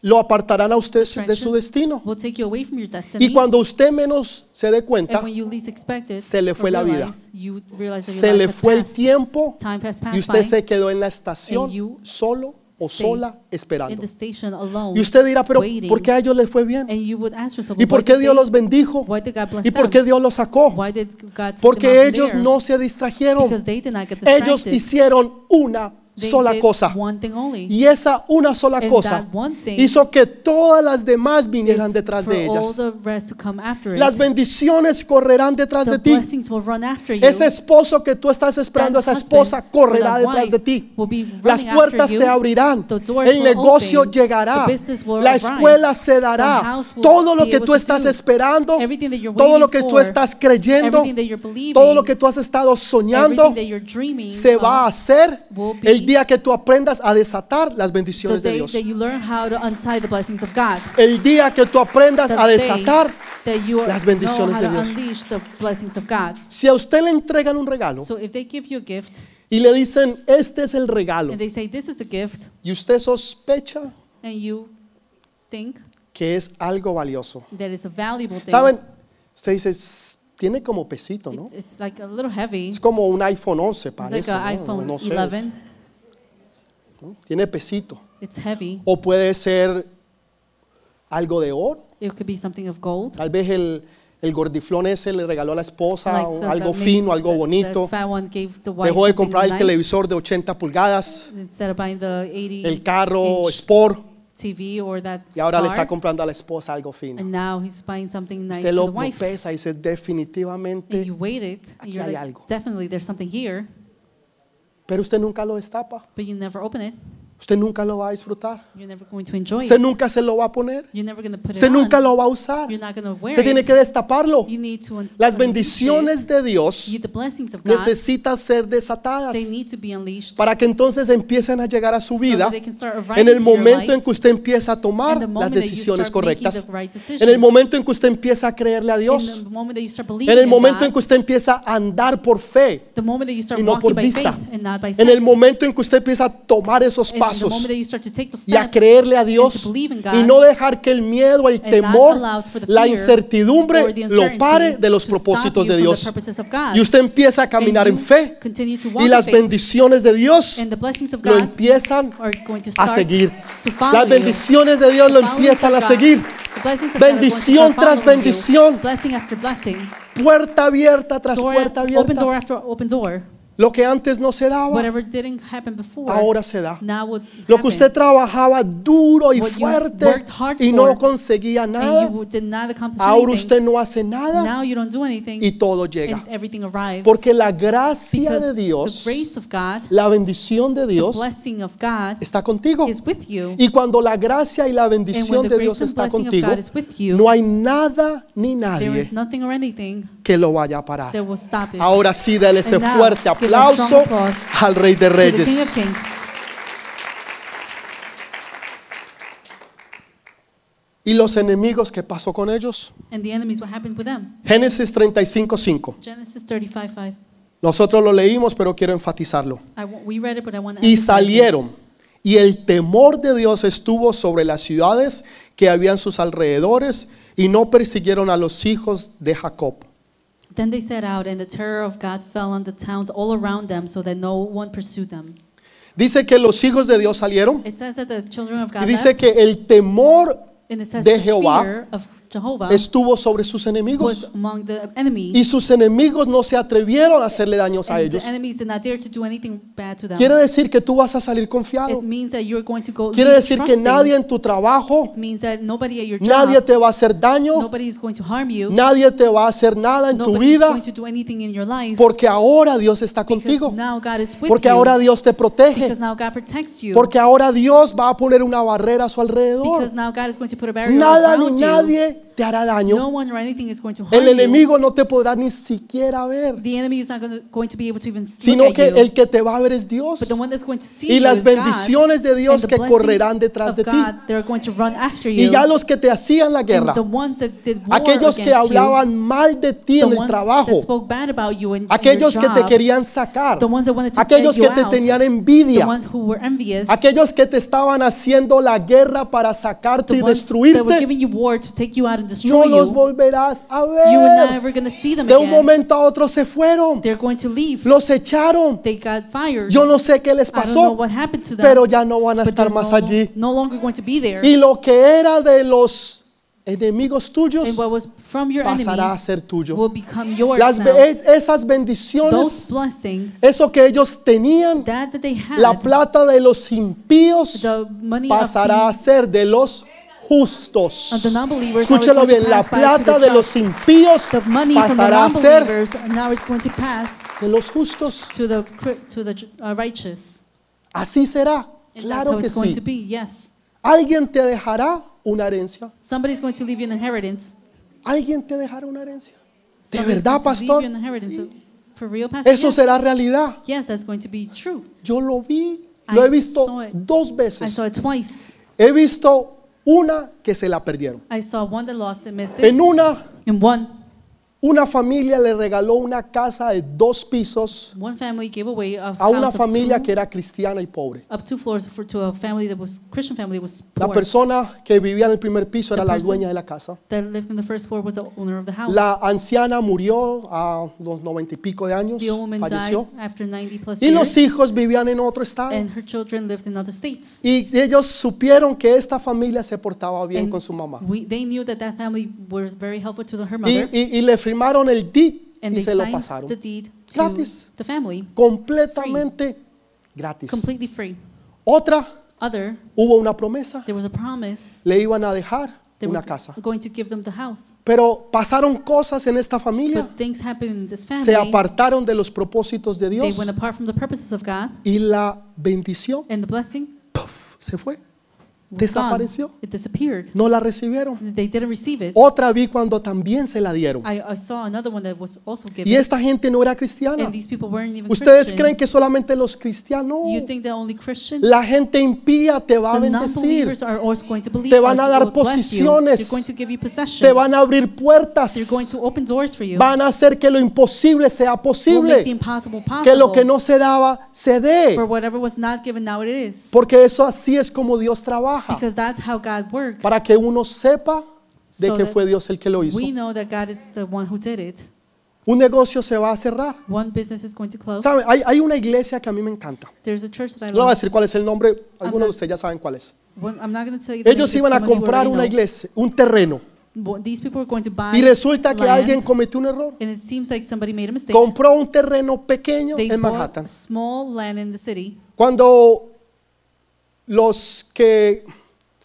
Speaker 1: lo apartarán a usted de su
Speaker 2: Distractions
Speaker 1: destino.
Speaker 2: will take you away from your destiny.
Speaker 1: Y cuando usted menos se dé cuenta,
Speaker 2: and when you least expect it,
Speaker 1: se le
Speaker 2: or
Speaker 1: fue la vida.
Speaker 2: realize, you realize that your
Speaker 1: se
Speaker 2: life
Speaker 1: le
Speaker 2: had
Speaker 1: fue el
Speaker 2: passed.
Speaker 1: tiempo
Speaker 2: Time has
Speaker 1: y
Speaker 2: passed
Speaker 1: usted
Speaker 2: by
Speaker 1: se quedó en la
Speaker 2: and you
Speaker 1: estación solo o
Speaker 2: stayed
Speaker 1: sola
Speaker 2: in
Speaker 1: esperando.
Speaker 2: the station alone.
Speaker 1: Y usted dirá, pero
Speaker 2: waiting,
Speaker 1: ¿por qué a ellos les fue bien?
Speaker 2: And you would ask yourself,
Speaker 1: ¿Y
Speaker 2: "Well,
Speaker 1: por
Speaker 2: why did
Speaker 1: qué Dios
Speaker 2: they-
Speaker 1: los bendijo?
Speaker 2: why did God bless
Speaker 1: ¿Y por
Speaker 2: them?
Speaker 1: qué Dios los sacó?
Speaker 2: Why did God take them out
Speaker 1: Porque
Speaker 2: from
Speaker 1: ellos
Speaker 2: there?
Speaker 1: no se distrajeron.
Speaker 2: Because they did not get
Speaker 1: Ellos
Speaker 2: distracted.
Speaker 1: hicieron una
Speaker 2: They
Speaker 1: sola
Speaker 2: did
Speaker 1: cosa.
Speaker 2: One thing only.
Speaker 1: Y esa una sola
Speaker 2: And
Speaker 1: cosa
Speaker 2: that one thing
Speaker 1: hizo que todas las demás vinieran
Speaker 2: is
Speaker 1: detrás
Speaker 2: for
Speaker 1: de
Speaker 2: all
Speaker 1: ellas.
Speaker 2: the rest to come after it.
Speaker 1: Las bendiciones correrán detrás
Speaker 2: the
Speaker 1: de ti.
Speaker 2: blessings will run after you.
Speaker 1: Ese esposo que tú estás esperando,
Speaker 2: That
Speaker 1: esa
Speaker 2: husband
Speaker 1: esposa correrá
Speaker 2: or that
Speaker 1: detrás de
Speaker 2: wife
Speaker 1: ti.
Speaker 2: will be
Speaker 1: Las
Speaker 2: running
Speaker 1: puertas
Speaker 2: after you.
Speaker 1: se abrirán,
Speaker 2: The doors
Speaker 1: el
Speaker 2: will
Speaker 1: negocio
Speaker 2: open.
Speaker 1: llegará,
Speaker 2: The business will
Speaker 1: la
Speaker 2: arrive.
Speaker 1: escuela se
Speaker 2: The
Speaker 1: dará,
Speaker 2: house will
Speaker 1: todo lo
Speaker 2: be
Speaker 1: que
Speaker 2: able
Speaker 1: tú
Speaker 2: to
Speaker 1: estás
Speaker 2: do.
Speaker 1: esperando,
Speaker 2: Everything that you're
Speaker 1: todo lo
Speaker 2: waiting
Speaker 1: que tú
Speaker 2: for,
Speaker 1: estás creyendo,
Speaker 2: everything that you're believing,
Speaker 1: todo lo que tú has estado soñando,
Speaker 2: everything that you're dreaming
Speaker 1: se va a
Speaker 2: of,
Speaker 1: hacer
Speaker 2: will be
Speaker 1: el día que tú aprendas a desatar las
Speaker 2: the
Speaker 1: bendiciones de
Speaker 2: day
Speaker 1: Dios.
Speaker 2: that you learn how to untie the blessings of God.
Speaker 1: El día que tú aprendas
Speaker 2: The
Speaker 1: a
Speaker 2: day
Speaker 1: desatar,
Speaker 2: that you
Speaker 1: las bendiciones
Speaker 2: know how
Speaker 1: de
Speaker 2: to
Speaker 1: Dios.
Speaker 2: unleash the blessings of God.
Speaker 1: si a usted le entregan un regalo
Speaker 2: So if they give you a gift
Speaker 1: y le dicen, este es el regalo,
Speaker 2: and they say this is the gift
Speaker 1: y usted sospecha
Speaker 2: and you think
Speaker 1: que es algo valioso.
Speaker 2: that it's a valuable thing,
Speaker 1: ¿Saben? Usted dice, "S- tiene como pesito, ¿no?
Speaker 2: it's, it's like a little heavy.
Speaker 1: Es
Speaker 2: It's
Speaker 1: como un iPhone 11,
Speaker 2: like
Speaker 1: parece.
Speaker 2: an
Speaker 1: ¿no?
Speaker 2: iPhone
Speaker 1: No sé, es-
Speaker 2: 11.
Speaker 1: tiene pesito.
Speaker 2: It's heavy.
Speaker 1: O puede ser algo de oro.
Speaker 2: It could be something of gold.
Speaker 1: Tal vez el, el gordiflón ese le regaló a la esposa
Speaker 2: Like
Speaker 1: un-
Speaker 2: the-
Speaker 1: algo
Speaker 2: the main-
Speaker 1: fino, algo
Speaker 2: the-
Speaker 1: bonito.
Speaker 2: the fat one gave the wife
Speaker 1: Dejó de
Speaker 2: something
Speaker 1: comprar el
Speaker 2: nice
Speaker 1: televisor de 80 pulgadas,
Speaker 2: Instead of buying the 80
Speaker 1: el carro
Speaker 2: inch
Speaker 1: Sport,
Speaker 2: TV or that
Speaker 1: y ahora le
Speaker 2: car,
Speaker 1: está comprando a la esposa algo fino.
Speaker 2: and now he's buying something nice
Speaker 1: Usted
Speaker 2: to the
Speaker 1: lo lo
Speaker 2: wife.
Speaker 1: pesa y dice,
Speaker 2: And
Speaker 1: definitivamente,
Speaker 2: you wait it,
Speaker 1: Aquí
Speaker 2: and you're
Speaker 1: hay
Speaker 2: like,
Speaker 1: algo.
Speaker 2: definitely there's something here,
Speaker 1: pero usted nunca lo destapa.
Speaker 2: but you never open it.
Speaker 1: Usted nunca lo va a disfrutar.
Speaker 2: You're never going to enjoy
Speaker 1: Usted
Speaker 2: it.
Speaker 1: nunca se lo va a poner.
Speaker 2: You're never going to put
Speaker 1: Usted
Speaker 2: it
Speaker 1: nunca
Speaker 2: on.
Speaker 1: lo va a usar.
Speaker 2: You're not going to wear
Speaker 1: Usted tiene
Speaker 2: it.
Speaker 1: que destaparlo.
Speaker 2: you need to un-
Speaker 1: Las
Speaker 2: unleash it.
Speaker 1: bendiciones de Dios
Speaker 2: You- the blessings of God,
Speaker 1: necesitan ser desatadas
Speaker 2: they need to be unleashed
Speaker 1: para que entonces empiecen a llegar a su
Speaker 2: so that
Speaker 1: vida
Speaker 2: they can start
Speaker 1: en
Speaker 2: arriving
Speaker 1: el
Speaker 2: to your
Speaker 1: momento en
Speaker 2: life
Speaker 1: que usted empieza a
Speaker 2: in
Speaker 1: tomar
Speaker 2: the
Speaker 1: las
Speaker 2: moment that you
Speaker 1: decisiones
Speaker 2: start making
Speaker 1: correctas,
Speaker 2: the right
Speaker 1: en el
Speaker 2: decisions.
Speaker 1: momento en que usted empieza a creerle a
Speaker 2: in
Speaker 1: Dios,
Speaker 2: the moment that you start
Speaker 1: en
Speaker 2: believing
Speaker 1: el momento
Speaker 2: in
Speaker 1: en que
Speaker 2: God,
Speaker 1: usted empieza a andar por fe
Speaker 2: the moment that you start
Speaker 1: y no
Speaker 2: walking
Speaker 1: por
Speaker 2: by
Speaker 1: vista,
Speaker 2: faith and not by
Speaker 1: en el
Speaker 2: sight,
Speaker 1: momento en que usted empieza a tomar esos
Speaker 2: and the moment
Speaker 1: pasos
Speaker 2: that you start to take those
Speaker 1: y a
Speaker 2: steps
Speaker 1: creerle a
Speaker 2: and to
Speaker 1: Dios
Speaker 2: believe in
Speaker 1: y
Speaker 2: God,
Speaker 1: no dejar que el miedo, el
Speaker 2: not
Speaker 1: temor,
Speaker 2: allow for the
Speaker 1: la
Speaker 2: fear
Speaker 1: incertidumbre
Speaker 2: or the
Speaker 1: lo
Speaker 2: uncertainty
Speaker 1: pare de los
Speaker 2: to stop
Speaker 1: propósitos
Speaker 2: you
Speaker 1: de
Speaker 2: from the
Speaker 1: Dios.
Speaker 2: purposes of God.
Speaker 1: Y usted empieza a caminar en
Speaker 2: And you
Speaker 1: fe
Speaker 2: continue to walk
Speaker 1: y
Speaker 2: in
Speaker 1: las
Speaker 2: faith,
Speaker 1: bendiciones de Dios
Speaker 2: and the blessings of
Speaker 1: lo
Speaker 2: God
Speaker 1: empiezan
Speaker 2: are going to
Speaker 1: a
Speaker 2: start
Speaker 1: seguir.
Speaker 2: to follow
Speaker 1: Las
Speaker 2: you.
Speaker 1: bendiciones de Dios lo
Speaker 2: Followings
Speaker 1: empiezan a
Speaker 2: of God,
Speaker 1: seguir.
Speaker 2: the blessings of God are going to
Speaker 1: Bendición
Speaker 2: start
Speaker 1: tras
Speaker 2: following you,
Speaker 1: bendición.
Speaker 2: blessing after blessing,
Speaker 1: Puerta abierta tras
Speaker 2: door-
Speaker 1: puerta
Speaker 2: open door
Speaker 1: abierta.
Speaker 2: after open door.
Speaker 1: Lo que antes no se daba,
Speaker 2: Whatever didn't happen before,
Speaker 1: ahora se da.
Speaker 2: now would
Speaker 1: Lo que
Speaker 2: happen.
Speaker 1: usted trabajaba duro y
Speaker 2: What you
Speaker 1: fuerte
Speaker 2: worked hard
Speaker 1: y no
Speaker 2: for,
Speaker 1: conseguía nada,
Speaker 2: and you did not accomplish
Speaker 1: ahora
Speaker 2: anything.
Speaker 1: usted no hace nada
Speaker 2: now you don't do anything,
Speaker 1: y todo llega.
Speaker 2: and everything arrives.
Speaker 1: Porque la gracia
Speaker 2: because
Speaker 1: de
Speaker 2: the
Speaker 1: Dios,
Speaker 2: grace of God,
Speaker 1: la bendición de
Speaker 2: the
Speaker 1: Dios
Speaker 2: blessing of God,
Speaker 1: está contigo.
Speaker 2: is with you.
Speaker 1: Y cuando la gracia y la
Speaker 2: And when
Speaker 1: bendición
Speaker 2: the
Speaker 1: de
Speaker 2: grace
Speaker 1: Dios
Speaker 2: and
Speaker 1: está
Speaker 2: blessing
Speaker 1: contigo,
Speaker 2: of God is with you,
Speaker 1: no hay nada ni
Speaker 2: there
Speaker 1: nadie
Speaker 2: is nothing or anything
Speaker 1: que lo vaya a parar.
Speaker 2: that will stop it.
Speaker 1: Ahora sí, dale ese
Speaker 2: And now,
Speaker 1: fuerte
Speaker 2: give a
Speaker 1: aplauso
Speaker 2: strong applause
Speaker 1: al Rey de
Speaker 2: to the King
Speaker 1: Reyes.
Speaker 2: of Kings.
Speaker 1: ¿Y los enemigos qué pasó con ellos?
Speaker 2: And the enemies, what happened with them?
Speaker 1: Génesis 35:5.
Speaker 2: Genesis 35, 5.
Speaker 1: Nosotros lo leímos, pero quiero enfatizarlo.
Speaker 2: I, wa- we read it, but I want to
Speaker 1: Y
Speaker 2: emphasize it.
Speaker 1: salieron, y el temor de Dios estuvo sobre las ciudades que habían sus alrededores, y no persiguieron a los hijos de Jacob.
Speaker 2: Then they set out, and the terror of God fell on the towns all around them, so that no one pursued them.
Speaker 1: Dice que los hijos de Dios salieron
Speaker 2: It says that the children of
Speaker 1: y
Speaker 2: God
Speaker 1: dice
Speaker 2: left,
Speaker 1: que el temor
Speaker 2: and it says
Speaker 1: de
Speaker 2: the
Speaker 1: Jehová
Speaker 2: fear of Jehovah
Speaker 1: estuvo sobre sus
Speaker 2: was
Speaker 1: enemigos
Speaker 2: among the enemies,
Speaker 1: y sus enemigos no se atrevieron a hacerle daños a
Speaker 2: and
Speaker 1: ellos.
Speaker 2: the enemies did not dare to do anything bad to them.
Speaker 1: Quiere decir que tú vas a salir
Speaker 2: It
Speaker 1: confiado.
Speaker 2: means that you're going to go
Speaker 1: Quiere
Speaker 2: leave
Speaker 1: decir que
Speaker 2: trusting.
Speaker 1: nadie en tu trabajo,
Speaker 2: It means that nobody at your job,
Speaker 1: nadie te va a hacer daño,
Speaker 2: nobody is going to harm you,
Speaker 1: nadie te va a hacer nada en tu
Speaker 2: nobody is
Speaker 1: vida,
Speaker 2: going to do anything in your life,
Speaker 1: porque ahora Dios está
Speaker 2: because
Speaker 1: contigo,
Speaker 2: now God is with
Speaker 1: porque
Speaker 2: you,
Speaker 1: ahora Dios te protege,
Speaker 2: because now God protects you,
Speaker 1: porque ahora Dios va a poner una barrera a su alrededor.
Speaker 2: because now God is going to put a barrier
Speaker 1: Nada ni
Speaker 2: around you.
Speaker 1: nadie te hará
Speaker 2: No
Speaker 1: daño.
Speaker 2: one or anything is going to harm
Speaker 1: El
Speaker 2: you.
Speaker 1: enemigo no te podrá ni siquiera ver,
Speaker 2: The enemy is not gonna- going to be able to even see
Speaker 1: sino que
Speaker 2: you.
Speaker 1: el que te va a ver es Dios.
Speaker 2: But the one that's going to see
Speaker 1: Y
Speaker 2: you
Speaker 1: las
Speaker 2: is God,
Speaker 1: bendiciones de Dios
Speaker 2: and the
Speaker 1: que
Speaker 2: blessings
Speaker 1: correrán detrás
Speaker 2: of
Speaker 1: de ti.
Speaker 2: God, they're going to run after you.
Speaker 1: Y ya los que te hacían la
Speaker 2: And
Speaker 1: guerra,
Speaker 2: the ones that did war
Speaker 1: aquellos que
Speaker 2: against
Speaker 1: hablaban mal de ti
Speaker 2: you,
Speaker 1: en
Speaker 2: the
Speaker 1: el
Speaker 2: ones
Speaker 1: trabajo,
Speaker 2: that spoke bad about you in, in your
Speaker 1: aquellos que te
Speaker 2: job,
Speaker 1: querían sacar,
Speaker 2: the ones that wanted to
Speaker 1: aquellos
Speaker 2: beg
Speaker 1: que
Speaker 2: you
Speaker 1: te
Speaker 2: out,
Speaker 1: tenían
Speaker 2: the
Speaker 1: envidia,
Speaker 2: ones who were envious,
Speaker 1: aquellos que te estaban haciendo la guerra para sacarte
Speaker 2: the
Speaker 1: y
Speaker 2: ones that were
Speaker 1: destruirte,
Speaker 2: giving you war to take you out and destroy
Speaker 1: no los
Speaker 2: you,
Speaker 1: volverás a
Speaker 2: you are
Speaker 1: ver.
Speaker 2: never going to see them
Speaker 1: De un
Speaker 2: again.
Speaker 1: momento a otro se fueron,
Speaker 2: They're going to leave.
Speaker 1: los echaron.
Speaker 2: They got fired.
Speaker 1: Yo no sé qué les
Speaker 2: I don't know
Speaker 1: pasó,
Speaker 2: what happened to them.
Speaker 1: pero ya no van a
Speaker 2: but they're
Speaker 1: estar más
Speaker 2: no,
Speaker 1: allí.
Speaker 2: no longer going to be there.
Speaker 1: Y lo que era de los enemigos tuyos
Speaker 2: and what was from your
Speaker 1: pasará a
Speaker 2: enemies
Speaker 1: ser tuyo.
Speaker 2: will become yours
Speaker 1: Las,
Speaker 2: now.
Speaker 1: be- es- esas
Speaker 2: Those
Speaker 1: bendiciones,
Speaker 2: blessings
Speaker 1: eso que ellos tenían,
Speaker 2: that, that they had,
Speaker 1: la plata de los impíos
Speaker 2: the money of
Speaker 1: pasará a
Speaker 2: the,
Speaker 1: ser de los justos.
Speaker 2: of the non-believers, now it's
Speaker 1: Escúchelo
Speaker 2: going to
Speaker 1: bien, la
Speaker 2: pass by to
Speaker 1: plata
Speaker 2: the
Speaker 1: de los
Speaker 2: just.
Speaker 1: impíos
Speaker 2: The money from the
Speaker 1: pasará a ser
Speaker 2: non-believers now it's going to pass
Speaker 1: de los justos.
Speaker 2: to the cri- to the uh, righteous.
Speaker 1: Así será.
Speaker 2: And that's
Speaker 1: Claro
Speaker 2: how
Speaker 1: que
Speaker 2: it's going
Speaker 1: sí.
Speaker 2: to be. Yes,
Speaker 1: Alguien te dejará una herencia.
Speaker 2: somebody's going to leave you an inheritance.
Speaker 1: Alguien te dejará una herencia. De
Speaker 2: Somebody's
Speaker 1: verdad,
Speaker 2: going to leave
Speaker 1: pastor.
Speaker 2: you an inheritance. For real, pastor.
Speaker 1: Eso
Speaker 2: yes.
Speaker 1: será realidad.
Speaker 2: Yes, that's going to be true.
Speaker 1: Yo lo vi,
Speaker 2: I
Speaker 1: lo he visto
Speaker 2: saw it.
Speaker 1: dos
Speaker 2: I
Speaker 1: veces.
Speaker 2: saw it twice.
Speaker 1: He visto una que se la perdieron.
Speaker 2: I saw one that lost and missed it.
Speaker 1: En una,
Speaker 2: In one,
Speaker 1: una familia le regaló una casa de dos pisos
Speaker 2: one family gave away a
Speaker 1: a una
Speaker 2: house of
Speaker 1: familia
Speaker 2: two,
Speaker 1: que era cristiana y pobre.
Speaker 2: up two floors for, to a family that was Christian family was
Speaker 1: La
Speaker 2: poor.
Speaker 1: persona que vivía en el primer piso era
Speaker 2: The
Speaker 1: la
Speaker 2: person-
Speaker 1: dueña de la casa.
Speaker 2: that lived in the first floor was the owner of the house.
Speaker 1: La anciana murió a los noventa y pico de años,
Speaker 2: the old woman
Speaker 1: falleció.
Speaker 2: died after 90 plus
Speaker 1: Y los
Speaker 2: years,
Speaker 1: hijos vivían en otro estado.
Speaker 2: and her children lived in other states.
Speaker 1: Y ellos supieron que esta familia se portaba bien
Speaker 2: And
Speaker 1: con su mamá.
Speaker 2: We, they knew that that family was very helpful to the,
Speaker 1: Y,
Speaker 2: her mother,
Speaker 1: y- y le firmaron el deed
Speaker 2: and
Speaker 1: y
Speaker 2: they
Speaker 1: se lo
Speaker 2: signed
Speaker 1: pasaron.
Speaker 2: ¿eh? the deed to
Speaker 1: Gratis.
Speaker 2: the family,
Speaker 1: Completamente gratis.
Speaker 2: completely free.
Speaker 1: Otra,
Speaker 2: Other,
Speaker 1: hubo una promesa.
Speaker 2: there was a promise
Speaker 1: Le iban a dejar
Speaker 2: they
Speaker 1: una
Speaker 2: were
Speaker 1: casa.
Speaker 2: going to give them the house,
Speaker 1: Pero pasaron cosas en esta familia.
Speaker 2: but things happened in this
Speaker 1: Se
Speaker 2: family.
Speaker 1: apartaron de los propósitos de
Speaker 2: They
Speaker 1: Dios.
Speaker 2: went apart from the purposes of God,
Speaker 1: Y la bendición
Speaker 2: and the blessing
Speaker 1: ¡puf! se fue.
Speaker 2: was gone.
Speaker 1: Desapareció.
Speaker 2: It disappeared.
Speaker 1: No la recibieron.
Speaker 2: They didn't receive it.
Speaker 1: Otra vi cuando también se la dieron.
Speaker 2: I, I saw another one that was also given.
Speaker 1: Y esta gente no era cristiana.
Speaker 2: and these people weren't even
Speaker 1: Ustedes
Speaker 2: Christian.
Speaker 1: creen que solamente los cristianos.
Speaker 2: you think that only Christians?
Speaker 1: La gente impía te va a
Speaker 2: the
Speaker 1: bendecir.
Speaker 2: non-believers are also going to believe.
Speaker 1: Te van
Speaker 2: or
Speaker 1: a
Speaker 2: to
Speaker 1: dar
Speaker 2: bless you.
Speaker 1: posiciones.
Speaker 2: They're going to give you possession.
Speaker 1: Te van a abrir puertas.
Speaker 2: They're going to open doors for you.
Speaker 1: Van a hacer que lo imposible sea
Speaker 2: Will make the
Speaker 1: posible.
Speaker 2: impossible
Speaker 1: Que
Speaker 2: possible.
Speaker 1: lo que no se daba se
Speaker 2: for
Speaker 1: dé.
Speaker 2: whatever was not given, now it is.
Speaker 1: Porque eso así es como Dios trabaja.
Speaker 2: Because that's how God works.
Speaker 1: Para que uno sepa de
Speaker 2: So
Speaker 1: que
Speaker 2: that
Speaker 1: fue Dios el que lo hizo.
Speaker 2: we know that God is the one who did it.
Speaker 1: Un negocio se va a cerrar.
Speaker 2: One business is going to close.
Speaker 1: ¿Sabe? Hay, hay una iglesia que a mí me encanta.
Speaker 2: There's a church that I
Speaker 1: No voy a
Speaker 2: love.
Speaker 1: decir cuál es el nombre. Algunos de ustedes ya saben cuál es.
Speaker 2: One- I'm not going to tell you the name
Speaker 1: Ellos
Speaker 2: because
Speaker 1: iban a
Speaker 2: some of you
Speaker 1: comprar
Speaker 2: already
Speaker 1: una
Speaker 2: know.
Speaker 1: iglesia, un terreno.
Speaker 2: Bo- These people were going to buy
Speaker 1: Y resulta que
Speaker 2: land,
Speaker 1: alguien cometió un error.
Speaker 2: and it seems like somebody made a mistake.
Speaker 1: Compró un terreno pequeño
Speaker 2: they
Speaker 1: en
Speaker 2: bought
Speaker 1: Manhattan.
Speaker 2: small land in the city.
Speaker 1: Cuando los que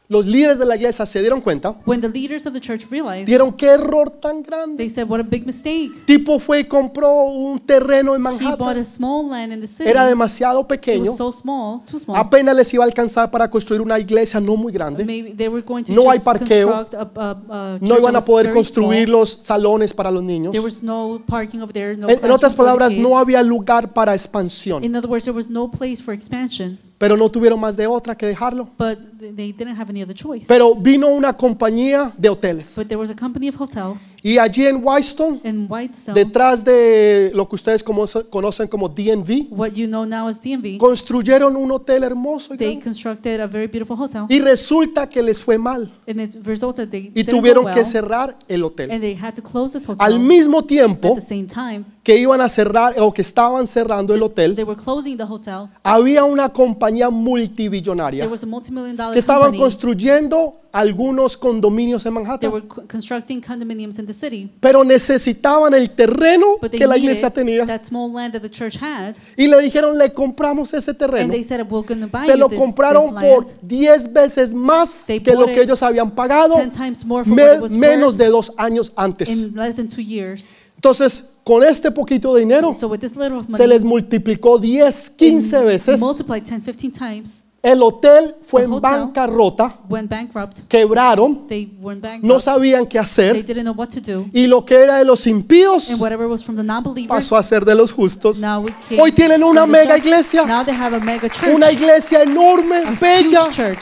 Speaker 1: los líderes de la iglesia se dieron cuenta,
Speaker 2: When the leaders of the church realized,
Speaker 1: dieron qué error tan grande.
Speaker 2: they said, "What a big mistake!
Speaker 1: Tipo fue y compró un terreno en
Speaker 2: He bought
Speaker 1: Manhattan.
Speaker 2: a small land in the city.
Speaker 1: Era Ah, demasiado
Speaker 2: it
Speaker 1: pequeño.
Speaker 2: was so small, too small.
Speaker 1: Apenas les iba a alcanzar para construir una iglesia no muy grande.
Speaker 2: Maybe they were going to
Speaker 1: No hay
Speaker 2: just
Speaker 1: parqueo.
Speaker 2: construct a, a, a church
Speaker 1: No iban
Speaker 2: that
Speaker 1: a
Speaker 2: was
Speaker 1: poder
Speaker 2: very
Speaker 1: construir
Speaker 2: small.
Speaker 1: los salones para los niños.
Speaker 2: There was no parking over there. No
Speaker 1: En, en
Speaker 2: classrooms
Speaker 1: otras
Speaker 2: for the
Speaker 1: palabras, no
Speaker 2: kids.
Speaker 1: había lugar para expansión.
Speaker 2: In other words, there was no place for expansion.
Speaker 1: pero no tuvieron más de otra que dejarlo.
Speaker 2: but th- they didn't have any other choice.
Speaker 1: Pero vino una compañía de hoteles.
Speaker 2: But there was a company of hotels
Speaker 1: Y allí en Whitestone,
Speaker 2: in Whitestone,
Speaker 1: detrás de lo que ustedes como- conocen como DNV,
Speaker 2: what you know now as DMV,
Speaker 1: construyeron un hotel hermoso. y
Speaker 2: they
Speaker 1: grande.
Speaker 2: constructed a very beautiful hotel,
Speaker 1: Y resulta que les fue mal.
Speaker 2: and it resulted they
Speaker 1: Y
Speaker 2: didn't go
Speaker 1: tuvieron
Speaker 2: well,
Speaker 1: que cerrar el hotel.
Speaker 2: and they had to close this hotel.
Speaker 1: Al mismo
Speaker 2: At
Speaker 1: tiempo
Speaker 2: the same time,
Speaker 1: que iban a cerrar o que estaban cerrando el
Speaker 2: they
Speaker 1: hotel,
Speaker 2: were closing the hotel.
Speaker 1: había una compañía
Speaker 2: There
Speaker 1: multibillonaria
Speaker 2: was a multi-million
Speaker 1: que
Speaker 2: dollar
Speaker 1: estaban
Speaker 2: company.
Speaker 1: construyendo algunos condominios en
Speaker 2: They
Speaker 1: Manhattan.
Speaker 2: were co- constructing condominiums in the city,
Speaker 1: Pero necesitaban el terreno
Speaker 2: but they
Speaker 1: que la
Speaker 2: needed
Speaker 1: iglesia tenía.
Speaker 2: that small land that the church had,
Speaker 1: Y le dijeron, le compramos ese
Speaker 2: and
Speaker 1: terreno.
Speaker 2: they said, "We're going to buy
Speaker 1: Se
Speaker 2: you
Speaker 1: lo
Speaker 2: this, this
Speaker 1: compraron por
Speaker 2: land
Speaker 1: 10 veces más
Speaker 2: They
Speaker 1: que lo
Speaker 2: bought
Speaker 1: que
Speaker 2: it
Speaker 1: ellos habían pagado
Speaker 2: 10 times more for
Speaker 1: me-
Speaker 2: what it was
Speaker 1: menos
Speaker 2: worth
Speaker 1: de dos años antes.
Speaker 2: in less than two years."
Speaker 1: Entonces, con este poquito de dinero,
Speaker 2: So with this little of
Speaker 1: se
Speaker 2: money,
Speaker 1: les multiplicó 10, 15 veces.
Speaker 2: multiplied 10, 15 times,
Speaker 1: El hotel fue
Speaker 2: The
Speaker 1: en
Speaker 2: hotel.
Speaker 1: bancarrota,
Speaker 2: went bankrupt.
Speaker 1: quebraron,
Speaker 2: They weren't
Speaker 1: no
Speaker 2: bankrupt.
Speaker 1: sabían qué
Speaker 2: They
Speaker 1: hacer.
Speaker 2: didn't know what to do,
Speaker 1: Y lo que era de los impíos
Speaker 2: and whatever was from the non-believers,
Speaker 1: pasó a ser de los justos.
Speaker 2: now we came.
Speaker 1: Hoy tienen una
Speaker 2: from the
Speaker 1: mega
Speaker 2: just.
Speaker 1: iglesia,
Speaker 2: Now they have a mega church,
Speaker 1: una iglesia enorme,
Speaker 2: a
Speaker 1: bella.
Speaker 2: huge church.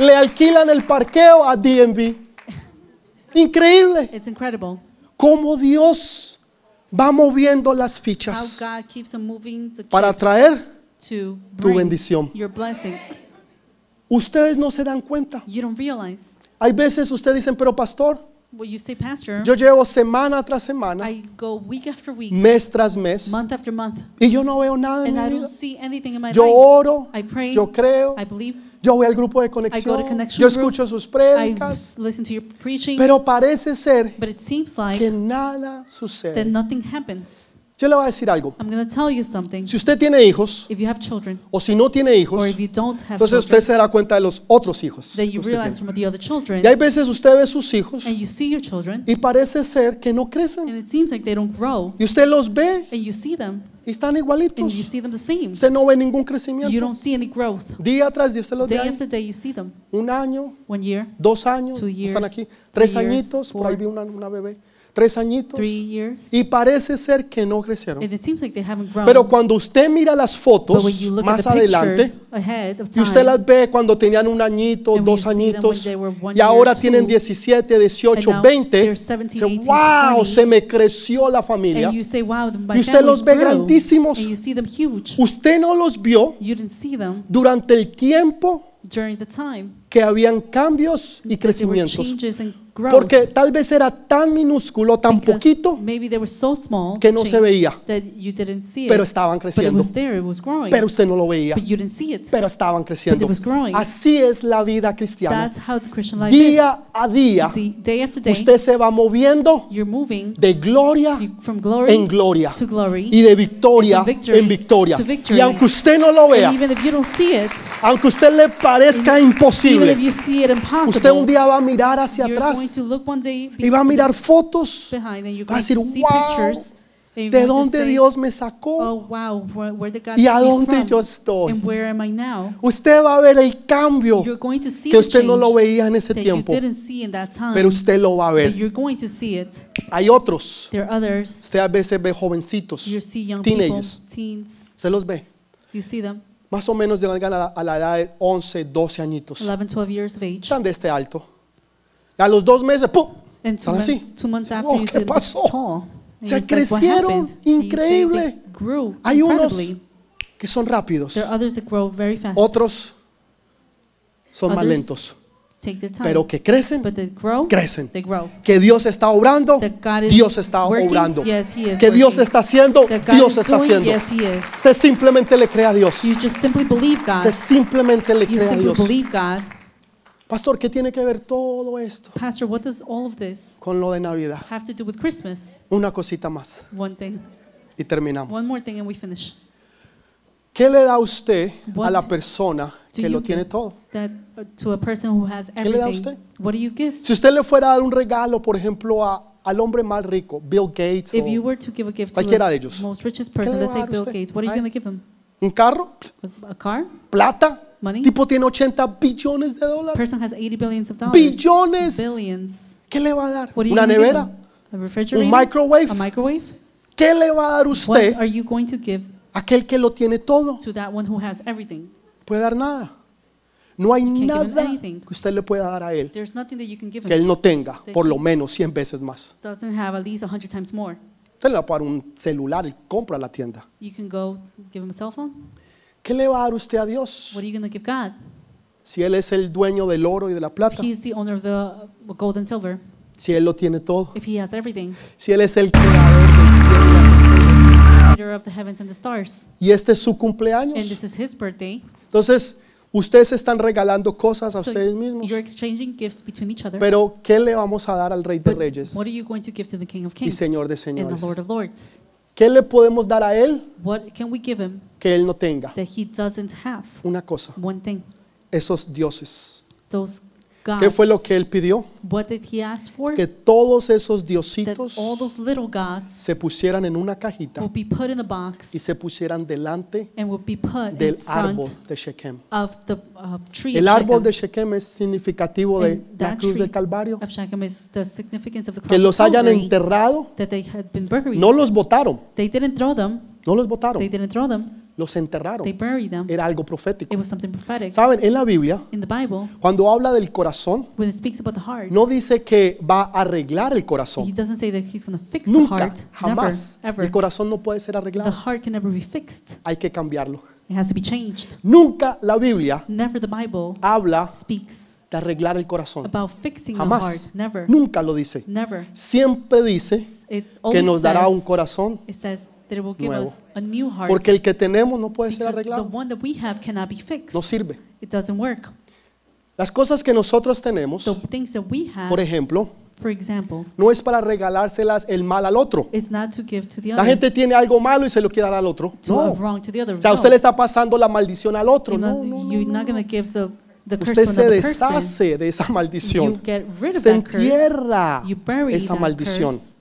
Speaker 1: Le alquilan el parqueo a DMV. Increíble
Speaker 2: It's incredible
Speaker 1: cómo Dios va moviendo las
Speaker 2: how
Speaker 1: fichas
Speaker 2: God keeps on moving the
Speaker 1: para
Speaker 2: church
Speaker 1: traer.
Speaker 2: to
Speaker 1: tu
Speaker 2: bring
Speaker 1: bendición.
Speaker 2: Your blessing.
Speaker 1: Ustedes no se dan cuenta.
Speaker 2: You don't realize
Speaker 1: Hay veces ustedes dicen, pero pastor,
Speaker 2: what you say, Pastor.
Speaker 1: yo llevo semana tras semana,
Speaker 2: I go week after week,
Speaker 1: mes tras mes,
Speaker 2: month after month,
Speaker 1: y yo no veo nada en
Speaker 2: and I
Speaker 1: mi vida.
Speaker 2: don't see anything in my
Speaker 1: Yo
Speaker 2: life.
Speaker 1: oro,
Speaker 2: I pray.
Speaker 1: yo creo,
Speaker 2: I believe.
Speaker 1: yo voy al grupo de conexión,
Speaker 2: connection
Speaker 1: yo
Speaker 2: group.
Speaker 1: escucho sus
Speaker 2: I
Speaker 1: prédicas,
Speaker 2: listen to your preaching,
Speaker 1: pero parece ser
Speaker 2: but it seems like
Speaker 1: que nada
Speaker 2: that
Speaker 1: sucede.
Speaker 2: nothing happens.
Speaker 1: Yo le voy a decir algo.
Speaker 2: I'm going to tell you something.
Speaker 1: Si usted tiene hijos,
Speaker 2: If you have children,
Speaker 1: o si no tiene
Speaker 2: or
Speaker 1: hijos,
Speaker 2: if you don't have
Speaker 1: entonces usted
Speaker 2: children,
Speaker 1: se dará cuenta de los otros hijos. que
Speaker 2: then you
Speaker 1: usted
Speaker 2: realize
Speaker 1: tiene.
Speaker 2: from the other children,
Speaker 1: Y hay veces usted ve sus hijos
Speaker 2: and you see your children,
Speaker 1: y parece ser que no
Speaker 2: and
Speaker 1: crecen.
Speaker 2: it seems like they don't grow,
Speaker 1: Y usted los ve
Speaker 2: and you see them,
Speaker 1: y están
Speaker 2: and
Speaker 1: igualitos.
Speaker 2: you see them the same.
Speaker 1: Usted no ve ningún
Speaker 2: You
Speaker 1: crecimiento.
Speaker 2: don't see any growth.
Speaker 1: Día tras día usted los ve.
Speaker 2: Day
Speaker 1: ahí.
Speaker 2: after day, you see them.
Speaker 1: Un año,
Speaker 2: One year,
Speaker 1: dos años,
Speaker 2: Two years,
Speaker 1: están aquí.
Speaker 2: three
Speaker 1: Tres
Speaker 2: years,
Speaker 1: añitos, por ahí
Speaker 2: four.
Speaker 1: vi una, una bebé. Tres añitos.
Speaker 2: three years,
Speaker 1: Y parece ser que no crecieron.
Speaker 2: and it seems like they haven't grown.
Speaker 1: Pero cuando usted mira las
Speaker 2: Um, but
Speaker 1: fotos
Speaker 2: when you look at
Speaker 1: más
Speaker 2: the
Speaker 1: adelante,
Speaker 2: pictures ahead of
Speaker 1: y
Speaker 2: time,
Speaker 1: usted las ve cuando tenían un añito,
Speaker 2: And when
Speaker 1: dos
Speaker 2: you see them when
Speaker 1: añitos,
Speaker 2: they were one
Speaker 1: y ahora
Speaker 2: year, two,
Speaker 1: tienen 17, 18,
Speaker 2: now
Speaker 1: 20,
Speaker 2: they're 17,
Speaker 1: dice,
Speaker 2: 18,
Speaker 1: wow,
Speaker 2: 20.
Speaker 1: se me creció la familia.
Speaker 2: and you say, "Wow, my
Speaker 1: Y usted
Speaker 2: family
Speaker 1: los ve
Speaker 2: grew,"
Speaker 1: grandísimos.
Speaker 2: and you see them huge.
Speaker 1: Usted no los vio
Speaker 2: You didn't see them
Speaker 1: durante el tiempo
Speaker 2: during the time.
Speaker 1: que habían cambios y
Speaker 2: that There were
Speaker 1: crecimientos.
Speaker 2: changes and growth.
Speaker 1: Porque tal vez era tan minúsculo, tan
Speaker 2: because
Speaker 1: poquito,
Speaker 2: maybe they were so small
Speaker 1: que no se
Speaker 2: change
Speaker 1: veía.
Speaker 2: that you didn't see it.
Speaker 1: pero estaban
Speaker 2: but it
Speaker 1: creciendo.
Speaker 2: was there, it was growing.
Speaker 1: Pero usted no lo veía,
Speaker 2: but you didn't see it.
Speaker 1: pero estaban creciendo.
Speaker 2: was growing.
Speaker 1: Así es la vida cristiana.
Speaker 2: That's how the Christian life
Speaker 1: Día a día,
Speaker 2: is. The day after day,
Speaker 1: usted se va moviendo
Speaker 2: you're moving
Speaker 1: de gloria
Speaker 2: you- from glory
Speaker 1: en gloria
Speaker 2: to glory.
Speaker 1: y de victoria
Speaker 2: and from victory
Speaker 1: en victoria.
Speaker 2: to victory.
Speaker 1: Y aunque usted no lo
Speaker 2: and
Speaker 1: vea,
Speaker 2: even if you don't see it,
Speaker 1: aunque usted le parezca
Speaker 2: even if
Speaker 1: imposible,
Speaker 2: you see it impossible,
Speaker 1: usted un día va a mirar hacia
Speaker 2: you're going
Speaker 1: atrás
Speaker 2: to look one day
Speaker 1: y va a mirar fotos
Speaker 2: behind and you're
Speaker 1: va a
Speaker 2: going to
Speaker 1: decir,
Speaker 2: see
Speaker 1: "Wow,
Speaker 2: pictures. and you're
Speaker 1: de
Speaker 2: going to
Speaker 1: dónde
Speaker 2: say,
Speaker 1: Dios me
Speaker 2: Oh
Speaker 1: sacó.
Speaker 2: wow, where, where did God
Speaker 1: ¿Y
Speaker 2: take
Speaker 1: a
Speaker 2: me
Speaker 1: dónde
Speaker 2: from?
Speaker 1: yo estoy?
Speaker 2: And where am I now?
Speaker 1: Usted va a ver el cambio
Speaker 2: You're going to see
Speaker 1: que
Speaker 2: the
Speaker 1: usted no lo
Speaker 2: change
Speaker 1: veía en ese
Speaker 2: that
Speaker 1: tiempo,
Speaker 2: you didn't see in that time.
Speaker 1: pero usted lo va a
Speaker 2: but
Speaker 1: ver.
Speaker 2: you're going to see it.
Speaker 1: Hay otros.
Speaker 2: There are others.
Speaker 1: Usted a veces ve jovencitos,
Speaker 2: You see young
Speaker 1: teenagers.
Speaker 2: people, teens.
Speaker 1: Usted los ve.
Speaker 2: You see them,
Speaker 1: Más o menos llegan a la, a la edad de 11, 12 añitos.
Speaker 2: 11, 12 years of age.
Speaker 1: Están de este alto. A los dos meses, ¡pum!
Speaker 2: And two
Speaker 1: Están así.
Speaker 2: months, two months after
Speaker 1: Oh,
Speaker 2: you
Speaker 1: ¿qué
Speaker 2: see them
Speaker 1: pasó?
Speaker 2: tall. And
Speaker 1: Se
Speaker 2: it's like, what
Speaker 1: crecieron.
Speaker 2: happened? And you say they
Speaker 1: Increíble.
Speaker 2: Grew
Speaker 1: Hay unos
Speaker 2: incredibly.
Speaker 1: que son rápidos,
Speaker 2: There are others that grow very fast.
Speaker 1: otros son más
Speaker 2: Others
Speaker 1: lentos,
Speaker 2: take their time.
Speaker 1: pero que crecen.
Speaker 2: but they grow.
Speaker 1: crecen.
Speaker 2: They grow.
Speaker 1: Que Dios está obrando,
Speaker 2: That God is
Speaker 1: Dios está
Speaker 2: working.
Speaker 1: obrando.
Speaker 2: Yes, he is
Speaker 1: Que Dios
Speaker 2: working.
Speaker 1: está haciendo,
Speaker 2: That God
Speaker 1: Dios
Speaker 2: is
Speaker 1: está
Speaker 2: doing,
Speaker 1: haciendo.
Speaker 2: Yes, he is.
Speaker 1: Usted simplemente le cree a Dios.
Speaker 2: You just simply believe
Speaker 1: Usted
Speaker 2: God.
Speaker 1: simplemente le
Speaker 2: You
Speaker 1: cree a
Speaker 2: simply
Speaker 1: Dios.
Speaker 2: believe God.
Speaker 1: Pastor, ¿qué tiene que ver todo esto
Speaker 2: Pastor, what does all of this
Speaker 1: con lo de Navidad?
Speaker 2: have to do with Christmas?
Speaker 1: Una cosita más
Speaker 2: One thing.
Speaker 1: y
Speaker 2: One
Speaker 1: terminamos.
Speaker 2: more thing and we finish.
Speaker 1: ¿Qué le da usted a
Speaker 2: What
Speaker 1: la persona
Speaker 2: do
Speaker 1: que
Speaker 2: you
Speaker 1: lo
Speaker 2: give?
Speaker 1: tiene todo?
Speaker 2: That uh, to a person who has
Speaker 1: le da a
Speaker 2: everything.
Speaker 1: usted?
Speaker 2: What do you give?
Speaker 1: Si usted le fuera a dar un regalo, por ejemplo, a- al hombre más rico, Bill Gates,
Speaker 2: If
Speaker 1: o
Speaker 2: you were to give a gift to
Speaker 1: Cualquiera de
Speaker 2: the
Speaker 1: ellos.
Speaker 2: most richest
Speaker 1: le
Speaker 2: person,
Speaker 1: va
Speaker 2: let's
Speaker 1: a
Speaker 2: say
Speaker 1: dar
Speaker 2: Bill
Speaker 1: usted?
Speaker 2: Gates, what are you
Speaker 1: Ay.
Speaker 2: going to give him?
Speaker 1: un carro,
Speaker 2: A, a car?
Speaker 1: plata,
Speaker 2: Money.
Speaker 1: tipo tiene 80 billones de dólares.
Speaker 2: Person has 80 billions of dollars.
Speaker 1: Billones.
Speaker 2: Billions.
Speaker 1: ¿Qué le va a dar?
Speaker 2: What are you
Speaker 1: ¿Una
Speaker 2: gonna give
Speaker 1: nevera?
Speaker 2: him? A refrigerator?
Speaker 1: microwave?
Speaker 2: A microwave?
Speaker 1: ¿Qué le va a dar
Speaker 2: What
Speaker 1: usted
Speaker 2: are you going to give
Speaker 1: a aquel que lo tiene todo?
Speaker 2: to that one who has everything?
Speaker 1: puede dar nada. No hay
Speaker 2: give him
Speaker 1: nada
Speaker 2: anything.
Speaker 1: que usted le pueda dar a él
Speaker 2: There's nothing that you can give him.
Speaker 1: que él no tenga,
Speaker 2: That
Speaker 1: por
Speaker 2: he-
Speaker 1: lo menos 100 veces más.
Speaker 2: doesn't have at least 100 times more.
Speaker 1: Usted le va a pagar un celular y compra a la tienda.
Speaker 2: You can go give him a cell phone.
Speaker 1: ¿Qué le va a dar usted a Dios
Speaker 2: What are you going to give God?
Speaker 1: si él es el dueño del oro y de la plata?
Speaker 2: He's the owner of the uh, gold and silver.
Speaker 1: Si él lo tiene todo,
Speaker 2: If he has everything,
Speaker 1: si él es el creador del cielo y la tierra.
Speaker 2: creator of the heavens and the stars,
Speaker 1: y este es su
Speaker 2: and
Speaker 1: cumpleaños.
Speaker 2: this is his birthday,
Speaker 1: Entonces, ustedes están regalando cosas a
Speaker 2: so
Speaker 1: ustedes mismos.
Speaker 2: you're exchanging gifts between each other.
Speaker 1: Pero ¿qué le vamos a dar al Rey de
Speaker 2: But
Speaker 1: Reyes?
Speaker 2: what are you going to give to the King of Kings
Speaker 1: Señor de
Speaker 2: and
Speaker 1: señores.
Speaker 2: the Lord of Lords?
Speaker 1: ¿Qué le podemos dar a él
Speaker 2: What can we give him
Speaker 1: que él no tenga?
Speaker 2: that he doesn't have?
Speaker 1: Una cosa,
Speaker 2: One thing,
Speaker 1: esos dioses.
Speaker 2: those gods.
Speaker 1: ¿Qué fue lo que él pidió?
Speaker 2: what did he ask for?
Speaker 1: Que todos esos
Speaker 2: That
Speaker 1: diositos
Speaker 2: all those little gods
Speaker 1: se pusieran en una
Speaker 2: will
Speaker 1: cajita
Speaker 2: be put in a box
Speaker 1: y se pusieran delante
Speaker 2: and will be put in
Speaker 1: del
Speaker 2: front
Speaker 1: árbol de Shechem.
Speaker 2: of the uh, tree
Speaker 1: El
Speaker 2: of
Speaker 1: árbol de
Speaker 2: Shechem.
Speaker 1: Shechem es significativo de
Speaker 2: And
Speaker 1: la
Speaker 2: that
Speaker 1: cruz
Speaker 2: tree
Speaker 1: del Calvario.
Speaker 2: of Shechem is the significance of the cross
Speaker 1: Que
Speaker 2: of
Speaker 1: los hayan
Speaker 2: Calvary,
Speaker 1: enterrado,
Speaker 2: that they had been buried.
Speaker 1: no los botaron,
Speaker 2: they didn't throw them.
Speaker 1: no los
Speaker 2: They
Speaker 1: botaron,
Speaker 2: didn't throw them.
Speaker 1: los
Speaker 2: They
Speaker 1: enterraron.
Speaker 2: buried them.
Speaker 1: Era algo profético.
Speaker 2: It was something prophetic.
Speaker 1: Saben, en la Biblia,
Speaker 2: In the Bible,
Speaker 1: cuando habla del corazón,
Speaker 2: when it speaks about the heart,
Speaker 1: no dice que va a arreglar el
Speaker 2: he
Speaker 1: corazón.
Speaker 2: doesn't say that he's going to fix the
Speaker 1: Nunca,
Speaker 2: heart.
Speaker 1: jamás.
Speaker 2: Never,
Speaker 1: El
Speaker 2: ever.
Speaker 1: corazón no puede ser
Speaker 2: The
Speaker 1: arreglado.
Speaker 2: heart can never be fixed.
Speaker 1: Hay que cambiarlo.
Speaker 2: It has to be changed.
Speaker 1: Nunca la Biblia
Speaker 2: Never the Bible
Speaker 1: habla
Speaker 2: speaks
Speaker 1: de arreglar el corazón.
Speaker 2: about fixing the heart.
Speaker 1: Jamás.
Speaker 2: Never.
Speaker 1: Nunca lo dice.
Speaker 2: Never.
Speaker 1: Siempre dice
Speaker 2: It
Speaker 1: que
Speaker 2: always
Speaker 1: nos dará
Speaker 2: says,
Speaker 1: un corazón
Speaker 2: it says that it will give
Speaker 1: nuevo.
Speaker 2: us a new heart
Speaker 1: porque el que tenemos no puede ser
Speaker 2: because the
Speaker 1: arreglado.
Speaker 2: one that we have cannot be fixed.
Speaker 1: No sirve.
Speaker 2: It doesn't work.
Speaker 1: Las cosas que nosotros tenemos,
Speaker 2: The things that we have,
Speaker 1: por ejemplo,
Speaker 2: for example,
Speaker 1: no es para regalárselas el mal al otro.
Speaker 2: is not to give to the other,
Speaker 1: La gente tiene algo malo y se lo quiere dar al otro.
Speaker 2: to a
Speaker 1: No.
Speaker 2: wrong to the other.
Speaker 1: O sea, usted le está pasando la maldición al otro.
Speaker 2: you're not,
Speaker 1: No, no, no,
Speaker 2: you're
Speaker 1: no,
Speaker 2: not
Speaker 1: no.
Speaker 2: going to give the, the curse
Speaker 1: Usted
Speaker 2: to
Speaker 1: se
Speaker 2: another person.
Speaker 1: deshace de esa
Speaker 2: You
Speaker 1: maldición.
Speaker 2: get rid of
Speaker 1: Usted
Speaker 2: that curse.
Speaker 1: entierra
Speaker 2: You bury
Speaker 1: esa
Speaker 2: that
Speaker 1: maldición.
Speaker 2: curse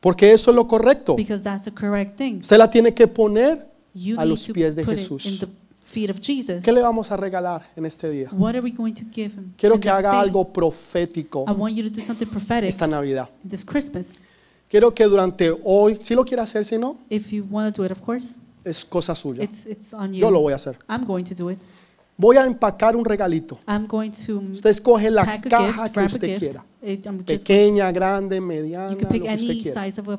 Speaker 1: Porque eso es lo correcto.
Speaker 2: because that's the correct thing.
Speaker 1: Usted la tiene que poner.
Speaker 2: You
Speaker 1: a
Speaker 2: need
Speaker 1: los
Speaker 2: to
Speaker 1: pies de
Speaker 2: put
Speaker 1: Jesús.
Speaker 2: it in the feet of Jesus.
Speaker 1: ¿Qué le vamos a regalar en este día?
Speaker 2: What are we going to give him?
Speaker 1: Quiero
Speaker 2: in
Speaker 1: que
Speaker 2: this day?
Speaker 1: haga algo profético
Speaker 2: I want you to do something prophetic
Speaker 1: esta Navidad.
Speaker 2: this Christmas.
Speaker 1: Quiero que durante hoy, si lo quiere hacer, si no,
Speaker 2: If you want to do it, of course,
Speaker 1: es cosa suya.
Speaker 2: it's it's on you.
Speaker 1: Yo lo voy a hacer.
Speaker 2: I'm going to do it.
Speaker 1: Voy a empacar un regalito.
Speaker 2: I'm going to
Speaker 1: Usted escoge la
Speaker 2: pack a
Speaker 1: caja
Speaker 2: gift,
Speaker 1: que
Speaker 2: wrap a
Speaker 1: usted
Speaker 2: gift.
Speaker 1: quiera.
Speaker 2: It- I'm just-
Speaker 1: Pequeña, grande, mediana,
Speaker 2: you
Speaker 1: lo
Speaker 2: can
Speaker 1: que
Speaker 2: pick
Speaker 1: usted
Speaker 2: any
Speaker 1: quiera.
Speaker 2: size of a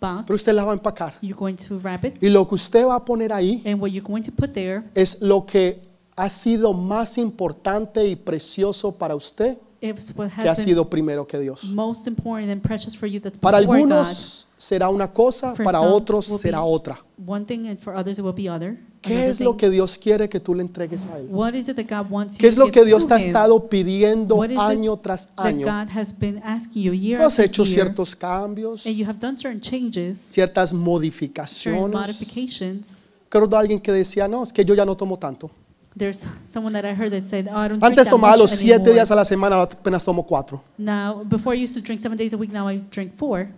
Speaker 2: box.
Speaker 1: Pero usted la va a empacar.
Speaker 2: You're going to wrap it,
Speaker 1: Y lo que usted va a poner ahí
Speaker 2: and what you're going to put there
Speaker 1: es lo que ha sido más importante y precioso para usted
Speaker 2: is what
Speaker 1: que ha
Speaker 2: has been
Speaker 1: sido primero que Dios.
Speaker 2: most important and precious for you. That's
Speaker 1: Para
Speaker 2: before
Speaker 1: algunos será una cosa,
Speaker 2: For
Speaker 1: para
Speaker 2: some
Speaker 1: otros
Speaker 2: will be-
Speaker 1: será otra.
Speaker 2: God. One thing, and for others it will be other.
Speaker 1: ¿Qué
Speaker 2: another
Speaker 1: es lo
Speaker 2: thing.
Speaker 1: que Dios quiere que tú le entregues a Él?
Speaker 2: What is it that God wants you
Speaker 1: ¿Qué es
Speaker 2: to
Speaker 1: lo
Speaker 2: give
Speaker 1: que Dios
Speaker 2: to
Speaker 1: te ha
Speaker 2: him?
Speaker 1: estado pidiendo
Speaker 2: What is it
Speaker 1: año tras
Speaker 2: that
Speaker 1: año?
Speaker 2: God has been asking you year
Speaker 1: Tú has
Speaker 2: after
Speaker 1: hecho
Speaker 2: year,
Speaker 1: ciertos cambios,
Speaker 2: and you have done certain changes,
Speaker 1: ciertas
Speaker 2: certain
Speaker 1: modificaciones.
Speaker 2: modifications.
Speaker 1: Recuerdo a alguien que decía, no, es que yo ya no tomo tanto.
Speaker 2: There's someone that I heard that said, "Oh, I don't drink
Speaker 1: Antes
Speaker 2: that
Speaker 1: tomaba
Speaker 2: much
Speaker 1: los siete
Speaker 2: anymore."
Speaker 1: días a la semana, ahora apenas tomo cuatro.
Speaker 2: Now, before I used to drink seven days a week. Now I drink four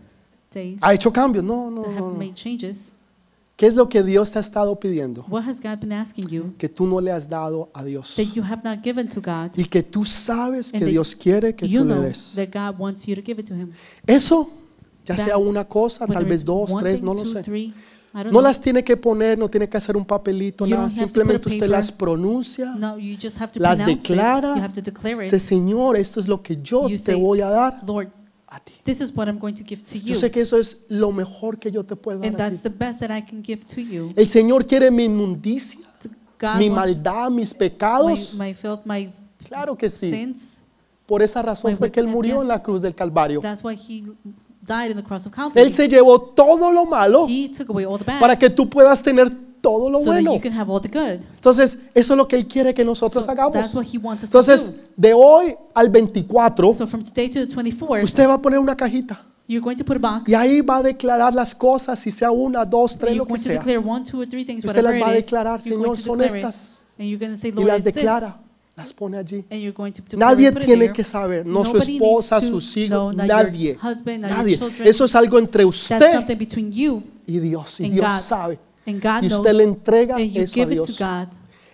Speaker 2: days.
Speaker 1: ¿Ha hecho cambios? No, no,
Speaker 2: I
Speaker 1: no,
Speaker 2: have
Speaker 1: no.
Speaker 2: made changes.
Speaker 1: ¿Qué es lo que Dios te ha estado pidiendo?
Speaker 2: What has God been asking you
Speaker 1: Que tú no le has dado a Dios.
Speaker 2: that you have not given to God?
Speaker 1: Y que tú sabes que
Speaker 2: And that
Speaker 1: Dios quiere que
Speaker 2: you
Speaker 1: tú le
Speaker 2: know
Speaker 1: des.
Speaker 2: that God wants you to give it to Him.
Speaker 1: Eso, ya sea
Speaker 2: That,
Speaker 1: una cosa, Ah, tal
Speaker 2: Whether
Speaker 1: vez
Speaker 2: it's
Speaker 1: dos,
Speaker 2: one
Speaker 1: tres,
Speaker 2: thing,
Speaker 1: no lo
Speaker 2: two,
Speaker 1: sé.
Speaker 2: three, I don't
Speaker 1: No
Speaker 2: know.
Speaker 1: las tiene que poner, no tiene que hacer un papelito,
Speaker 2: You
Speaker 1: nada.
Speaker 2: don't have to put a
Speaker 1: Simplemente usted
Speaker 2: paper.
Speaker 1: las pronuncia.
Speaker 2: No, you just have to
Speaker 1: las
Speaker 2: pronounce
Speaker 1: declara.
Speaker 2: it. You have to declare it.
Speaker 1: Dice, Señor, esto es lo que yo
Speaker 2: You
Speaker 1: te
Speaker 2: say,
Speaker 1: voy a dar
Speaker 2: Lord,
Speaker 1: a ti.
Speaker 2: this is what I'm going to give to
Speaker 1: Yo
Speaker 2: you.
Speaker 1: sé que eso es lo mejor que yo te puedo
Speaker 2: And
Speaker 1: dar a ti.
Speaker 2: that's the best that I can give to you.
Speaker 1: El Señor quiere mi inmundicia,
Speaker 2: God
Speaker 1: mi
Speaker 2: wants
Speaker 1: maldad, mis
Speaker 2: my,
Speaker 1: pecados.
Speaker 2: my filth, my
Speaker 1: Claro que sí.
Speaker 2: sins.
Speaker 1: Por esa razón
Speaker 2: my
Speaker 1: fue que Él murió en la
Speaker 2: weaknesses.
Speaker 1: cruz del Calvario.
Speaker 2: That's why he died on the cross of Calvary.
Speaker 1: Él se llevó todo lo malo
Speaker 2: he took away all the bad
Speaker 1: para que tú puedas tener todo lo
Speaker 2: so that
Speaker 1: bueno.
Speaker 2: you can have all the good.
Speaker 1: Entonces, eso es lo que Él quiere que
Speaker 2: So
Speaker 1: nosotros
Speaker 2: that's
Speaker 1: hagamos.
Speaker 2: what he wants us
Speaker 1: Entonces,
Speaker 2: to do.
Speaker 1: de hoy al 24,
Speaker 2: So from today to the 24th,
Speaker 1: usted va a poner una cajita
Speaker 2: you're going to put a box.
Speaker 1: y ahí va a declarar las cosas, si sea una, dos, tres,
Speaker 2: you're
Speaker 1: lo que
Speaker 2: going to
Speaker 1: sea.
Speaker 2: declare one, two, or three things,
Speaker 1: Usted
Speaker 2: whatever
Speaker 1: las va a
Speaker 2: it is.
Speaker 1: declarar,
Speaker 2: you're going
Speaker 1: Señor,
Speaker 2: to
Speaker 1: son
Speaker 2: declare
Speaker 1: estas.
Speaker 2: it. And you're going to say,
Speaker 1: Y
Speaker 2: Lord,
Speaker 1: las
Speaker 2: is this.
Speaker 1: declara, las pone allí.
Speaker 2: And you're going to declare
Speaker 1: Nadie
Speaker 2: it, put it
Speaker 1: tiene
Speaker 2: there.
Speaker 1: que saber, no su
Speaker 2: Nobody needs
Speaker 1: esposa,
Speaker 2: to
Speaker 1: sus
Speaker 2: know,
Speaker 1: hijos,
Speaker 2: not your
Speaker 1: nadie.
Speaker 2: husband, not your
Speaker 1: Nadie.
Speaker 2: children.
Speaker 1: Eso es algo entre
Speaker 2: That's
Speaker 1: usted
Speaker 2: something between you
Speaker 1: y Dios. Y
Speaker 2: and
Speaker 1: Dios
Speaker 2: God.
Speaker 1: sabe.
Speaker 2: and God
Speaker 1: Y
Speaker 2: knows.
Speaker 1: usted le entrega
Speaker 2: and you
Speaker 1: eso a
Speaker 2: give it to
Speaker 1: Dios.
Speaker 2: God.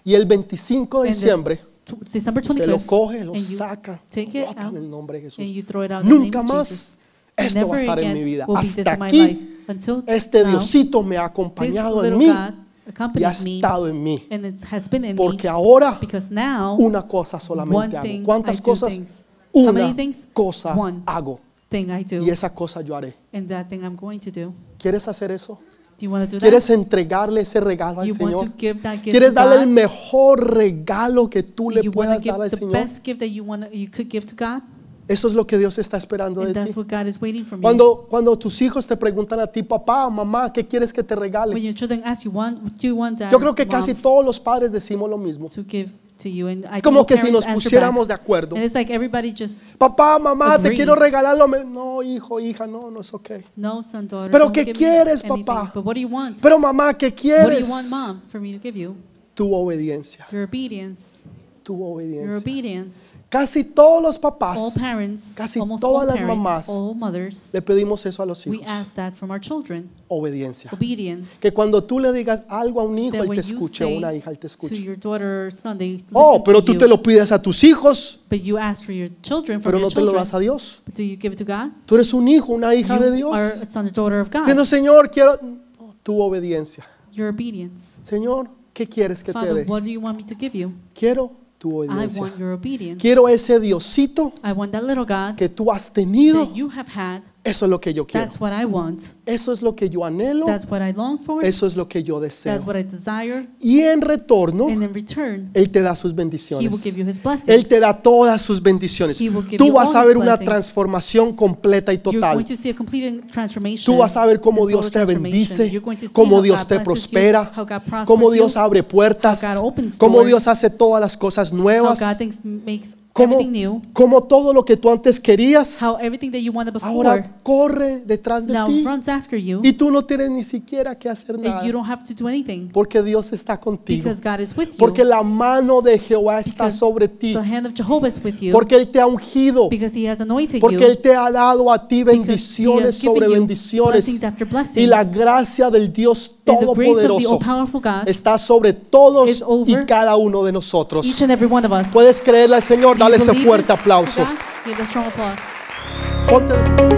Speaker 1: Y el 25 de
Speaker 2: And the-
Speaker 1: diciembre,
Speaker 2: Tw- December
Speaker 1: usted lo
Speaker 2: 25th,
Speaker 1: coge, lo
Speaker 2: and you
Speaker 1: saca,
Speaker 2: take it
Speaker 1: bota en
Speaker 2: out,
Speaker 1: el nombre de
Speaker 2: and
Speaker 1: Jesús.
Speaker 2: you throw it out in the name
Speaker 1: Nunca
Speaker 2: of
Speaker 1: más
Speaker 2: Jesus.
Speaker 1: esto va a
Speaker 2: Never
Speaker 1: estar en
Speaker 2: again
Speaker 1: mi vida.
Speaker 2: will be this
Speaker 1: Hasta
Speaker 2: in my
Speaker 1: aquí,
Speaker 2: life. Until
Speaker 1: este
Speaker 2: now,
Speaker 1: Diosito me ha
Speaker 2: this
Speaker 1: acompañado en
Speaker 2: little
Speaker 1: mí y
Speaker 2: God
Speaker 1: ha
Speaker 2: accompanied me
Speaker 1: estado en mí.
Speaker 2: and it has been in me
Speaker 1: Porque ahora
Speaker 2: because now
Speaker 1: una cosa
Speaker 2: one
Speaker 1: solamente hago.
Speaker 2: thing I
Speaker 1: ¿Cuántas
Speaker 2: do
Speaker 1: cosas?
Speaker 2: things. How
Speaker 1: Una
Speaker 2: many things?
Speaker 1: cosa
Speaker 2: One.
Speaker 1: hago.
Speaker 2: Thing I
Speaker 1: Y
Speaker 2: do
Speaker 1: esa cosa yo haré.
Speaker 2: and that thing I'm going to do.
Speaker 1: ¿Quieres hacer eso?
Speaker 2: Do you want to do that?
Speaker 1: ¿Quieres entregarle ese regalo al
Speaker 2: You want to
Speaker 1: Señor?
Speaker 2: give that gift
Speaker 1: ¿Quieres
Speaker 2: to
Speaker 1: darle el
Speaker 2: God?
Speaker 1: mejor regalo que tú le
Speaker 2: You want to
Speaker 1: puedas
Speaker 2: give
Speaker 1: dar al
Speaker 2: the
Speaker 1: Señor?
Speaker 2: best gift that you want you could give to God?
Speaker 1: Eso es lo que Dios está esperando de
Speaker 2: And
Speaker 1: ti.
Speaker 2: that's what God is waiting for me.
Speaker 1: Cuando, cuando tus hijos te preguntan a ti, papá, mamá, ¿qué quieres que te
Speaker 2: when
Speaker 1: regale?
Speaker 2: your children ask you, want, "What do you want dad
Speaker 1: Yo creo
Speaker 2: or
Speaker 1: que
Speaker 2: mom
Speaker 1: casi todos los padres decimos lo mismo.
Speaker 2: to give to you?" And I
Speaker 1: Es como
Speaker 2: know
Speaker 1: que si
Speaker 2: parents
Speaker 1: nos
Speaker 2: answer
Speaker 1: pusiéramos de
Speaker 2: back.
Speaker 1: acuerdo.
Speaker 2: And it's like everybody just,
Speaker 1: Papá, mamá, te
Speaker 2: Agrees.
Speaker 1: quiero regalar lo me-". No, hijo, hija, no, no es ok.
Speaker 2: "No, son, daughter,
Speaker 1: Pero
Speaker 2: don't
Speaker 1: ¿qué
Speaker 2: give me
Speaker 1: quieres,
Speaker 2: anything,
Speaker 1: papá?
Speaker 2: But what do you want?
Speaker 1: Pero mamá, ¿qué
Speaker 2: what do you
Speaker 1: quieres?
Speaker 2: want, mom, for me to give you?
Speaker 1: Tu obediencia,
Speaker 2: Your obedience.
Speaker 1: tu
Speaker 2: Your
Speaker 1: obediencia.
Speaker 2: obedience.
Speaker 1: Casi todos los papás
Speaker 2: All parents,
Speaker 1: casi
Speaker 2: almost
Speaker 1: todas
Speaker 2: all
Speaker 1: las
Speaker 2: parents,
Speaker 1: mamás
Speaker 2: all mothers,
Speaker 1: le pedimos eso a los
Speaker 2: we
Speaker 1: hijos.
Speaker 2: ask that from our children.
Speaker 1: Obediencia.
Speaker 2: Obedience.
Speaker 1: Que cuando tú le digas algo a un hijo,
Speaker 2: That
Speaker 1: él
Speaker 2: when
Speaker 1: te
Speaker 2: you
Speaker 1: escuche, a
Speaker 2: say
Speaker 1: una hija, él te
Speaker 2: to
Speaker 1: escuche.
Speaker 2: your daughter or son, they
Speaker 1: Oh,
Speaker 2: listen
Speaker 1: pero
Speaker 2: to
Speaker 1: tú
Speaker 2: you.
Speaker 1: te lo pides a tus hijos,
Speaker 2: But you ask for your children from
Speaker 1: pero no
Speaker 2: your
Speaker 1: te lo
Speaker 2: children.
Speaker 1: das a Dios.
Speaker 2: Do you give it to God?
Speaker 1: Tú eres un hijo, una hija de
Speaker 2: You
Speaker 1: Dios.
Speaker 2: are a son or daughter of God.
Speaker 1: Diciendo, Señor, quiero No, tu obediencia.
Speaker 2: Your obedience.
Speaker 1: Señor, ¿qué quieres que te
Speaker 2: Father,
Speaker 1: dé?
Speaker 2: what do you want me to give you?
Speaker 1: Quiero tu
Speaker 2: I want
Speaker 1: obediencia.
Speaker 2: your obedience.
Speaker 1: Quiero ese Diosito
Speaker 2: I want that little God
Speaker 1: que tú has tenido.
Speaker 2: that you have had.
Speaker 1: Eso es lo que yo quiero.
Speaker 2: That's what I want.
Speaker 1: Eso es lo que yo anhelo.
Speaker 2: That's what I long for.
Speaker 1: Eso es lo que yo
Speaker 2: That's
Speaker 1: deseo.
Speaker 2: what I desire.
Speaker 1: Y en retorno,
Speaker 2: And in return,
Speaker 1: Él te da sus
Speaker 2: He will give
Speaker 1: bendiciones.
Speaker 2: you His
Speaker 1: Él
Speaker 2: blessings.
Speaker 1: te da todas sus bendiciones.
Speaker 2: He will give
Speaker 1: Tú
Speaker 2: you
Speaker 1: vas
Speaker 2: all
Speaker 1: a
Speaker 2: his
Speaker 1: ver una
Speaker 2: blessings.
Speaker 1: transformación completa y
Speaker 2: You're
Speaker 1: total.
Speaker 2: going to see a complete transformation.
Speaker 1: Tú vas a ver cómo
Speaker 2: and
Speaker 1: Dios te
Speaker 2: total transformation.
Speaker 1: bendice,
Speaker 2: You're going to see
Speaker 1: cómo
Speaker 2: how
Speaker 1: Dios
Speaker 2: God
Speaker 1: te
Speaker 2: blesses you,
Speaker 1: prospera,
Speaker 2: how God prospers
Speaker 1: cómo
Speaker 2: you,
Speaker 1: Dios abre puertas,
Speaker 2: how God opens
Speaker 1: cómo
Speaker 2: doors,
Speaker 1: Dios hace todas las cosas
Speaker 2: how
Speaker 1: nuevas,
Speaker 2: God thinks, makes
Speaker 1: cómo,
Speaker 2: everything new,
Speaker 1: cómo todo lo que tú antes querías
Speaker 2: how everything that you wanted before
Speaker 1: ahora corre detrás de
Speaker 2: now
Speaker 1: ti
Speaker 2: runs after you,
Speaker 1: y tú no tienes ni siquiera que hacer
Speaker 2: and you
Speaker 1: nada
Speaker 2: don't have to do anything
Speaker 1: porque Dios está contigo,
Speaker 2: because God is with you.
Speaker 1: porque la mano de Jehová está
Speaker 2: Because
Speaker 1: sobre ti,
Speaker 2: the hand of Jehovah is with you
Speaker 1: porque Él te ha ungido,
Speaker 2: because He has anointed
Speaker 1: porque
Speaker 2: you.
Speaker 1: Él te ha dado a ti
Speaker 2: because He
Speaker 1: bendiciones
Speaker 2: has
Speaker 1: sobre
Speaker 2: given you
Speaker 1: bendiciones
Speaker 2: blessings after
Speaker 1: y
Speaker 2: blessings.
Speaker 1: la gracia del Dios
Speaker 2: and the grace of the
Speaker 1: Todopoderoso.
Speaker 2: all-powerful God,
Speaker 1: está sobre todos
Speaker 2: Is over
Speaker 1: y cada uno de nosotros.
Speaker 2: each and every one of us.
Speaker 1: Puedes creerle al Señor,
Speaker 2: Do you
Speaker 1: dale ese
Speaker 2: believe
Speaker 1: fuerte
Speaker 2: this?
Speaker 1: aplauso.
Speaker 2: God, give a strong applause.
Speaker 1: Ponte-